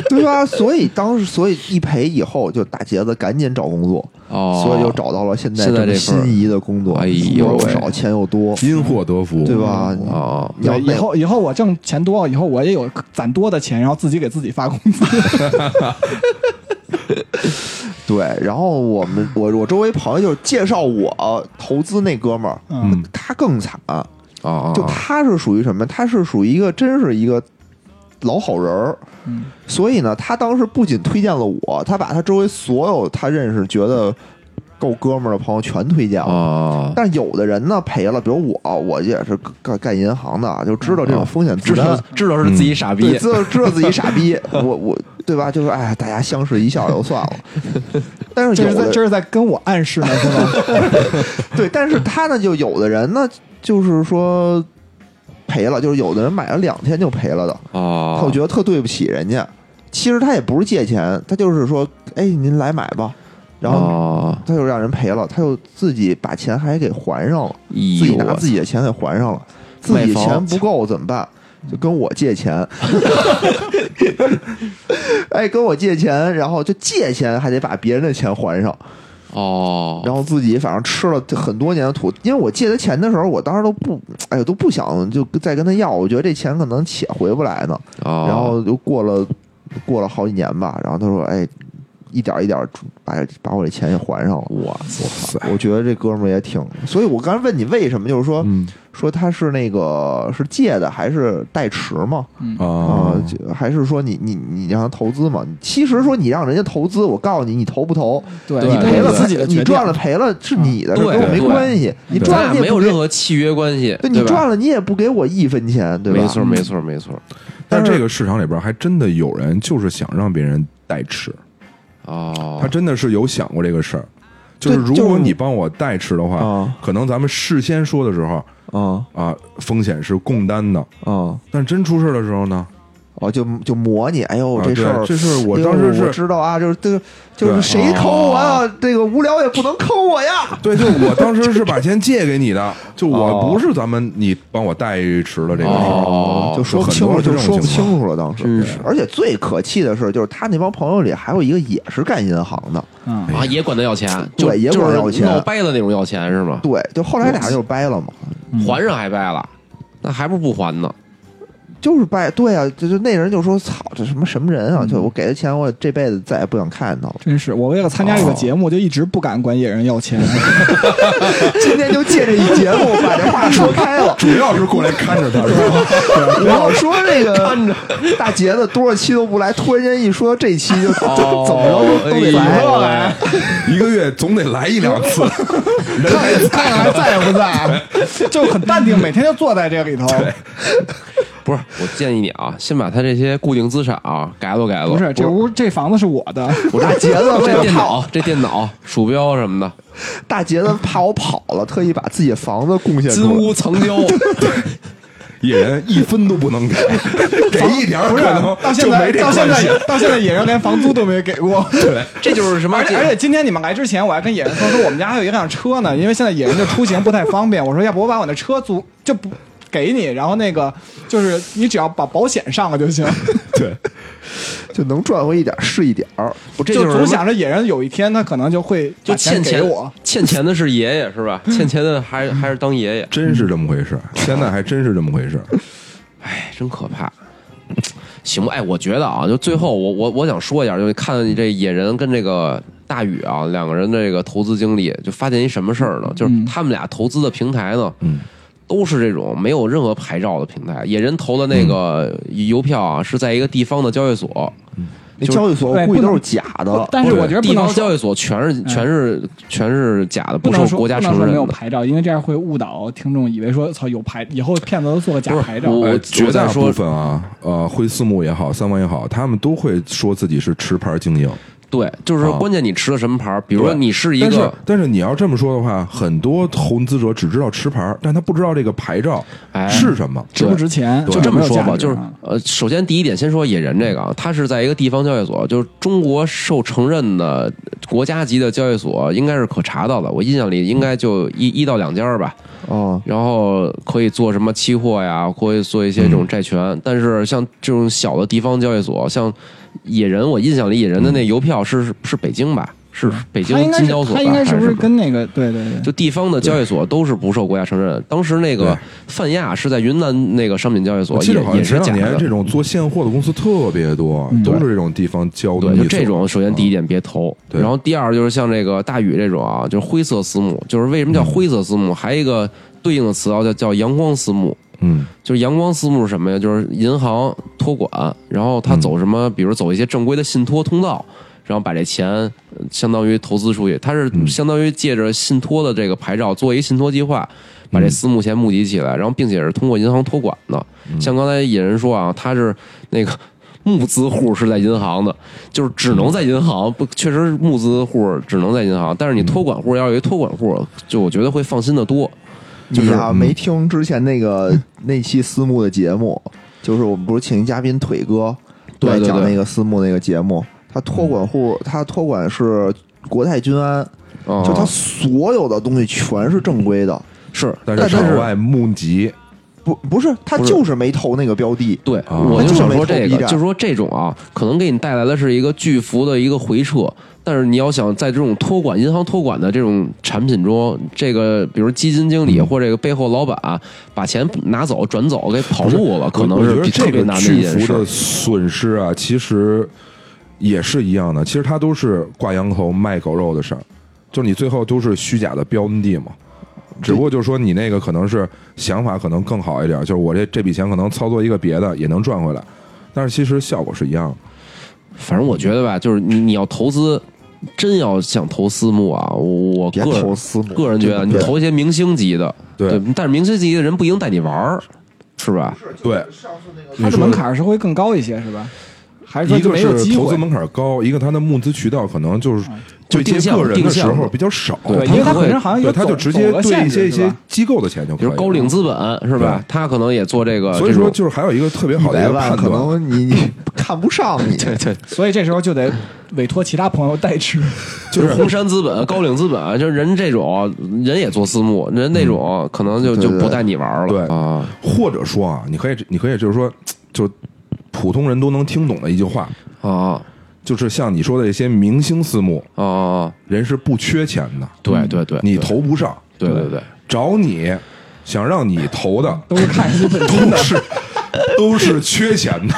Speaker 1: 对吧？所以当时，所以一赔以后，就大杰子赶紧找工作，
Speaker 2: 哦
Speaker 1: 所以就找到了现在
Speaker 2: 现在
Speaker 1: 这么
Speaker 2: 这份儿
Speaker 1: 心仪的工作，
Speaker 2: 哎呦
Speaker 1: 活
Speaker 2: 喂
Speaker 1: 又少，钱又多，
Speaker 5: 因祸得福，
Speaker 1: 对？吧？
Speaker 2: 哦
Speaker 1: 你要
Speaker 3: 以
Speaker 1: 嗯那
Speaker 3: 后以后我挣钱多，以后我也有攒多的钱，然后自己给自己发工资。
Speaker 1: 对，然后我们我我周围朋友就是介绍我投资那哥们儿，
Speaker 3: 嗯，
Speaker 1: 他更惨，啊
Speaker 2: 哦
Speaker 1: 就他是属于什么？他是属于一个真是一个老好人儿，
Speaker 3: 嗯
Speaker 1: 所以呢，他当时不仅推荐了我，他把他周围所有他认识觉得够哥们儿的朋友全推荐
Speaker 5: 哦
Speaker 1: 了。
Speaker 2: 啊，
Speaker 1: 但有的人呢赔了，比如我，我也是干干银行的，啊就知道这种风险
Speaker 2: 知
Speaker 1: 自
Speaker 2: 道
Speaker 1: 担，
Speaker 2: 知道是自己傻
Speaker 1: 对，
Speaker 2: 逼，
Speaker 1: 知道知道自己傻逼，我我对吧？就是哎，大家相视一笑也就算了。但是
Speaker 3: 这
Speaker 1: 有
Speaker 3: 是
Speaker 1: 的
Speaker 3: 在这是在跟我暗示呢，是吗？
Speaker 1: 对，但是他呢，就有的人呢，就是说赔了，就是有的人买了两天就赔了的，
Speaker 2: 啊，
Speaker 1: 我觉得特对不起人家。其实他也不是借钱，他就是说，哎，您来买吧，
Speaker 2: 哦
Speaker 1: 然后
Speaker 2: 后
Speaker 1: 他就让人赔了，他又自己把钱还给还上了，
Speaker 2: 自
Speaker 1: 自己拿自己的钱给还上了，自己
Speaker 2: 啊卖
Speaker 1: 钱
Speaker 2: 房嗯
Speaker 1: 不够怎么办？就跟我借钱， 哎，跟我借钱，然后就借钱还得把别人的钱还上，
Speaker 2: 哦，
Speaker 1: 然后自己反正吃了很多年的土，因为我借他钱的时候，我当时都不，哎呀，都不想就再跟他要，我觉得这钱可能且回不来呢。
Speaker 2: 哦
Speaker 1: 然后就过了过了好几年吧，然后他说，哎，一点一点把把我这钱也还上了。
Speaker 2: 我
Speaker 5: 塞，
Speaker 1: 我觉得这哥们儿也挺，所以我刚才问你为什么，就是说、
Speaker 5: 嗯
Speaker 1: 说他是那个是借的还是代持嘛？啊、
Speaker 5: 啊，
Speaker 1: 就还是说你你你让他投资嘛？其实说你让人家投资，我告诉你，你投不投，
Speaker 3: 对
Speaker 2: 对
Speaker 1: 你赔了
Speaker 3: 自己的决定
Speaker 1: 你赚了赔了是你的事，
Speaker 2: 对
Speaker 1: 跟我没
Speaker 2: 对
Speaker 1: 关系。你
Speaker 3: 对
Speaker 1: 赚
Speaker 2: 咱
Speaker 1: 了
Speaker 2: 俩
Speaker 1: 你也
Speaker 2: 没有
Speaker 1: 不给
Speaker 2: 任，何契约关系，
Speaker 1: 对
Speaker 2: 吧
Speaker 1: 你赚了你也不给我一分钱，对吧？
Speaker 2: 没错，没错，没错
Speaker 5: 但这个市场里边还真的有人就是想让别人代持，
Speaker 2: 哦
Speaker 5: 他，真的是有想过这个事儿。就是
Speaker 1: 啊对
Speaker 5: 如
Speaker 1: 就是
Speaker 5: 果你帮我代持的话，
Speaker 1: 啊
Speaker 5: 可能咱们事先说的时候
Speaker 1: 啊
Speaker 5: 啊，风险是共担的。
Speaker 1: 啊！
Speaker 5: 但真出事的时候呢？
Speaker 1: 哦，就就磨你，哎呦
Speaker 5: 啊
Speaker 1: 这事儿
Speaker 5: 对。这事儿我
Speaker 1: 哎呦
Speaker 5: 当时
Speaker 1: 我
Speaker 5: 是
Speaker 1: 知道啊，就是这个，就是
Speaker 5: 对
Speaker 1: 谁坑我啊？这个无聊也不能坑我呀！
Speaker 5: 对，就我当时是把钱借给你 的，就我
Speaker 1: 哦
Speaker 5: 不是咱们你帮我代持的这个事儿。
Speaker 2: 哦，
Speaker 1: 就说不
Speaker 5: 很
Speaker 1: 清
Speaker 5: 多
Speaker 1: 楚，
Speaker 5: 是
Speaker 1: 就
Speaker 5: 这种
Speaker 1: 说不
Speaker 5: 情况
Speaker 1: 清楚了。当时，
Speaker 2: 真是
Speaker 1: 而且最可气的是，就是他那帮朋友里还有一个也是干银行的，
Speaker 3: 嗯
Speaker 2: 啊，也管他要钱，
Speaker 1: 哎对
Speaker 2: 就
Speaker 1: 也管他要钱
Speaker 2: 就是闹掰了那种要钱是吗？
Speaker 1: 对，就后来俩人就掰了嘛，嗯
Speaker 2: 还上还掰了，那还不如不还呢？
Speaker 1: 就是掰，对啊，就就那人就说：“操，这什么什么人啊！
Speaker 3: 嗯
Speaker 1: 就我给他钱，我这辈子再也不想看 见他了。
Speaker 3: 真是，我为了参加这个节目，就一直不敢管野人要钱。
Speaker 1: 今天就借这一节目把这话说开 了。
Speaker 5: 主要是过来看着他，是吧？
Speaker 1: 我老说这个大杰子多少期都不来，突然间一说这期就
Speaker 2: 哦
Speaker 1: 怎么
Speaker 5: 哦
Speaker 1: 着 都都得
Speaker 2: 哎呦
Speaker 1: 来。
Speaker 5: 一个月总得来一 两次，人还
Speaker 3: 看看还在不在，就很淡定，每天就坐在这里头。
Speaker 2: 不是，我建议你啊，先把他这些固定资产啊改了改了。
Speaker 3: 不是，这屋这房子是我的，
Speaker 1: 大杰子为
Speaker 2: 这
Speaker 1: 了
Speaker 2: 电
Speaker 1: 跑，
Speaker 3: 啊
Speaker 2: 脑、这电脑、鼠标什么的，
Speaker 1: 大杰子怕我跑了，特意把自己的房子贡献出
Speaker 2: 金
Speaker 1: 来。
Speaker 2: 屋藏娇，
Speaker 5: 野人一分都不 能给，给一点儿
Speaker 3: 不
Speaker 5: 可
Speaker 3: 是啊
Speaker 5: 能
Speaker 3: 到现
Speaker 5: 就
Speaker 3: 在
Speaker 5: 没这
Speaker 3: 到
Speaker 5: 关
Speaker 3: 现
Speaker 5: 系
Speaker 3: 在到现在野人连房租都没给过。
Speaker 2: 这就是什么？啊
Speaker 3: 而且而且今天你们来之前，我还跟野人说说我们家还有一辆车呢，因为现在野人就出行不太方便。我说要不我把我的车租就不给你，然后那个就是你只要把保险上了 就行。
Speaker 5: 对，
Speaker 1: 就能赚回一点儿是一点儿。
Speaker 2: 不这
Speaker 3: 就
Speaker 2: 就是
Speaker 3: 总
Speaker 2: 什么
Speaker 3: 想着野人有一天他可能就会
Speaker 2: 就
Speaker 3: 把钱
Speaker 2: 欠
Speaker 3: 给
Speaker 2: 钱
Speaker 3: 我。，
Speaker 2: 欠钱的是爷爷是吧？欠钱的还是还是当爷爷，
Speaker 5: 真是这么回事儿。现在还真是这么回事儿。
Speaker 2: 哎，真可怕。行吧，哎，我觉得啊，就最后我我我想说一下，就是看到你这野人跟这个大宇啊两个人的这个投资经历，就发现一什么事儿呢？
Speaker 3: 嗯
Speaker 2: 就是他们俩投资的平台呢，
Speaker 5: 嗯
Speaker 2: 都是这种没有任何牌照的平台。野人投的那个邮票啊，是在一个地方的交易所，
Speaker 1: 那
Speaker 2: 就是
Speaker 1: 交易所
Speaker 3: 对
Speaker 1: 我估计
Speaker 3: 不能
Speaker 1: 都是哎假
Speaker 2: 哦
Speaker 1: 的。
Speaker 3: 但是我觉得不
Speaker 2: 地方
Speaker 3: 能说嗯
Speaker 2: 交易所全是全是全是假的，
Speaker 3: 不能
Speaker 2: 受
Speaker 3: 说
Speaker 2: 国家
Speaker 3: 不能
Speaker 2: 承
Speaker 3: 说
Speaker 2: 认
Speaker 3: 没有
Speaker 2: 的。
Speaker 3: 牌照，因为这样会误导听众以为说操有牌，以后骗子都做个假
Speaker 2: 不是
Speaker 3: 牌照。
Speaker 2: 我
Speaker 5: 哎
Speaker 2: 觉得
Speaker 5: 绝大
Speaker 2: 说
Speaker 5: 部分啊，呃，灰四木也好，三王也好，他们都会说自己是持牌经营。
Speaker 2: 对，就是说
Speaker 5: 啊
Speaker 2: 关键你持的什么牌儿，比如说
Speaker 5: 对
Speaker 2: 你是一
Speaker 5: 但是
Speaker 2: 个，
Speaker 5: 但是你要这么说的话，很多投资者只知道持牌，但他不知道这个牌照
Speaker 2: 哎
Speaker 5: 是什么。
Speaker 3: 值不值钱？
Speaker 2: 就这
Speaker 3: 有没
Speaker 2: 么
Speaker 3: 有
Speaker 2: 说
Speaker 3: 价
Speaker 2: 吧，
Speaker 3: 值
Speaker 2: 就是
Speaker 3: 啊
Speaker 2: 呃，首先第一点，先说野人这个啊，它是在一个地方交易所，就是中国受承认的国家级的交易所，应该是可查到的。我印象里应该就一一到两家儿吧，
Speaker 1: 哦，
Speaker 2: 然后可以做什么期货呀，可以做一些这种债权。
Speaker 5: 嗯
Speaker 2: 但是像这种小的地方交易所，像野人，我印象里野人的那邮票是
Speaker 5: 嗯
Speaker 2: 是是北京吧？是北京
Speaker 3: 他应该
Speaker 2: 金
Speaker 3: 是
Speaker 2: 交所吧？
Speaker 3: 他应该是
Speaker 2: 还是
Speaker 3: 不是
Speaker 2: 什么
Speaker 3: 跟那个对对对，
Speaker 2: 就地方的交易所都是不受国家承认。当时那个
Speaker 5: 对
Speaker 2: 泛亚是在云南那个商品交易所，
Speaker 5: 我记
Speaker 2: 也
Speaker 5: 得好
Speaker 2: 也
Speaker 5: 像
Speaker 2: 是假
Speaker 5: 前两年
Speaker 2: 的。嗯
Speaker 5: 这种做现货的公司特别多，都是这种地方交易所。
Speaker 2: 对，就这种，首先第一点别投，
Speaker 5: 对
Speaker 2: 然后第二就是像这个大宇这种啊，就是灰色私募，就是为什
Speaker 5: 嗯
Speaker 2: 么叫灰色私募？还有一个对应的词啊，叫叫阳光私募。
Speaker 5: 嗯，
Speaker 2: 就是阳光私募是什么呀？就是银行
Speaker 1: 嗯
Speaker 2: 托管，然后他走什么，比如走一些正规的信托通道，然后把这钱呃相当于投资出去，他是
Speaker 5: 嗯
Speaker 2: 相当于借着信托的这个牌照做一信托计划，
Speaker 1: 嗯
Speaker 2: 把这私募钱募集起来，然后并且是通过银行托管的。
Speaker 1: 嗯
Speaker 2: 像刚才野人说啊，他是那个 募资户是在银行的，就是只能在银行，不，确实募资户只能在银行，但是
Speaker 1: 嗯
Speaker 2: 你托管户要有一托管户，就我觉得会放心的多。
Speaker 1: 你啊，
Speaker 5: 嗯
Speaker 1: 没听之前那 个那期私募的节目，就是我们不是请一嘉宾腿哥
Speaker 2: 对
Speaker 1: 来
Speaker 2: 对
Speaker 1: 讲
Speaker 2: 对嗯
Speaker 1: 那个私募那个节目，他托管户，他托管是国泰君安，
Speaker 2: 啊，
Speaker 1: 就他所有的东西全是正规的，
Speaker 2: 是
Speaker 5: 但
Speaker 1: 但
Speaker 5: 是
Speaker 1: 但是
Speaker 5: 场外募集，
Speaker 1: 不不是他
Speaker 2: 不是
Speaker 1: 就是没投那个标的，
Speaker 2: 对，
Speaker 5: 啊
Speaker 2: 我
Speaker 1: 那哦
Speaker 2: 就
Speaker 1: 就是
Speaker 2: 想
Speaker 1: 没
Speaker 2: 说
Speaker 1: 投
Speaker 2: 这
Speaker 1: B
Speaker 2: 个，
Speaker 1: 站
Speaker 2: 就是说这种啊，可能给你带来的是一个巨幅的一个回撤，但是你要想在这种托管、银行托管的这种产品中，这个比如基金经
Speaker 5: 嗯
Speaker 2: 理或这个背后老板、啊把钱拿走、转走给跑路了，啊可能
Speaker 5: 我觉
Speaker 2: 是
Speaker 5: 得
Speaker 2: 比特
Speaker 5: 这
Speaker 2: 别
Speaker 5: 个
Speaker 2: 难的一
Speaker 5: 巨
Speaker 2: 件
Speaker 5: 幅
Speaker 2: 事。
Speaker 5: 的损失啊，其实也是一样的。其实它都是挂羊头卖狗肉的事儿，就是你最后都是虚假的标的嘛。只不过就是说你那个可能是想法可能更好一点，就是我这这笔钱可能操作一个别的也能赚回来，但是其实效果是一样的。
Speaker 2: 反正我觉得吧，就是你你要投资，真要想投私募啊，我我
Speaker 1: 别
Speaker 2: 个
Speaker 1: 投
Speaker 2: 人
Speaker 1: 私募。
Speaker 2: 个人觉得你
Speaker 1: 对
Speaker 2: 投一些明星级的，
Speaker 5: 对
Speaker 2: 对，但是明星级的人不一定带你玩儿，是吧？
Speaker 5: 对，
Speaker 3: 它
Speaker 5: 你
Speaker 3: 的
Speaker 5: 说
Speaker 3: 门槛是会更高一些，是吧？还是说
Speaker 5: 一
Speaker 3: 就
Speaker 5: 个
Speaker 3: 没有
Speaker 5: 是
Speaker 3: 机
Speaker 5: 投资
Speaker 3: 会？
Speaker 5: 门槛高，一个它的募资渠道可能就是对
Speaker 2: 定
Speaker 5: 接
Speaker 2: 向
Speaker 5: 个人
Speaker 2: 定
Speaker 5: 的时
Speaker 2: 向
Speaker 5: 候
Speaker 2: 的
Speaker 5: 比较少，
Speaker 3: 对，
Speaker 2: 它
Speaker 3: 因为啊它
Speaker 2: 不会
Speaker 3: 本身好像有
Speaker 5: 对，他就
Speaker 3: 总
Speaker 5: 直接
Speaker 3: 总额
Speaker 5: 对
Speaker 3: 限
Speaker 5: 一
Speaker 3: 制
Speaker 5: 些一
Speaker 3: 是
Speaker 5: 些
Speaker 3: 吧
Speaker 5: 机构的钱就可
Speaker 2: 比
Speaker 5: 以
Speaker 2: 如
Speaker 5: 了，
Speaker 2: 高瓴资本是吧
Speaker 5: 对？
Speaker 2: 他可能也做这个，呃
Speaker 5: 所以
Speaker 2: 这种
Speaker 5: 说就是还有一个特别
Speaker 1: 一
Speaker 5: 好的一
Speaker 1: 百
Speaker 5: 个
Speaker 1: 万
Speaker 5: 判
Speaker 1: 可
Speaker 5: 断，
Speaker 1: 能你你看不上 你，
Speaker 3: 所以这时候就得委托其他朋友代持。
Speaker 2: 就是红杉资本、高瓴资本，啊就是人这种人也做私募，人那种啊可能就
Speaker 1: 对
Speaker 2: 就
Speaker 1: 对
Speaker 2: 不带你玩儿了。
Speaker 5: 嗯对
Speaker 2: 啊，
Speaker 5: 或者说啊，你可以，你可以就是说，就普通人都能听懂的一句话，
Speaker 2: 啊
Speaker 5: 就是像你说的这些明星私募，
Speaker 2: 啊啊！
Speaker 5: 人是不缺钱的，
Speaker 2: 对对对，
Speaker 5: 你投不上，
Speaker 2: 对对对，
Speaker 5: 找你想让你投 的
Speaker 3: 都是看基本
Speaker 5: 都是都是缺钱的。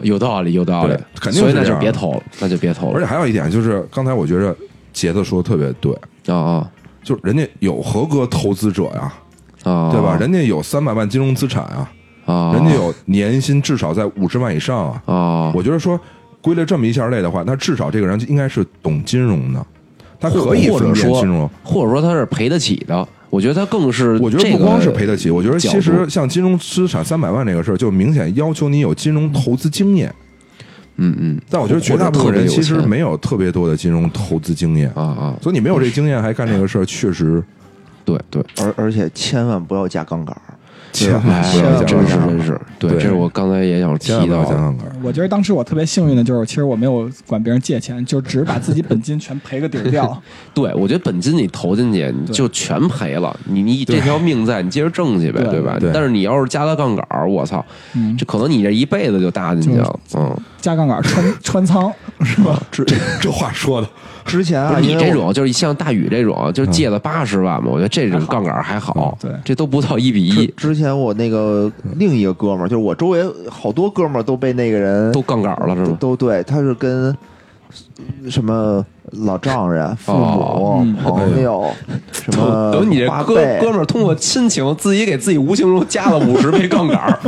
Speaker 2: 有道理有道理
Speaker 5: 对，肯定是
Speaker 2: 所以那
Speaker 5: 这
Speaker 2: 就
Speaker 5: 样
Speaker 2: 别投了，那就别投了
Speaker 5: 而且还有一点就是，刚才我觉着杰子说的特别对，
Speaker 2: 啊啊
Speaker 5: 就是人家有合格投资者呀、
Speaker 2: 啊，
Speaker 5: 对吧？人家有三百万金融资产啊，
Speaker 2: 啊，
Speaker 5: 人家有年薪至少在五十万以上啊，
Speaker 2: 啊，
Speaker 5: 我觉得说归类这么一下类的话，那至少这个人就应该是懂金融的，他可以
Speaker 2: 啊或
Speaker 5: 分
Speaker 2: 者
Speaker 5: 辨
Speaker 2: 说
Speaker 5: 金融。
Speaker 2: 或者说他是赔得起的，我觉得他更是
Speaker 5: 我觉得
Speaker 2: 这
Speaker 5: 不
Speaker 2: 个
Speaker 5: 光是赔得起，我觉得
Speaker 2: 角
Speaker 5: 其实
Speaker 2: 度
Speaker 5: 像金融资产三百万这个事儿，就明显要求你有金融投资经验。
Speaker 2: 嗯嗯
Speaker 5: 但我觉得绝大部
Speaker 2: 或
Speaker 5: 分
Speaker 2: 者特别有
Speaker 5: 人其实
Speaker 2: 钱
Speaker 5: 没有特别多的金融投资经验，
Speaker 2: 啊啊，
Speaker 5: 所以你没有这经验还干这个事儿，确实
Speaker 2: 对对，
Speaker 1: 而而且千万不要加杠杆儿。
Speaker 5: 千万 不
Speaker 1: 千
Speaker 5: 要
Speaker 1: 万
Speaker 5: 加
Speaker 1: 不
Speaker 2: 真
Speaker 1: 要
Speaker 5: 杠
Speaker 1: 加杠杆
Speaker 2: 哎是
Speaker 5: 杆儿，
Speaker 2: 真是，对，
Speaker 5: 对
Speaker 2: 这是我刚才也想提
Speaker 5: 千万不要
Speaker 2: 到
Speaker 5: 加
Speaker 2: 的。
Speaker 5: 杠杆儿。
Speaker 3: 我觉得当时我特别幸运的就是，其实我没有管别人借钱，就只是把自己本金全赔个底儿 掉。
Speaker 2: 对，我觉得本金你投进去，你就全赔了。你你这条命在，你接着挣去呗，
Speaker 3: 对
Speaker 2: 对吧
Speaker 5: 对？
Speaker 2: 但是你要是加了杠杆儿，我操，
Speaker 3: 嗯
Speaker 2: 这，可能你这一辈子就搭进去了。嗯，
Speaker 3: 加杠杆穿穿仓是 吧？
Speaker 5: 这这话说的，
Speaker 1: 之前
Speaker 2: 不
Speaker 1: 啊，
Speaker 2: 是你
Speaker 1: 因
Speaker 2: 这
Speaker 1: 为我
Speaker 2: 种，就是像大宇这种，就是借了八十万嘛，我觉得这种杠杆儿还好，
Speaker 3: 对
Speaker 2: 这都不到一比
Speaker 1: 之
Speaker 2: 一，
Speaker 1: 之前我那个另一个哥们儿，就是我周围好多哥们儿都被那个人
Speaker 2: 都杠杆儿了是
Speaker 1: 都
Speaker 2: 吗？
Speaker 1: 都对，他是跟什么老丈人、父
Speaker 2: 哦
Speaker 1: 母
Speaker 3: 嗯、
Speaker 1: 朋友什么
Speaker 2: 等你这
Speaker 1: 呃八
Speaker 2: 哥
Speaker 1: 辈
Speaker 2: 哥们儿通过亲情，自己给自己无形中加了五十倍杠杆儿，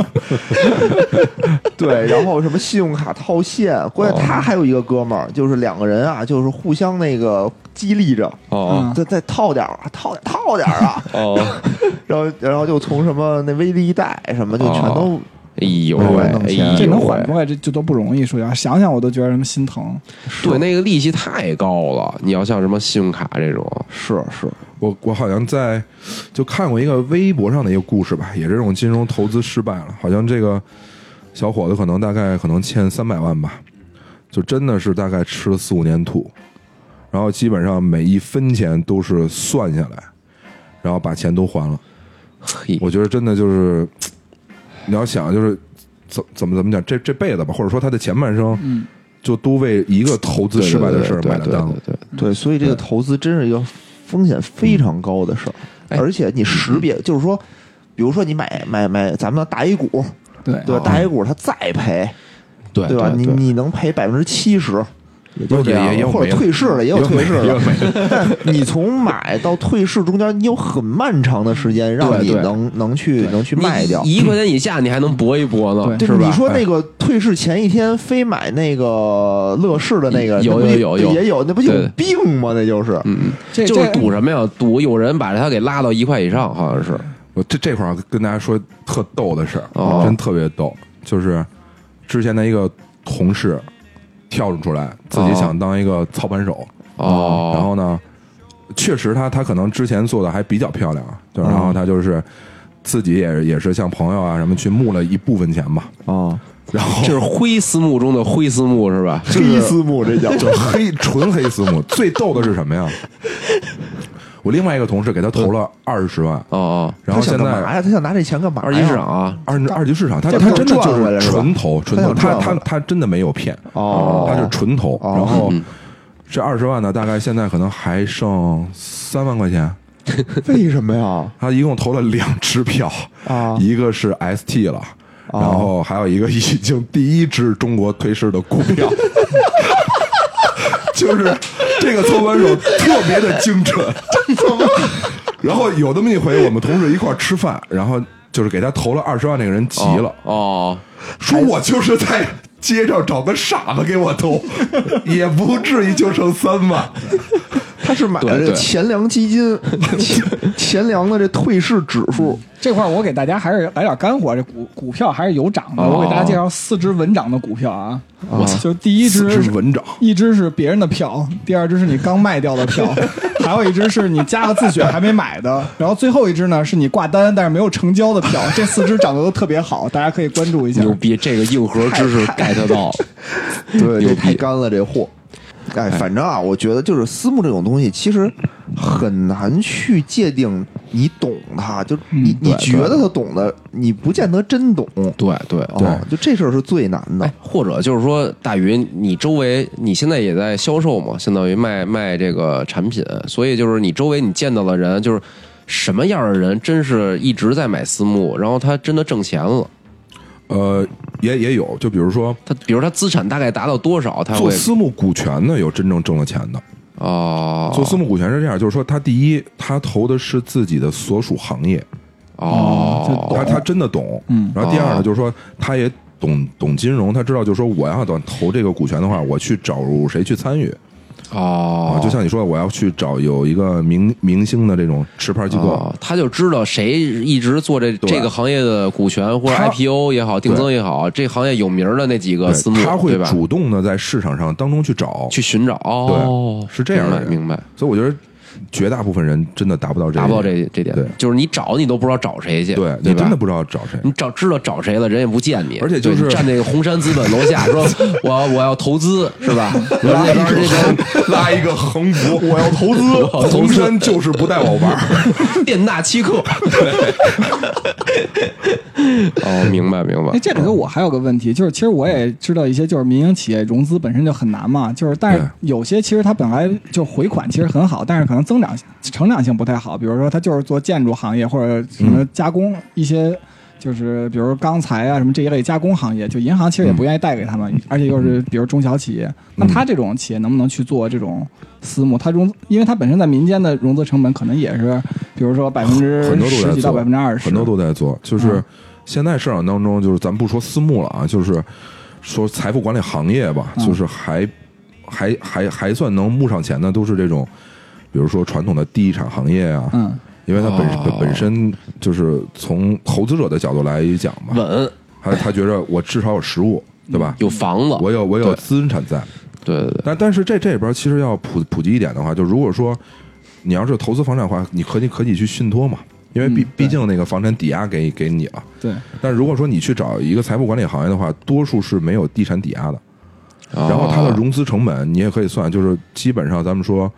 Speaker 1: 对，然后什么信用卡套现，
Speaker 2: 哦
Speaker 1: 关键他还有一个哥们儿，就是两个人啊，就是互相那个激励着，
Speaker 2: 哦
Speaker 1: 再再套点儿，啊套点儿套点儿 啊，
Speaker 2: 哦，
Speaker 1: 然后然后就从什么那微粒贷什么就全都
Speaker 2: 哎呦喂，
Speaker 1: 弄
Speaker 2: 哎
Speaker 1: 钱
Speaker 2: 呦
Speaker 3: 这能
Speaker 2: 喂
Speaker 3: 缓过来，这就都不容易。说实话，想想我都觉得什么心疼。
Speaker 2: 对，那个利息太高了。你要像什么信用卡这种，
Speaker 1: 是是
Speaker 5: 我我好像在就看过一个微博上的一个故事吧，也是这种金融投资失败了，好像这个小伙子可能大概可能欠三百万吧，就真的是大概吃了四五年土，然后基本上每一分钱都是算下来，然后把钱都还了。
Speaker 2: 嘿，
Speaker 5: 我觉得真的就是，你要想就是怎怎么怎么讲，这这辈子吧，或者说他的前半生，
Speaker 3: 嗯，
Speaker 5: 就都为一个投资失败的事儿
Speaker 2: 对
Speaker 5: 买了
Speaker 2: 对
Speaker 5: 单了
Speaker 2: 对。对对
Speaker 1: 嗯对，所以这个投资真是一个风险非常高的事
Speaker 2: 哎嗯
Speaker 1: 儿，而且你识别就是说，比如说你买买买咱们的大 A 股，
Speaker 3: 对
Speaker 1: 对吧？大 A 股它再赔，
Speaker 2: 对
Speaker 1: 对吧？你
Speaker 2: 哎哦对
Speaker 1: 你能赔百分之七十，也就这样
Speaker 5: 也也
Speaker 1: 了，
Speaker 5: 有
Speaker 1: 或
Speaker 5: 没
Speaker 1: 者
Speaker 5: 了
Speaker 1: 退市了，也有退市
Speaker 5: 也
Speaker 1: 了
Speaker 5: 有。没了
Speaker 1: 但 你从买到退市中间，你有很漫长的时间让你
Speaker 2: 对对
Speaker 1: 能能去能去卖掉。
Speaker 2: 一一块钱以下你还能搏一搏呢，
Speaker 1: 对
Speaker 3: 对
Speaker 2: 是，吧？哎
Speaker 1: 你说那个退市前一天非买那个乐视的那个，
Speaker 2: 有
Speaker 1: 那不
Speaker 2: 有有有
Speaker 1: 也有，那不有
Speaker 2: 对对
Speaker 1: 病吗？那就是
Speaker 2: 嗯，
Speaker 3: 这
Speaker 2: 就是
Speaker 3: 这
Speaker 2: 赌什么呀？赌有人把他给拉到一块以上，好像是
Speaker 5: 我这这块儿跟大家说特逗的事儿、
Speaker 2: 哦
Speaker 5: 真特别逗，就是之前的一个同事跳出来，自
Speaker 1: 哦
Speaker 5: 己想当一个操盘手，
Speaker 2: 哦，
Speaker 5: 然后呢，确实他他可能之前做的还比较漂亮啊，就
Speaker 1: 嗯
Speaker 5: 是然后他就是自己也也是向朋友啊什么去募了一部分钱吧，
Speaker 1: 啊，
Speaker 5: 然后
Speaker 2: 这是灰私募中的灰私募是吧？
Speaker 1: 黑私募这叫
Speaker 5: 就黑纯黑私募。最逗的是什么呀？我另外一个同事给他投了二十万，
Speaker 2: 哦哦，
Speaker 5: 然后
Speaker 1: 他
Speaker 5: 现
Speaker 1: 想干嘛
Speaker 5: 在。
Speaker 1: 呀？他想拿这钱干嘛呀？
Speaker 2: 二级市场啊，
Speaker 5: 二二级市场，他
Speaker 1: 这
Speaker 5: 他
Speaker 1: 不
Speaker 5: 真的
Speaker 1: 赚回来
Speaker 5: 就是
Speaker 1: 是吧
Speaker 5: 纯投，纯投，
Speaker 1: 他想赚
Speaker 5: 他他
Speaker 1: 回来
Speaker 5: 他真的没有骗，
Speaker 1: 哦，
Speaker 5: 他是纯投。
Speaker 1: 哦
Speaker 5: 然后这二十万呢，大概现在可能还剩三万块钱。
Speaker 1: 为什么呀？
Speaker 5: 他一共投了两支票，
Speaker 1: 啊哦
Speaker 5: 一个是 ST 了，然后还有一个已经第一支中国退市的股票， 就是这个操盘手特别的精准。然后有那么一回，我们同事一块儿吃饭，然后就是给他投了二十万那个人急了，
Speaker 2: 哦，
Speaker 5: 说我就是在街上找个傻子给我 投，也不至于就剩三万。
Speaker 1: 他是 买了这
Speaker 2: 对
Speaker 1: 个
Speaker 2: 对
Speaker 1: 钱粮基 金，钱钱粮的这退市指数，
Speaker 3: 这块儿我给大家还是来点干货，这股股票还是有涨的。
Speaker 2: 哦
Speaker 3: 我给大家介绍四只稳涨的股票啊，
Speaker 1: 我操
Speaker 3: 就第一只
Speaker 5: 四肢文章，
Speaker 3: 一只是别人的票，第二只是你刚卖掉的票，还有一只是你加了自选还没买的，然后最后一只呢是你挂单但是没有成交的票。这四只涨得都特别好，大家可以关注一下。
Speaker 2: 牛逼！这个硬核知识 get 到，
Speaker 1: 对，
Speaker 2: 牛
Speaker 1: 这
Speaker 2: 逼
Speaker 1: 太干了这货。哎，反正啊，我觉得就是私募这种东西，其实很难去界定你懂它，就你、
Speaker 3: 嗯
Speaker 1: 你
Speaker 2: 对
Speaker 1: 觉得他懂的，你不见得真懂。
Speaker 2: 对对
Speaker 1: 哦，就这事儿是最难的
Speaker 2: 哎。，或者就是说，大云，你周围你现在也在销售嘛，相当于卖卖这个产品，所以就是你周围你见到的人，就是什么样的人，真是一直在买私募，然后他真的挣钱了，
Speaker 5: 呃，也也有，就比如说
Speaker 2: 他比如他资产大概达到多少，他
Speaker 5: 做
Speaker 2: 会
Speaker 5: 私募股权的有真正挣了钱的，
Speaker 2: 哦
Speaker 5: 做私募股权是这样，就是说他第一，他投的是自己的所属行业，
Speaker 2: 哦
Speaker 5: 他他真的懂，
Speaker 3: 嗯
Speaker 5: 然后第二呢，
Speaker 2: 哦
Speaker 5: 就是说他也懂懂金融，他知道就是说我要想投这个股权的话，我去找谁去参与啊
Speaker 2: 哦，，
Speaker 5: 就像你说的，我要去找有一个明明星的这种持牌机构，
Speaker 2: 哦，他就知道谁一直做这
Speaker 5: 对
Speaker 2: 这个行业的股权或者
Speaker 5: 他
Speaker 2: IPO 也好，定增也好，这行业有名儿的那几个私募
Speaker 5: 对，他
Speaker 2: 呃对
Speaker 5: 会
Speaker 2: 吧？
Speaker 5: 主动的在市场上当中去找，
Speaker 2: 去寻找哦，
Speaker 5: 对是这样的人
Speaker 2: 明白明白。
Speaker 5: 所以我觉得绝大部分人真的达不到这
Speaker 2: 达
Speaker 5: 一
Speaker 2: 不到
Speaker 5: 点，
Speaker 2: 这这点
Speaker 5: 对，
Speaker 2: 就是你找你都不知道找谁去，
Speaker 5: 对
Speaker 2: 对
Speaker 5: 你
Speaker 2: 吧
Speaker 5: 真的不知道找谁。
Speaker 2: 你找知道找谁了，人也不见你，
Speaker 5: 而且就是
Speaker 2: 对你站那个红杉资本楼下说我要我要投资是吧？然后那边儿那
Speaker 5: 拉一个横幅， 我要投
Speaker 2: 我要
Speaker 5: 资
Speaker 2: 投资
Speaker 5: 红杉就是不带我玩儿。
Speaker 2: 边店大欺客，哦，明白明
Speaker 3: 哎，
Speaker 2: 白，
Speaker 3: 这里头我还有个问题，就是其实我也知道一些，就是民营企业融资本身就很难嘛，就是但是
Speaker 5: 对
Speaker 3: 有些其实它本来就回款其实很好，但是可能增长成长性不太好，比如说它就是做建筑行业或者什么
Speaker 5: 嗯
Speaker 3: 加工一些。就是比如钢材啊什么这一类加工行业，就银行其实也
Speaker 5: 嗯
Speaker 3: 不愿意贷给他们，而且又是比如中小企业，那他这种企业能不能去做这种私募？他融，因为他本身在民间的融资成本可能也是，比如说百分之
Speaker 5: 很多都
Speaker 3: 十
Speaker 5: 在
Speaker 3: 几到
Speaker 5: 做，
Speaker 3: 百分之二十，
Speaker 5: 很多都在做。就是
Speaker 3: 嗯
Speaker 5: 现在市场当中，就是咱们不说私募了啊，就是说财富管理行业吧，
Speaker 3: 嗯
Speaker 5: 就是还还还还算能募上钱的，都是这种，比如说传统的地产行业啊，
Speaker 3: 嗯。
Speaker 5: 因为它本
Speaker 2: 哦
Speaker 5: 本本身就是从投资者的角度来讲嘛，
Speaker 2: 稳
Speaker 5: 他他觉着我至少有实物，对吧？
Speaker 2: 有房子，
Speaker 5: 我有我有
Speaker 2: 对
Speaker 5: 资产在，
Speaker 2: 对对对，
Speaker 5: 但但是这这里边其实要普普及一点的话，就如果说你要是投资房产的话，你可以可以去信托嘛，因为毕、
Speaker 3: 嗯对
Speaker 5: 毕竟那个房产抵押给给你了。
Speaker 3: 对，
Speaker 5: 但如果说你去找一个财富管理行业的话，多数是没有地产抵押的，
Speaker 2: 哦
Speaker 5: 然后它的融资成本你也可以算，就是基本上咱们说，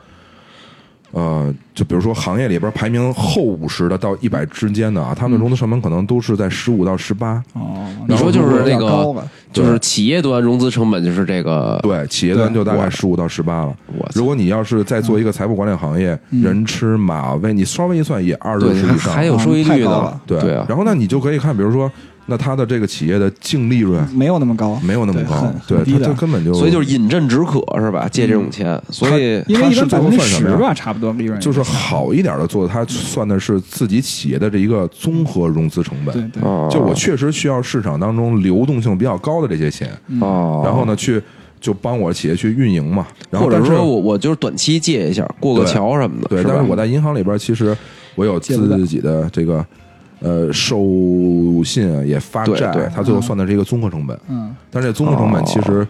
Speaker 5: 呃，就比如说行业里边排名后五十的到一百之间的啊，他们的融资成本可能都是在十五到十八。
Speaker 2: 嗯
Speaker 3: 哦，
Speaker 2: 你说就是那
Speaker 3: 然后如果有点高
Speaker 2: 个
Speaker 3: 了
Speaker 2: 就是企业端融资成本就是这个，
Speaker 5: 对，企业端
Speaker 3: 对
Speaker 5: 就大概
Speaker 2: 我
Speaker 5: 十五到十八了。
Speaker 2: 我操
Speaker 5: 如果你要是再做一个财富管理行业，
Speaker 3: 嗯
Speaker 5: 人吃马喂，你稍微一算也二十
Speaker 2: 对
Speaker 5: 以上了，
Speaker 2: 还有收益
Speaker 3: 太
Speaker 2: 率
Speaker 3: 高
Speaker 2: 呢
Speaker 3: 了，
Speaker 5: 对
Speaker 2: 对啊，
Speaker 5: 然后呢，你就可以看，比如说那它的这个企业的净利润
Speaker 3: 没有那么高，
Speaker 5: 没有那么
Speaker 3: 对
Speaker 5: 高
Speaker 3: 很，
Speaker 5: 对，
Speaker 3: 很低
Speaker 5: 它
Speaker 3: 的
Speaker 5: 就根本就
Speaker 2: 所以就是饮鸩止渴是吧？借这种钱，所以
Speaker 3: 因为
Speaker 5: 它
Speaker 3: 一
Speaker 5: 是
Speaker 3: 般
Speaker 5: 最
Speaker 3: 百
Speaker 5: 后
Speaker 3: 分之
Speaker 5: 算什
Speaker 3: 十
Speaker 5: 么呀
Speaker 3: 吧，差不多利润
Speaker 5: 就是好一点的做，它算的是自己企业的这一个综合融资成
Speaker 3: 对
Speaker 5: 本。
Speaker 3: 对，
Speaker 1: 哦
Speaker 5: 就我确实需要市场当中流动性比较高的这些钱，
Speaker 1: 哦，
Speaker 5: 然后呢，去就帮我企业去运营嘛。然后
Speaker 2: 或者
Speaker 5: 但是
Speaker 2: 说我我就是短期借一下，过个
Speaker 5: 对
Speaker 2: 桥什么的，
Speaker 5: 对，
Speaker 2: 吧？
Speaker 5: 但是我在银行里边，其实我有
Speaker 3: 借不到
Speaker 5: 自己的这个呃授信啊也发
Speaker 2: 对
Speaker 5: 债
Speaker 2: 对，
Speaker 5: 它最后算的是一个综合成本。
Speaker 3: 嗯，
Speaker 5: 但是这综合成本其实，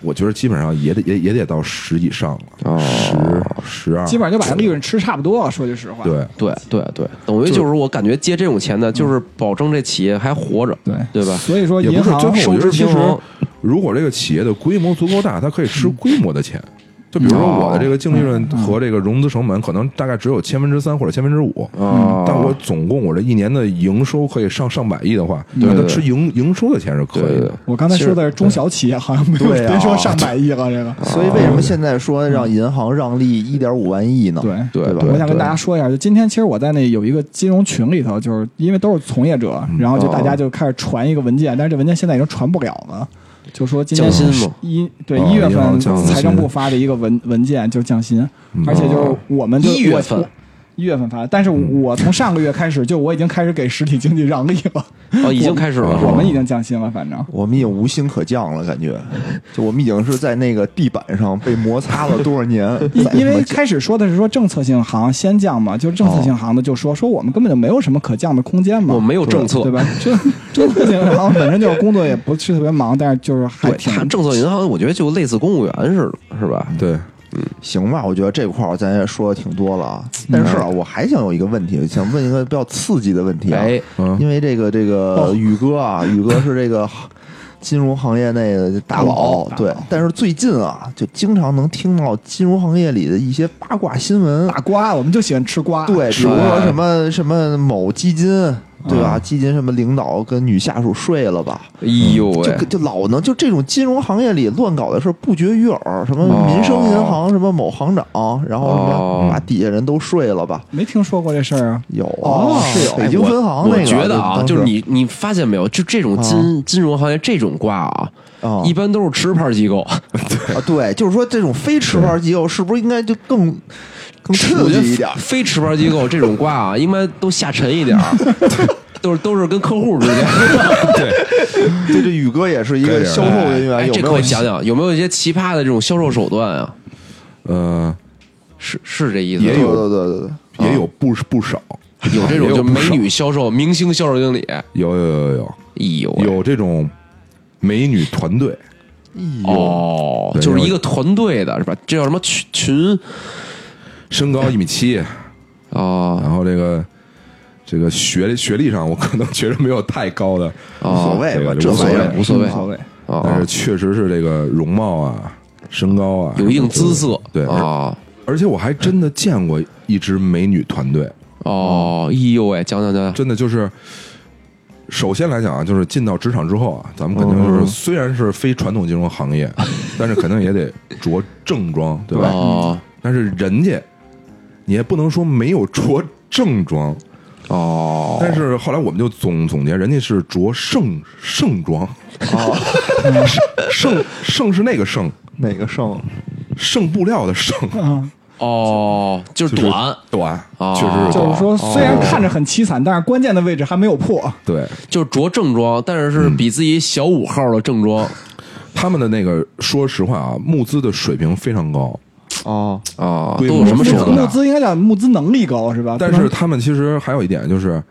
Speaker 5: 我觉得基本上也得也也得到十以上了，
Speaker 1: 哦
Speaker 5: 十十二，
Speaker 3: 基本上就把利润吃差不多了。说句实话，
Speaker 5: 对。
Speaker 2: 对
Speaker 1: 嗯
Speaker 2: 对对，等于
Speaker 5: 就
Speaker 2: 就是我感觉借这种钱呢，就是保证这企业还活着，
Speaker 3: 对
Speaker 2: 对吧？
Speaker 3: 所以说
Speaker 5: 也
Speaker 3: 银
Speaker 5: 不是
Speaker 3: 行
Speaker 5: 真的，我
Speaker 2: 啊收
Speaker 5: 觉
Speaker 2: 支
Speaker 5: 得其
Speaker 2: 平
Speaker 5: 实
Speaker 2: 衡
Speaker 5: 如果这个企业的规模足够大，它可以
Speaker 2: 嗯
Speaker 5: 吃规模的钱。就比如说我的
Speaker 2: 哦
Speaker 5: 这个净利润和这个融资成本，可能大概只有千分之三或者千分之五，
Speaker 2: 哦
Speaker 5: 但我总共我这一年的营收可以上上百亿的话，
Speaker 2: 对
Speaker 5: 那它
Speaker 2: 对
Speaker 5: 吃营营收的钱是可以
Speaker 2: 对
Speaker 5: 的
Speaker 2: 对。
Speaker 3: 我刚才
Speaker 2: 其实
Speaker 3: 说的是中小企业，好像没有
Speaker 1: 对啊
Speaker 3: 别说上百亿了，这个。
Speaker 1: 所以为什么现在说让银行让利一点五万亿呢？
Speaker 3: 对
Speaker 2: 哦对
Speaker 1: 对吧
Speaker 2: 对
Speaker 3: 我想跟大家说一下，就今天其实我在那有一个金融群里头，就是因为都是从业者，
Speaker 2: 嗯
Speaker 3: 然后就大家
Speaker 2: 哦
Speaker 3: 就开始传一个文件，但是这文件现在已经传不了了。就说今天
Speaker 2: 降薪
Speaker 3: 是
Speaker 2: 吗
Speaker 3: 一对
Speaker 5: 哦
Speaker 3: 一月
Speaker 5: 银行
Speaker 3: 份
Speaker 5: 降薪
Speaker 3: 财政部发的一个文文件就是降薪，而且就是我们
Speaker 2: 嗯
Speaker 3: 就
Speaker 2: 哦一月
Speaker 3: 我
Speaker 2: 份嗯
Speaker 3: 我一月份发的，但是我从上个月开始就我已经开始给实体经济让利了，
Speaker 2: 哦，已经开始
Speaker 1: 嗯
Speaker 2: 了，是
Speaker 3: 我
Speaker 2: 吧？
Speaker 3: 们已经降薪了，反正，
Speaker 1: 我们已经无心可降了，感觉， 就我们已经是在那个地板上被摩擦了多少年
Speaker 3: 因
Speaker 1: 再他
Speaker 3: 因为
Speaker 1: 妈降
Speaker 3: 开始说的是说政策性行先降嘛，就是政策性行的就说说我们根本就没有什么可降的空间嘛，
Speaker 2: 哦我没有政策
Speaker 3: 对吧？这政策性行本身就是工作也不是特别忙，但是就是还
Speaker 2: 对，
Speaker 3: 挺
Speaker 2: 它政策银行，我觉得就类似公务员似的，是吧？
Speaker 5: 对，
Speaker 1: 行吧，我觉得这块儿咱也说的挺多了啊。
Speaker 3: 嗯
Speaker 1: 但是啊，我还想有一个问题，想问一个比较刺激的问题啊，
Speaker 2: 哎，
Speaker 5: 嗯，
Speaker 1: 因为这个这
Speaker 3: 哦
Speaker 1: 个宇哥啊， 宇哥是这个 金融行业内的大佬
Speaker 3: 大，佬
Speaker 1: 对。但是最近啊，就经常能听到金融行业里的一些八卦新闻，
Speaker 3: 大瓜，我们就喜欢吃瓜，
Speaker 1: 对，比如说什么什么某基金，对
Speaker 3: 嗯
Speaker 1: 吧？基金什么领导跟女下属睡了吧？
Speaker 2: 哎呦喂，
Speaker 1: 嗯就就老能就这种金融行业里乱搞的事儿不绝于耳，什么民生银行什么某行长，然后什
Speaker 2: 哦
Speaker 1: 么把底下人都睡了吧？
Speaker 3: 没听说过这事儿啊。
Speaker 1: 有
Speaker 3: 哦是有
Speaker 1: 北京分行那
Speaker 2: 哎
Speaker 1: 个，
Speaker 2: 我觉得啊，
Speaker 1: 当时
Speaker 2: 就是你你发现没有，就这种金金融行业这种挂啊，
Speaker 1: 啊
Speaker 2: 一般都是持牌机构，
Speaker 1: 啊，对，就是说这种非持牌机构是不是应该就更更 刺
Speaker 2: 我觉
Speaker 1: 激一
Speaker 2: 得
Speaker 1: 点？
Speaker 2: 非持牌机构这种挂啊，应该都下沉一点儿， 都是都是跟客户之间。
Speaker 1: 对，这宇哥也是一
Speaker 5: 该
Speaker 1: 个
Speaker 5: 这样
Speaker 1: 销售人员，
Speaker 2: 哎
Speaker 1: 有
Speaker 2: 这
Speaker 1: 没
Speaker 2: 可
Speaker 1: 有
Speaker 2: 以讲讲有没有一些奇葩的这种销售手段啊？
Speaker 5: 呃，
Speaker 2: 是是这意思吗？
Speaker 5: 也有
Speaker 1: 对对对对对。
Speaker 5: 也有不不少，
Speaker 2: 有这种
Speaker 5: 也有
Speaker 2: 就
Speaker 5: 不
Speaker 2: 美
Speaker 5: 少
Speaker 2: 女销售、明星销售经理，哎
Speaker 5: 有有有有
Speaker 2: 呦喂
Speaker 5: 有有这种美女团队，
Speaker 2: 哦，
Speaker 5: 对
Speaker 2: 就是
Speaker 5: 有
Speaker 2: 一个团队的是吧？这叫什么群群
Speaker 5: 身高一米七，
Speaker 2: 哦
Speaker 5: 然后这个这个学历学历上，我可能 觉得没有太高的，
Speaker 2: 哦
Speaker 1: 无所谓吧，
Speaker 5: 对
Speaker 1: 这
Speaker 5: 无所
Speaker 1: 玩意
Speaker 5: 谓
Speaker 1: 儿
Speaker 2: 无所谓
Speaker 3: 无所谓，
Speaker 5: 但
Speaker 2: 哦
Speaker 5: 是，确实是这个容貌啊、身高啊
Speaker 2: 有一定姿色
Speaker 5: 对，而
Speaker 2: 哦
Speaker 5: 而且我还真的见过一支美女团队，
Speaker 2: 哦，哎呦喂，讲讲讲讲，
Speaker 5: 真的就是。首先来讲啊，就是进到职场之后啊，咱们肯定
Speaker 2: 嗯
Speaker 5: 就是虽然是非传统金融 行业，但是肯定也得着正装，对吧？
Speaker 2: 哦
Speaker 5: 但是人家，你也不能说没有着正装，
Speaker 2: 哦，
Speaker 5: 但是后来我们就总总结，人家是着盛盛装，啊，盛盛是那个盛，
Speaker 1: 哦哪个胜？
Speaker 5: 盛布料的盛，
Speaker 3: 嗯，
Speaker 2: 哦，就是
Speaker 5: 就是
Speaker 2: 短，
Speaker 5: 短
Speaker 1: 哦
Speaker 2: 啊，
Speaker 5: 确实是
Speaker 3: 就
Speaker 5: 短
Speaker 3: 是。说虽
Speaker 2: 哦
Speaker 3: 然看着很凄惨，但是关键的位置还没有破。
Speaker 5: 对
Speaker 2: 就是着正装，但是
Speaker 5: 嗯
Speaker 2: 是比自己小五号的正装
Speaker 5: 他们的那个，说实话啊，募资的水平非常高，
Speaker 1: 哦，
Speaker 2: 啊，都
Speaker 5: 规模
Speaker 2: 有什么
Speaker 5: 是
Speaker 2: 手
Speaker 5: 这样
Speaker 2: 段
Speaker 5: 的
Speaker 3: 募资应该叫募资能力高是吧？
Speaker 5: 但是他们其实还有一点就是，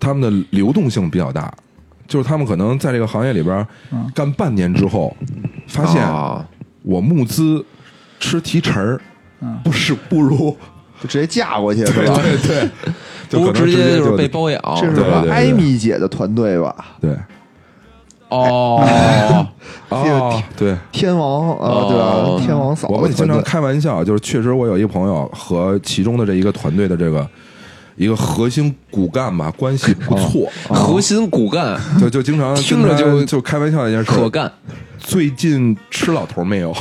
Speaker 5: 他们的流动性比较大，就是他们可能在这个行业里边
Speaker 3: 嗯
Speaker 5: 干半年之后，发现
Speaker 1: 哦
Speaker 2: 啊？
Speaker 5: 我募资吃提成儿
Speaker 3: 嗯，
Speaker 5: 不是不如
Speaker 1: 就直接嫁过去是
Speaker 5: 对
Speaker 1: 吧？
Speaker 5: 对对，
Speaker 2: 不如
Speaker 5: 可能
Speaker 2: 直接就是
Speaker 5: 就
Speaker 2: 被包养，
Speaker 1: 这是
Speaker 5: 对对对
Speaker 1: 艾米姐的团队吧？
Speaker 5: 对
Speaker 2: 哦，
Speaker 5: 哦对。
Speaker 1: 天王啊，
Speaker 2: 哦
Speaker 1: 对吧？天王嫂的
Speaker 5: 我
Speaker 1: 团队，
Speaker 5: 们经常开玩笑，就是确实我有一朋友和其中的这一个团队的这个一个核心骨干吧，关系 不错，
Speaker 2: 核心骨干
Speaker 5: 就就经常
Speaker 2: 听着就
Speaker 5: 经常就开玩笑一件事儿，
Speaker 2: 可干，
Speaker 5: 最近吃老头没有？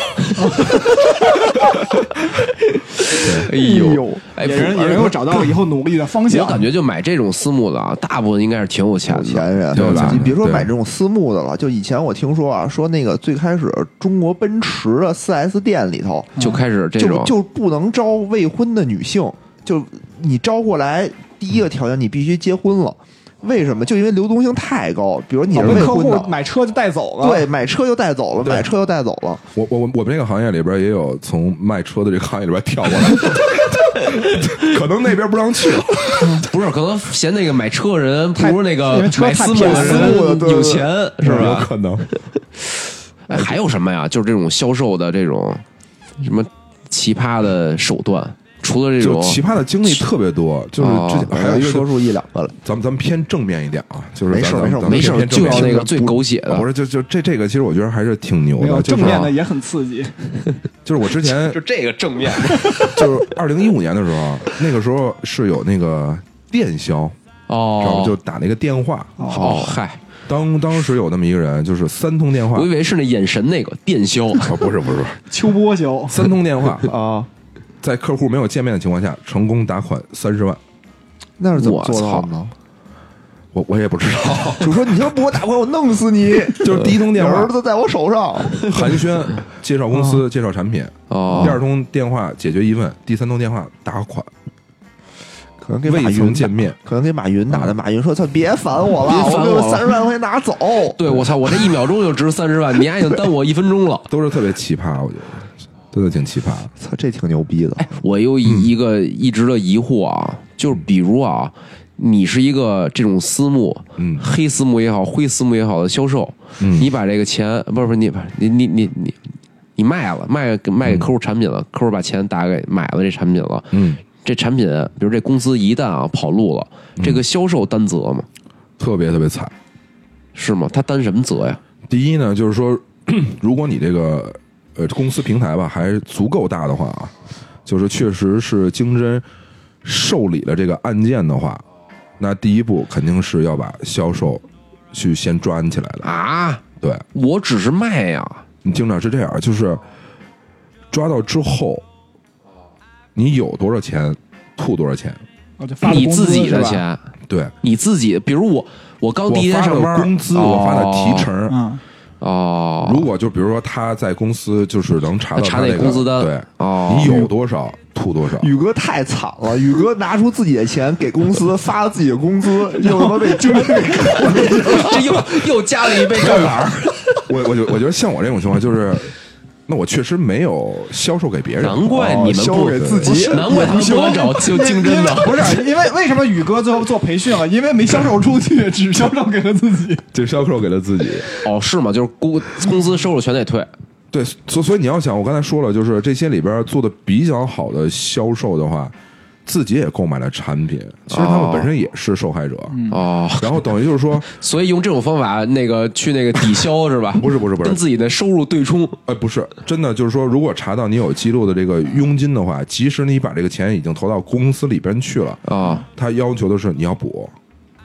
Speaker 2: 哎
Speaker 1: 哎
Speaker 2: 呦，
Speaker 1: 呦，
Speaker 2: 哎，
Speaker 3: 也
Speaker 2: 不
Speaker 3: 人也没有找到以后努力的方
Speaker 2: 我
Speaker 3: 向。
Speaker 2: 感觉就买这种私募的啊，大部分应该是挺有钱
Speaker 1: 有
Speaker 2: 的。
Speaker 1: 钱人啊
Speaker 5: 对吧
Speaker 1: 你别说
Speaker 5: 对
Speaker 1: 买这种私募的了，就以前我听说啊，说那个最开始中国奔驰的 4S 店里头，
Speaker 2: 就开始这
Speaker 1: 就
Speaker 2: 种，
Speaker 1: 就不能招未婚的女性，就你招过来，第一个条件你必须结婚了。为什么？就因为流动性太高，比如你
Speaker 3: 老
Speaker 1: 是
Speaker 3: 啊被
Speaker 1: 未
Speaker 3: 客
Speaker 1: 婚
Speaker 3: 户
Speaker 1: 的，
Speaker 3: 买车就带走了，
Speaker 1: 对，买车就带走了，买车就带走了。
Speaker 5: 我我我我们这个行业里边也有从卖车的这个行业里边跳过来， 可能那边不让去了。
Speaker 2: 不是可能嫌那个买车人不如那
Speaker 3: 因
Speaker 2: 个
Speaker 3: 为车
Speaker 2: 买
Speaker 3: 太
Speaker 2: 私募的
Speaker 3: 便宜
Speaker 1: 了对对
Speaker 2: 人
Speaker 1: 对
Speaker 2: 有钱，是
Speaker 5: 有
Speaker 2: 吧？
Speaker 5: 可能，
Speaker 2: 哎，还有什么呀？就是这种销售的这种什么奇葩的手段，除了这
Speaker 5: 就
Speaker 2: 种
Speaker 5: 奇葩的经历特别多，就是
Speaker 2: 哦
Speaker 5: 之前还有一个就
Speaker 1: 说出一两个来，
Speaker 5: 咱们咱们偏正面一点啊，就是
Speaker 1: 没事
Speaker 5: 咱
Speaker 1: 没事
Speaker 5: 咱们
Speaker 2: 没事
Speaker 5: 偏
Speaker 2: 儿，
Speaker 5: 正
Speaker 2: 就
Speaker 5: 面
Speaker 2: 要
Speaker 5: 一点
Speaker 2: 那个最狗血
Speaker 5: 不
Speaker 2: 的，
Speaker 5: 是就就这这个，其实我觉得还是挺牛
Speaker 3: 没有
Speaker 5: 的，就
Speaker 3: 正
Speaker 5: 是
Speaker 2: 啊
Speaker 3: 面的也很刺激。
Speaker 5: 就是我 之前
Speaker 2: 这个正面
Speaker 5: 就是二零一五年的时候，啊那个时候是有那个电销，知道
Speaker 2: 哦
Speaker 5: 吗？，就打那个电话，
Speaker 2: 哦嗨，
Speaker 5: 当当时有那么一个人，就是三通电话
Speaker 2: 我以，为是那眼神那个电销，
Speaker 5: 啊不是不是不是
Speaker 3: 秋波修，
Speaker 5: 三通 电话，
Speaker 1: 啊，
Speaker 2: 哦
Speaker 5: 在客户没有见面的情况下，成功打款三十万，
Speaker 1: 那是怎么做
Speaker 2: 我
Speaker 1: 到
Speaker 2: 操
Speaker 1: 的呢？
Speaker 5: 我我也不知 道，
Speaker 1: 就说你要不给我打过来，我弄死你！
Speaker 5: 就是第一通
Speaker 1: 你
Speaker 5: 电话
Speaker 1: 儿子在我手上，
Speaker 5: 寒暄，介绍公司，介绍产品，
Speaker 2: 哦
Speaker 5: 第二通电话解决疑问，第三通电话打款，
Speaker 1: 可能给马
Speaker 5: 未曾
Speaker 1: 云
Speaker 5: 见
Speaker 1: 打，
Speaker 5: 面。嗯
Speaker 1: 可能给马云打的。马云说：“操，别烦我了，
Speaker 2: 别烦
Speaker 1: 给
Speaker 2: 我
Speaker 1: 我
Speaker 2: 了
Speaker 1: 三十万块钱拿走。”
Speaker 2: 对我操，我这一秒钟就值三十万，你还已经耽误我一分钟了。
Speaker 5: 都是特别奇葩，我觉得真的挺奇葩。
Speaker 1: 操，这挺牛逼的。
Speaker 2: 哎，我有一一个一直的疑惑啊，就是比如啊，你是一个这种私募，
Speaker 5: 嗯
Speaker 2: 黑私募也好，灰私募也好的销售，
Speaker 5: 嗯
Speaker 2: 你把这个钱不是不是你把你你你你你卖了，卖给卖给客户产品了，客户把钱打给买了这产品了，
Speaker 5: 嗯，
Speaker 2: 这产品比如这公司一旦啊跑路了，这个销售担责吗？
Speaker 5: 特别特别惨。
Speaker 2: 是吗？他担什么责呀？
Speaker 5: 第一呢，就是说，如果你这个呃公司平台吧还足够大的话啊，就是确实是经侦受理了这个案件的话，那第一步肯定是要把销售去先抓起来的。
Speaker 2: 啊，
Speaker 5: 对
Speaker 2: 我只是卖呀，
Speaker 5: 你听着是这样，就是抓到之后，你有多少钱吐多少钱。
Speaker 3: 我啊就发了
Speaker 2: 你
Speaker 3: 工资
Speaker 2: 自己的
Speaker 3: 是吧，
Speaker 2: 钱，
Speaker 5: 对，
Speaker 2: 你自己，比如我，我刚
Speaker 5: 我
Speaker 2: 哦第一天
Speaker 5: 发
Speaker 2: 上
Speaker 5: 的
Speaker 2: 班，
Speaker 5: 工资，我发的提成，
Speaker 3: 嗯，
Speaker 2: 哦，
Speaker 5: 如果就比如说他在公司就是能查到
Speaker 2: 查
Speaker 5: 他
Speaker 2: 那
Speaker 5: 那个
Speaker 2: 工资单
Speaker 5: 对，
Speaker 2: 哦
Speaker 5: 你有多少吐多少。
Speaker 1: 宇哥太惨了，宇哥拿出自己的钱给公司发了自己的工资， 又他妈被经理
Speaker 2: 这又又加了一杯正儿。
Speaker 5: 我我觉我觉得像我这种情况就是，那我确实没有销售给别人，
Speaker 2: 难怪
Speaker 5: 哦
Speaker 2: 你们
Speaker 1: 销
Speaker 2: 不
Speaker 1: 给自己
Speaker 2: 不是难怪他们不敢 找就竞争的，
Speaker 3: 不是因为为什么宇哥最后做培训了？啊因为没销售出去，只销售给了自己。
Speaker 5: 这销售给了自己。
Speaker 2: 哦，是吗？就是公工资收入全得退，
Speaker 5: 对，所所以你要想，我刚才说了，就是这些里边做的比较好的销售的话，自己也购买了产品，其实他们本身也是受害者。
Speaker 2: 哦，
Speaker 5: 然后等于就是说，
Speaker 2: 所以用这种方法，那个去那个抵消是吧？
Speaker 5: 不是不是不是
Speaker 2: 跟自己的收入对冲。
Speaker 5: 哎，不是，真的就是说，如果查到你有记录的这个佣金的话，即使你把这个钱已经投到公司里边去了
Speaker 2: 啊，
Speaker 5: 他要求的是你要补。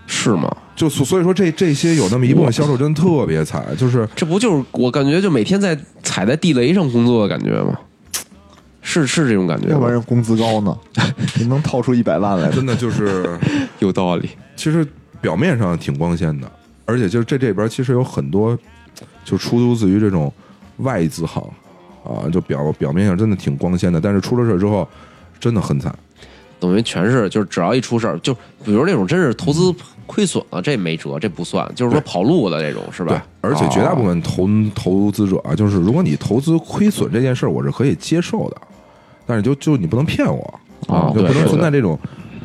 Speaker 2: 是吗？
Speaker 5: 就所所以说这这些有那么一部分销售真特别惨，就是
Speaker 2: 这不就是我感觉就每天在踩在地雷上工作的感觉吗？是是这种感觉吗，
Speaker 1: 要不然人工资高呢，你能掏出一百 万来吗？
Speaker 5: 真的就是，
Speaker 2: 有道理。
Speaker 5: 其实表面上挺光鲜的，而且就是这这边其实有很多就出租自于这种外资行啊，就表表面上真的挺光鲜的，但是出了事儿之后真的很惨。
Speaker 2: 等于全是就是只要一出事儿，就比如这种真是投资亏损了，这没辙，这不算，就是说跑路的这种是
Speaker 5: 对
Speaker 2: 吧？，哦
Speaker 5: 而且绝大部分投投资者啊，就是如果你投资亏损这件事儿，我是可以接受的，但是就就你不能骗我
Speaker 2: 啊
Speaker 5: 就
Speaker 2: 对
Speaker 5: 不能
Speaker 2: 对
Speaker 5: 存在这种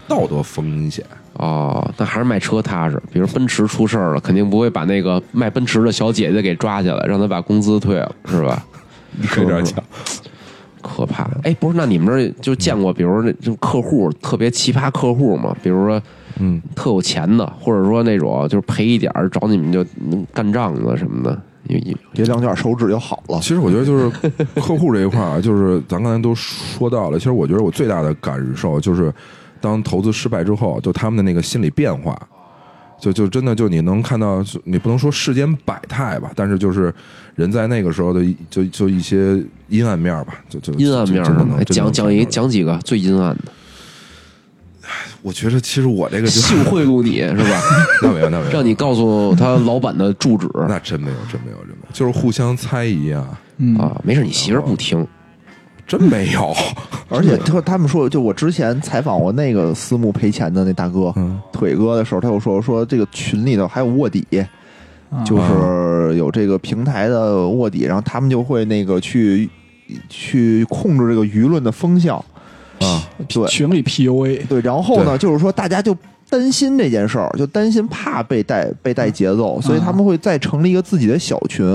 Speaker 5: 道德风险。
Speaker 2: 哦，那还是卖车踏实。比如奔驰出事儿了，肯定不会把那个卖奔驰的小姐姐给抓起来，让她把工资退了，是吧？
Speaker 5: 可以这样讲，
Speaker 2: 可怕。哎，不是，那你们这儿就见过，比如那就客户特别奇葩客户吗？比如说
Speaker 5: 嗯，
Speaker 2: 特有钱的，或者说那种就是赔一点儿找你们就能干仗的什么的，有有
Speaker 1: 别两卷手指就好了。
Speaker 5: 其实我觉得就是 客户这一块儿啊，就是咱刚才都说到了。其实我觉得我最大的感受就是，当投资失败之后，就他们的那个心理变化。就就真的就你能看到，你不能说世间百态吧，但是就是人在那个时候的一就就一些阴暗面吧，就就
Speaker 2: 阴暗面
Speaker 5: 就真的能
Speaker 2: 儿，哎
Speaker 5: 真的
Speaker 2: 讲
Speaker 5: 能
Speaker 2: 讲一
Speaker 5: 看到
Speaker 2: 讲几个最阴暗的，
Speaker 5: 我觉得其实我这个就
Speaker 2: 性贿赂你是吧？
Speaker 5: 那没有那没有，
Speaker 2: 让你告诉他老板的住址
Speaker 5: 那真没有真没有真没有，就是互相猜疑啊，
Speaker 3: 嗯
Speaker 2: 啊，没事，你媳妇儿不听，
Speaker 5: 真没有，
Speaker 1: 而且他他们说，就我之前采访过那个私募赔钱的那大哥、
Speaker 5: 嗯
Speaker 1: 腿哥的时候，他又说说这个群里头还有卧底，
Speaker 5: 嗯
Speaker 3: 啊
Speaker 1: 就是有这个平台的卧底，然后他们就会那个去去控制这个舆论的风向，
Speaker 5: 啊，
Speaker 1: 对
Speaker 3: 群里 PUA，
Speaker 1: 对，然后呢，
Speaker 5: 对
Speaker 1: 就是说大家就。担心这件事儿，就担心怕被带被带节
Speaker 5: 嗯
Speaker 1: 奏，所以他们会再成立一个自己的小群。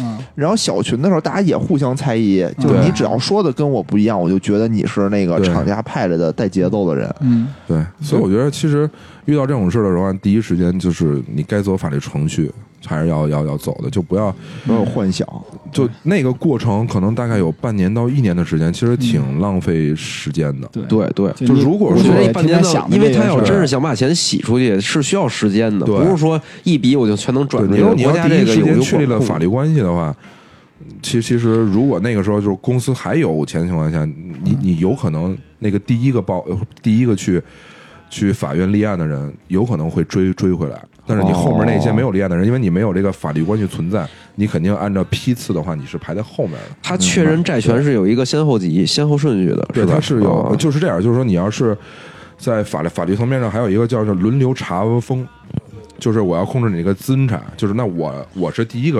Speaker 3: 嗯
Speaker 1: 然后小群的时候，大家也互相猜疑，就
Speaker 5: 对
Speaker 1: 你只要说的跟我不一样，我就觉得你是那个
Speaker 5: 嗯对
Speaker 1: 厂家派来的带节奏的人。
Speaker 3: 嗯
Speaker 5: 对，所以我觉得其实遇到这种事儿的时候啊，第一时间就是你该走法律程序，还是要要要走的，就不要
Speaker 1: 没有幻想，
Speaker 5: 就那个过程可能大概有半年到一年的时间，其实挺浪费时间的。
Speaker 3: 对
Speaker 1: 对对，
Speaker 5: 就如果
Speaker 3: 我
Speaker 5: 说
Speaker 3: 觉得
Speaker 2: 这
Speaker 3: 也
Speaker 2: 半
Speaker 3: 挺
Speaker 2: 年
Speaker 3: 在
Speaker 2: 的
Speaker 3: 想的
Speaker 2: 因
Speaker 3: 这
Speaker 2: 为
Speaker 3: 件事儿，
Speaker 2: 他要真是想把钱洗出去，是需要时间的，
Speaker 5: 啊对
Speaker 2: 不是说一笔我就全能转
Speaker 5: 对，
Speaker 2: 出去。
Speaker 5: 你要你
Speaker 2: 国家
Speaker 5: 要第
Speaker 2: 这个
Speaker 5: 一时
Speaker 2: 有
Speaker 5: 间
Speaker 2: 有
Speaker 5: 确立了
Speaker 2: 管控
Speaker 5: 法律关系的话，其其实如果那个时候就是公司还有钱的情况下，
Speaker 2: 嗯
Speaker 5: 你你有可能那个第一个报呃第一个去去法院立案的人，有可能会追追回来。但是你后面那
Speaker 2: 哦
Speaker 5: 些没有立案的人，因为你没有这个法律关系存在，你肯定按照批次的话，你是排在后面的。
Speaker 2: 他确认债权是有一个先后级、先后顺序的，
Speaker 5: 嗯对，
Speaker 2: 吧？
Speaker 5: 它是有，
Speaker 2: 啊
Speaker 5: 就是这样，就是说你要是在法律法律层面上，还有一个叫做轮流查封，就是我要控制你这个资产，就是那我我是第一个，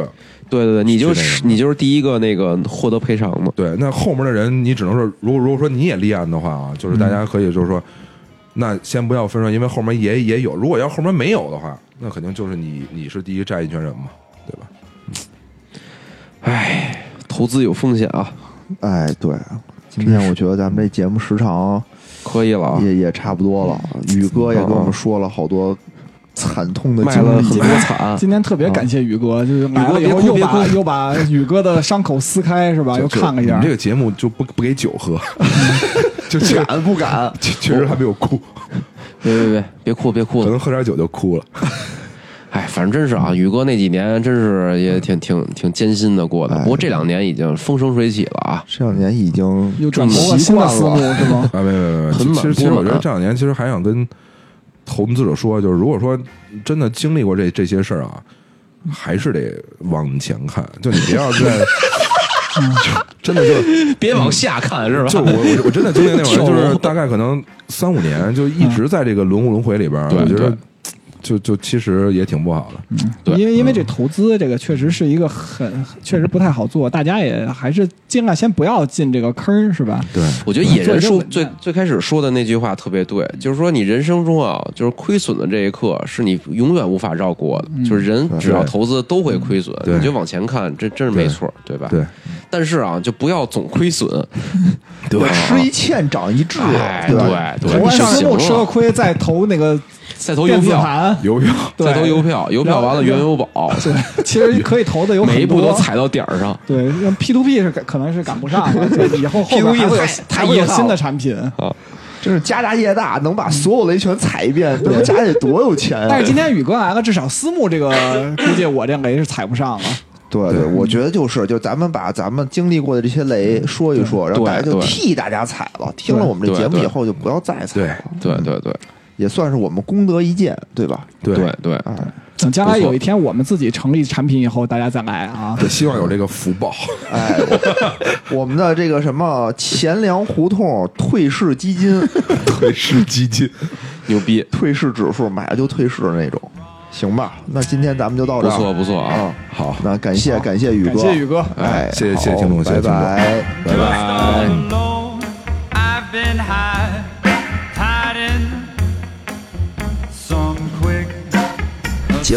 Speaker 2: 对对对，你就是是
Speaker 5: 这样
Speaker 2: 你就是第一个那个获得赔偿的。
Speaker 5: 对，那后面的人你只能说，如果如果说你也立案的话啊，就是大
Speaker 3: 嗯
Speaker 5: 家可以就是说，那先不要分润，因为后面也也有，如果要后面没有的话，那肯定就是你你是第一债权人嘛，对吧？
Speaker 2: 唉，投资有风险啊，
Speaker 1: 哎，对，今天我觉得咱们这节目时长
Speaker 2: 可以了啊，嗯
Speaker 1: 也也差不多了，宇哥也跟我们说了好多惨痛的
Speaker 2: 卖
Speaker 1: 经
Speaker 2: 了很
Speaker 1: 历啊
Speaker 2: 多。惨。
Speaker 3: 今天特别感谢宇哥，就是来了以后
Speaker 2: 宇哥
Speaker 3: 又
Speaker 2: 别哭
Speaker 3: 把
Speaker 2: 别哭
Speaker 3: 又把宇哥的伤口撕开是吧？又啊看了一
Speaker 5: 你
Speaker 3: 下
Speaker 5: 们这，个节目就不不给酒喝， 就确
Speaker 1: 不敢不敢，
Speaker 5: 确实还没有哭，
Speaker 2: 别别别，别哭别哭
Speaker 5: 可
Speaker 2: 了。
Speaker 5: 能喝点酒就哭了。
Speaker 2: 唉，反正真是啊，宇哥那几年真是也挺挺挺艰辛的过的，
Speaker 1: 哎
Speaker 2: 不过这两年已经风生水起了啊。
Speaker 1: 这两年已经
Speaker 3: 又转投了新的私募是 吗？
Speaker 5: 啊，没没没没，
Speaker 2: 很
Speaker 5: 其
Speaker 2: 满
Speaker 5: 实其实
Speaker 2: 不
Speaker 5: 我觉得
Speaker 3: 啊
Speaker 2: 满
Speaker 5: 这两年其实还想跟投资者说，就是如果说真的经历过这这些事儿啊，还是得往前看，就你不要再 就真的就
Speaker 2: 别往下看是吧
Speaker 5: 就我我我真的经历那会儿，就
Speaker 2: 跳
Speaker 5: 是
Speaker 2: 楼
Speaker 5: 大概可能三五年就一直在这个轮轮回里边儿，我觉得
Speaker 2: 对
Speaker 5: 就就其实也挺不好的。
Speaker 2: 对
Speaker 3: 因为因为这投资这个确实是一个很确实不太好做，大家也还是尽量先不要进这个坑儿是吧？
Speaker 5: 对，
Speaker 2: 我觉得野人
Speaker 3: 做一个
Speaker 2: 说
Speaker 3: 稳
Speaker 2: 最
Speaker 3: 当
Speaker 2: 最开始说的那句话特别对，就是说你人生中啊，就是亏损的这一刻是你永远无法绕过的，就是人只要投资都会亏损，
Speaker 5: 对
Speaker 2: 你就往前看，这真是没错，对吧？
Speaker 5: 对。
Speaker 2: 但是啊，就不要总亏损，
Speaker 1: 对吃一堑长一智，
Speaker 2: 啊哎，
Speaker 1: 对
Speaker 2: 对
Speaker 1: 吧？
Speaker 2: 对，
Speaker 3: 投完
Speaker 2: 你就
Speaker 3: 私
Speaker 2: 行
Speaker 3: 募吃了
Speaker 2: 了，
Speaker 3: 亏，再投那个
Speaker 2: 再投邮
Speaker 3: 电子
Speaker 2: 票，
Speaker 3: 盘，
Speaker 5: 邮票
Speaker 2: 再投
Speaker 3: 对
Speaker 2: 邮票，邮票完了原油宝，
Speaker 3: 对，其实可以投的有
Speaker 2: 每一
Speaker 3: 很
Speaker 2: 步都
Speaker 3: 多。
Speaker 2: 踩到点儿上
Speaker 3: 对，P to P 是赶可能是赶不上 了，就以后后面
Speaker 2: P2P
Speaker 3: 还会有
Speaker 2: 太
Speaker 3: 还会
Speaker 2: 太
Speaker 3: 有
Speaker 2: 硬
Speaker 3: 新的产品。
Speaker 1: 真是家大业大，能把所有雷拳踩一遍，他们家得多有钱啊！
Speaker 3: 但是今天宇哥来了，至少私募这个估计我这雷是踩不上了。
Speaker 1: 对对，我觉得就是，就咱们把咱们经历过的这些雷说一说，然后
Speaker 2: 嗯对
Speaker 1: 大家就
Speaker 2: 对
Speaker 1: 替大家踩了。听了我们这
Speaker 2: 对
Speaker 1: 节目
Speaker 2: 对
Speaker 1: 以后，就不要再踩了，
Speaker 2: 对对对
Speaker 1: 也算是我们功德一件，对吧？
Speaker 5: 对
Speaker 2: 对对，
Speaker 1: 啊，
Speaker 3: 等将来
Speaker 2: 不错
Speaker 3: 有一天我们自己成立产品以后，大家再来啊。
Speaker 5: 也希望有这个福报。
Speaker 1: 哎，我我们的这个什么钱粮胡同退市基金、
Speaker 5: 退市基金，
Speaker 2: 牛逼，
Speaker 1: 退市指数，买了就退市的那种，行吧？那今天咱们就到
Speaker 2: 不
Speaker 1: 这儿，
Speaker 2: 错不错啊
Speaker 1: 啊，，
Speaker 5: 好，
Speaker 1: 那感谢感谢宇哥，
Speaker 3: 感谢宇，哥。
Speaker 1: 哎，
Speaker 5: 谢谢谢谢
Speaker 1: 好
Speaker 5: 听众谢谢
Speaker 1: 拜拜。
Speaker 5: 拜拜。
Speaker 6: I've low, I've been high, tied in some quick.
Speaker 1: 节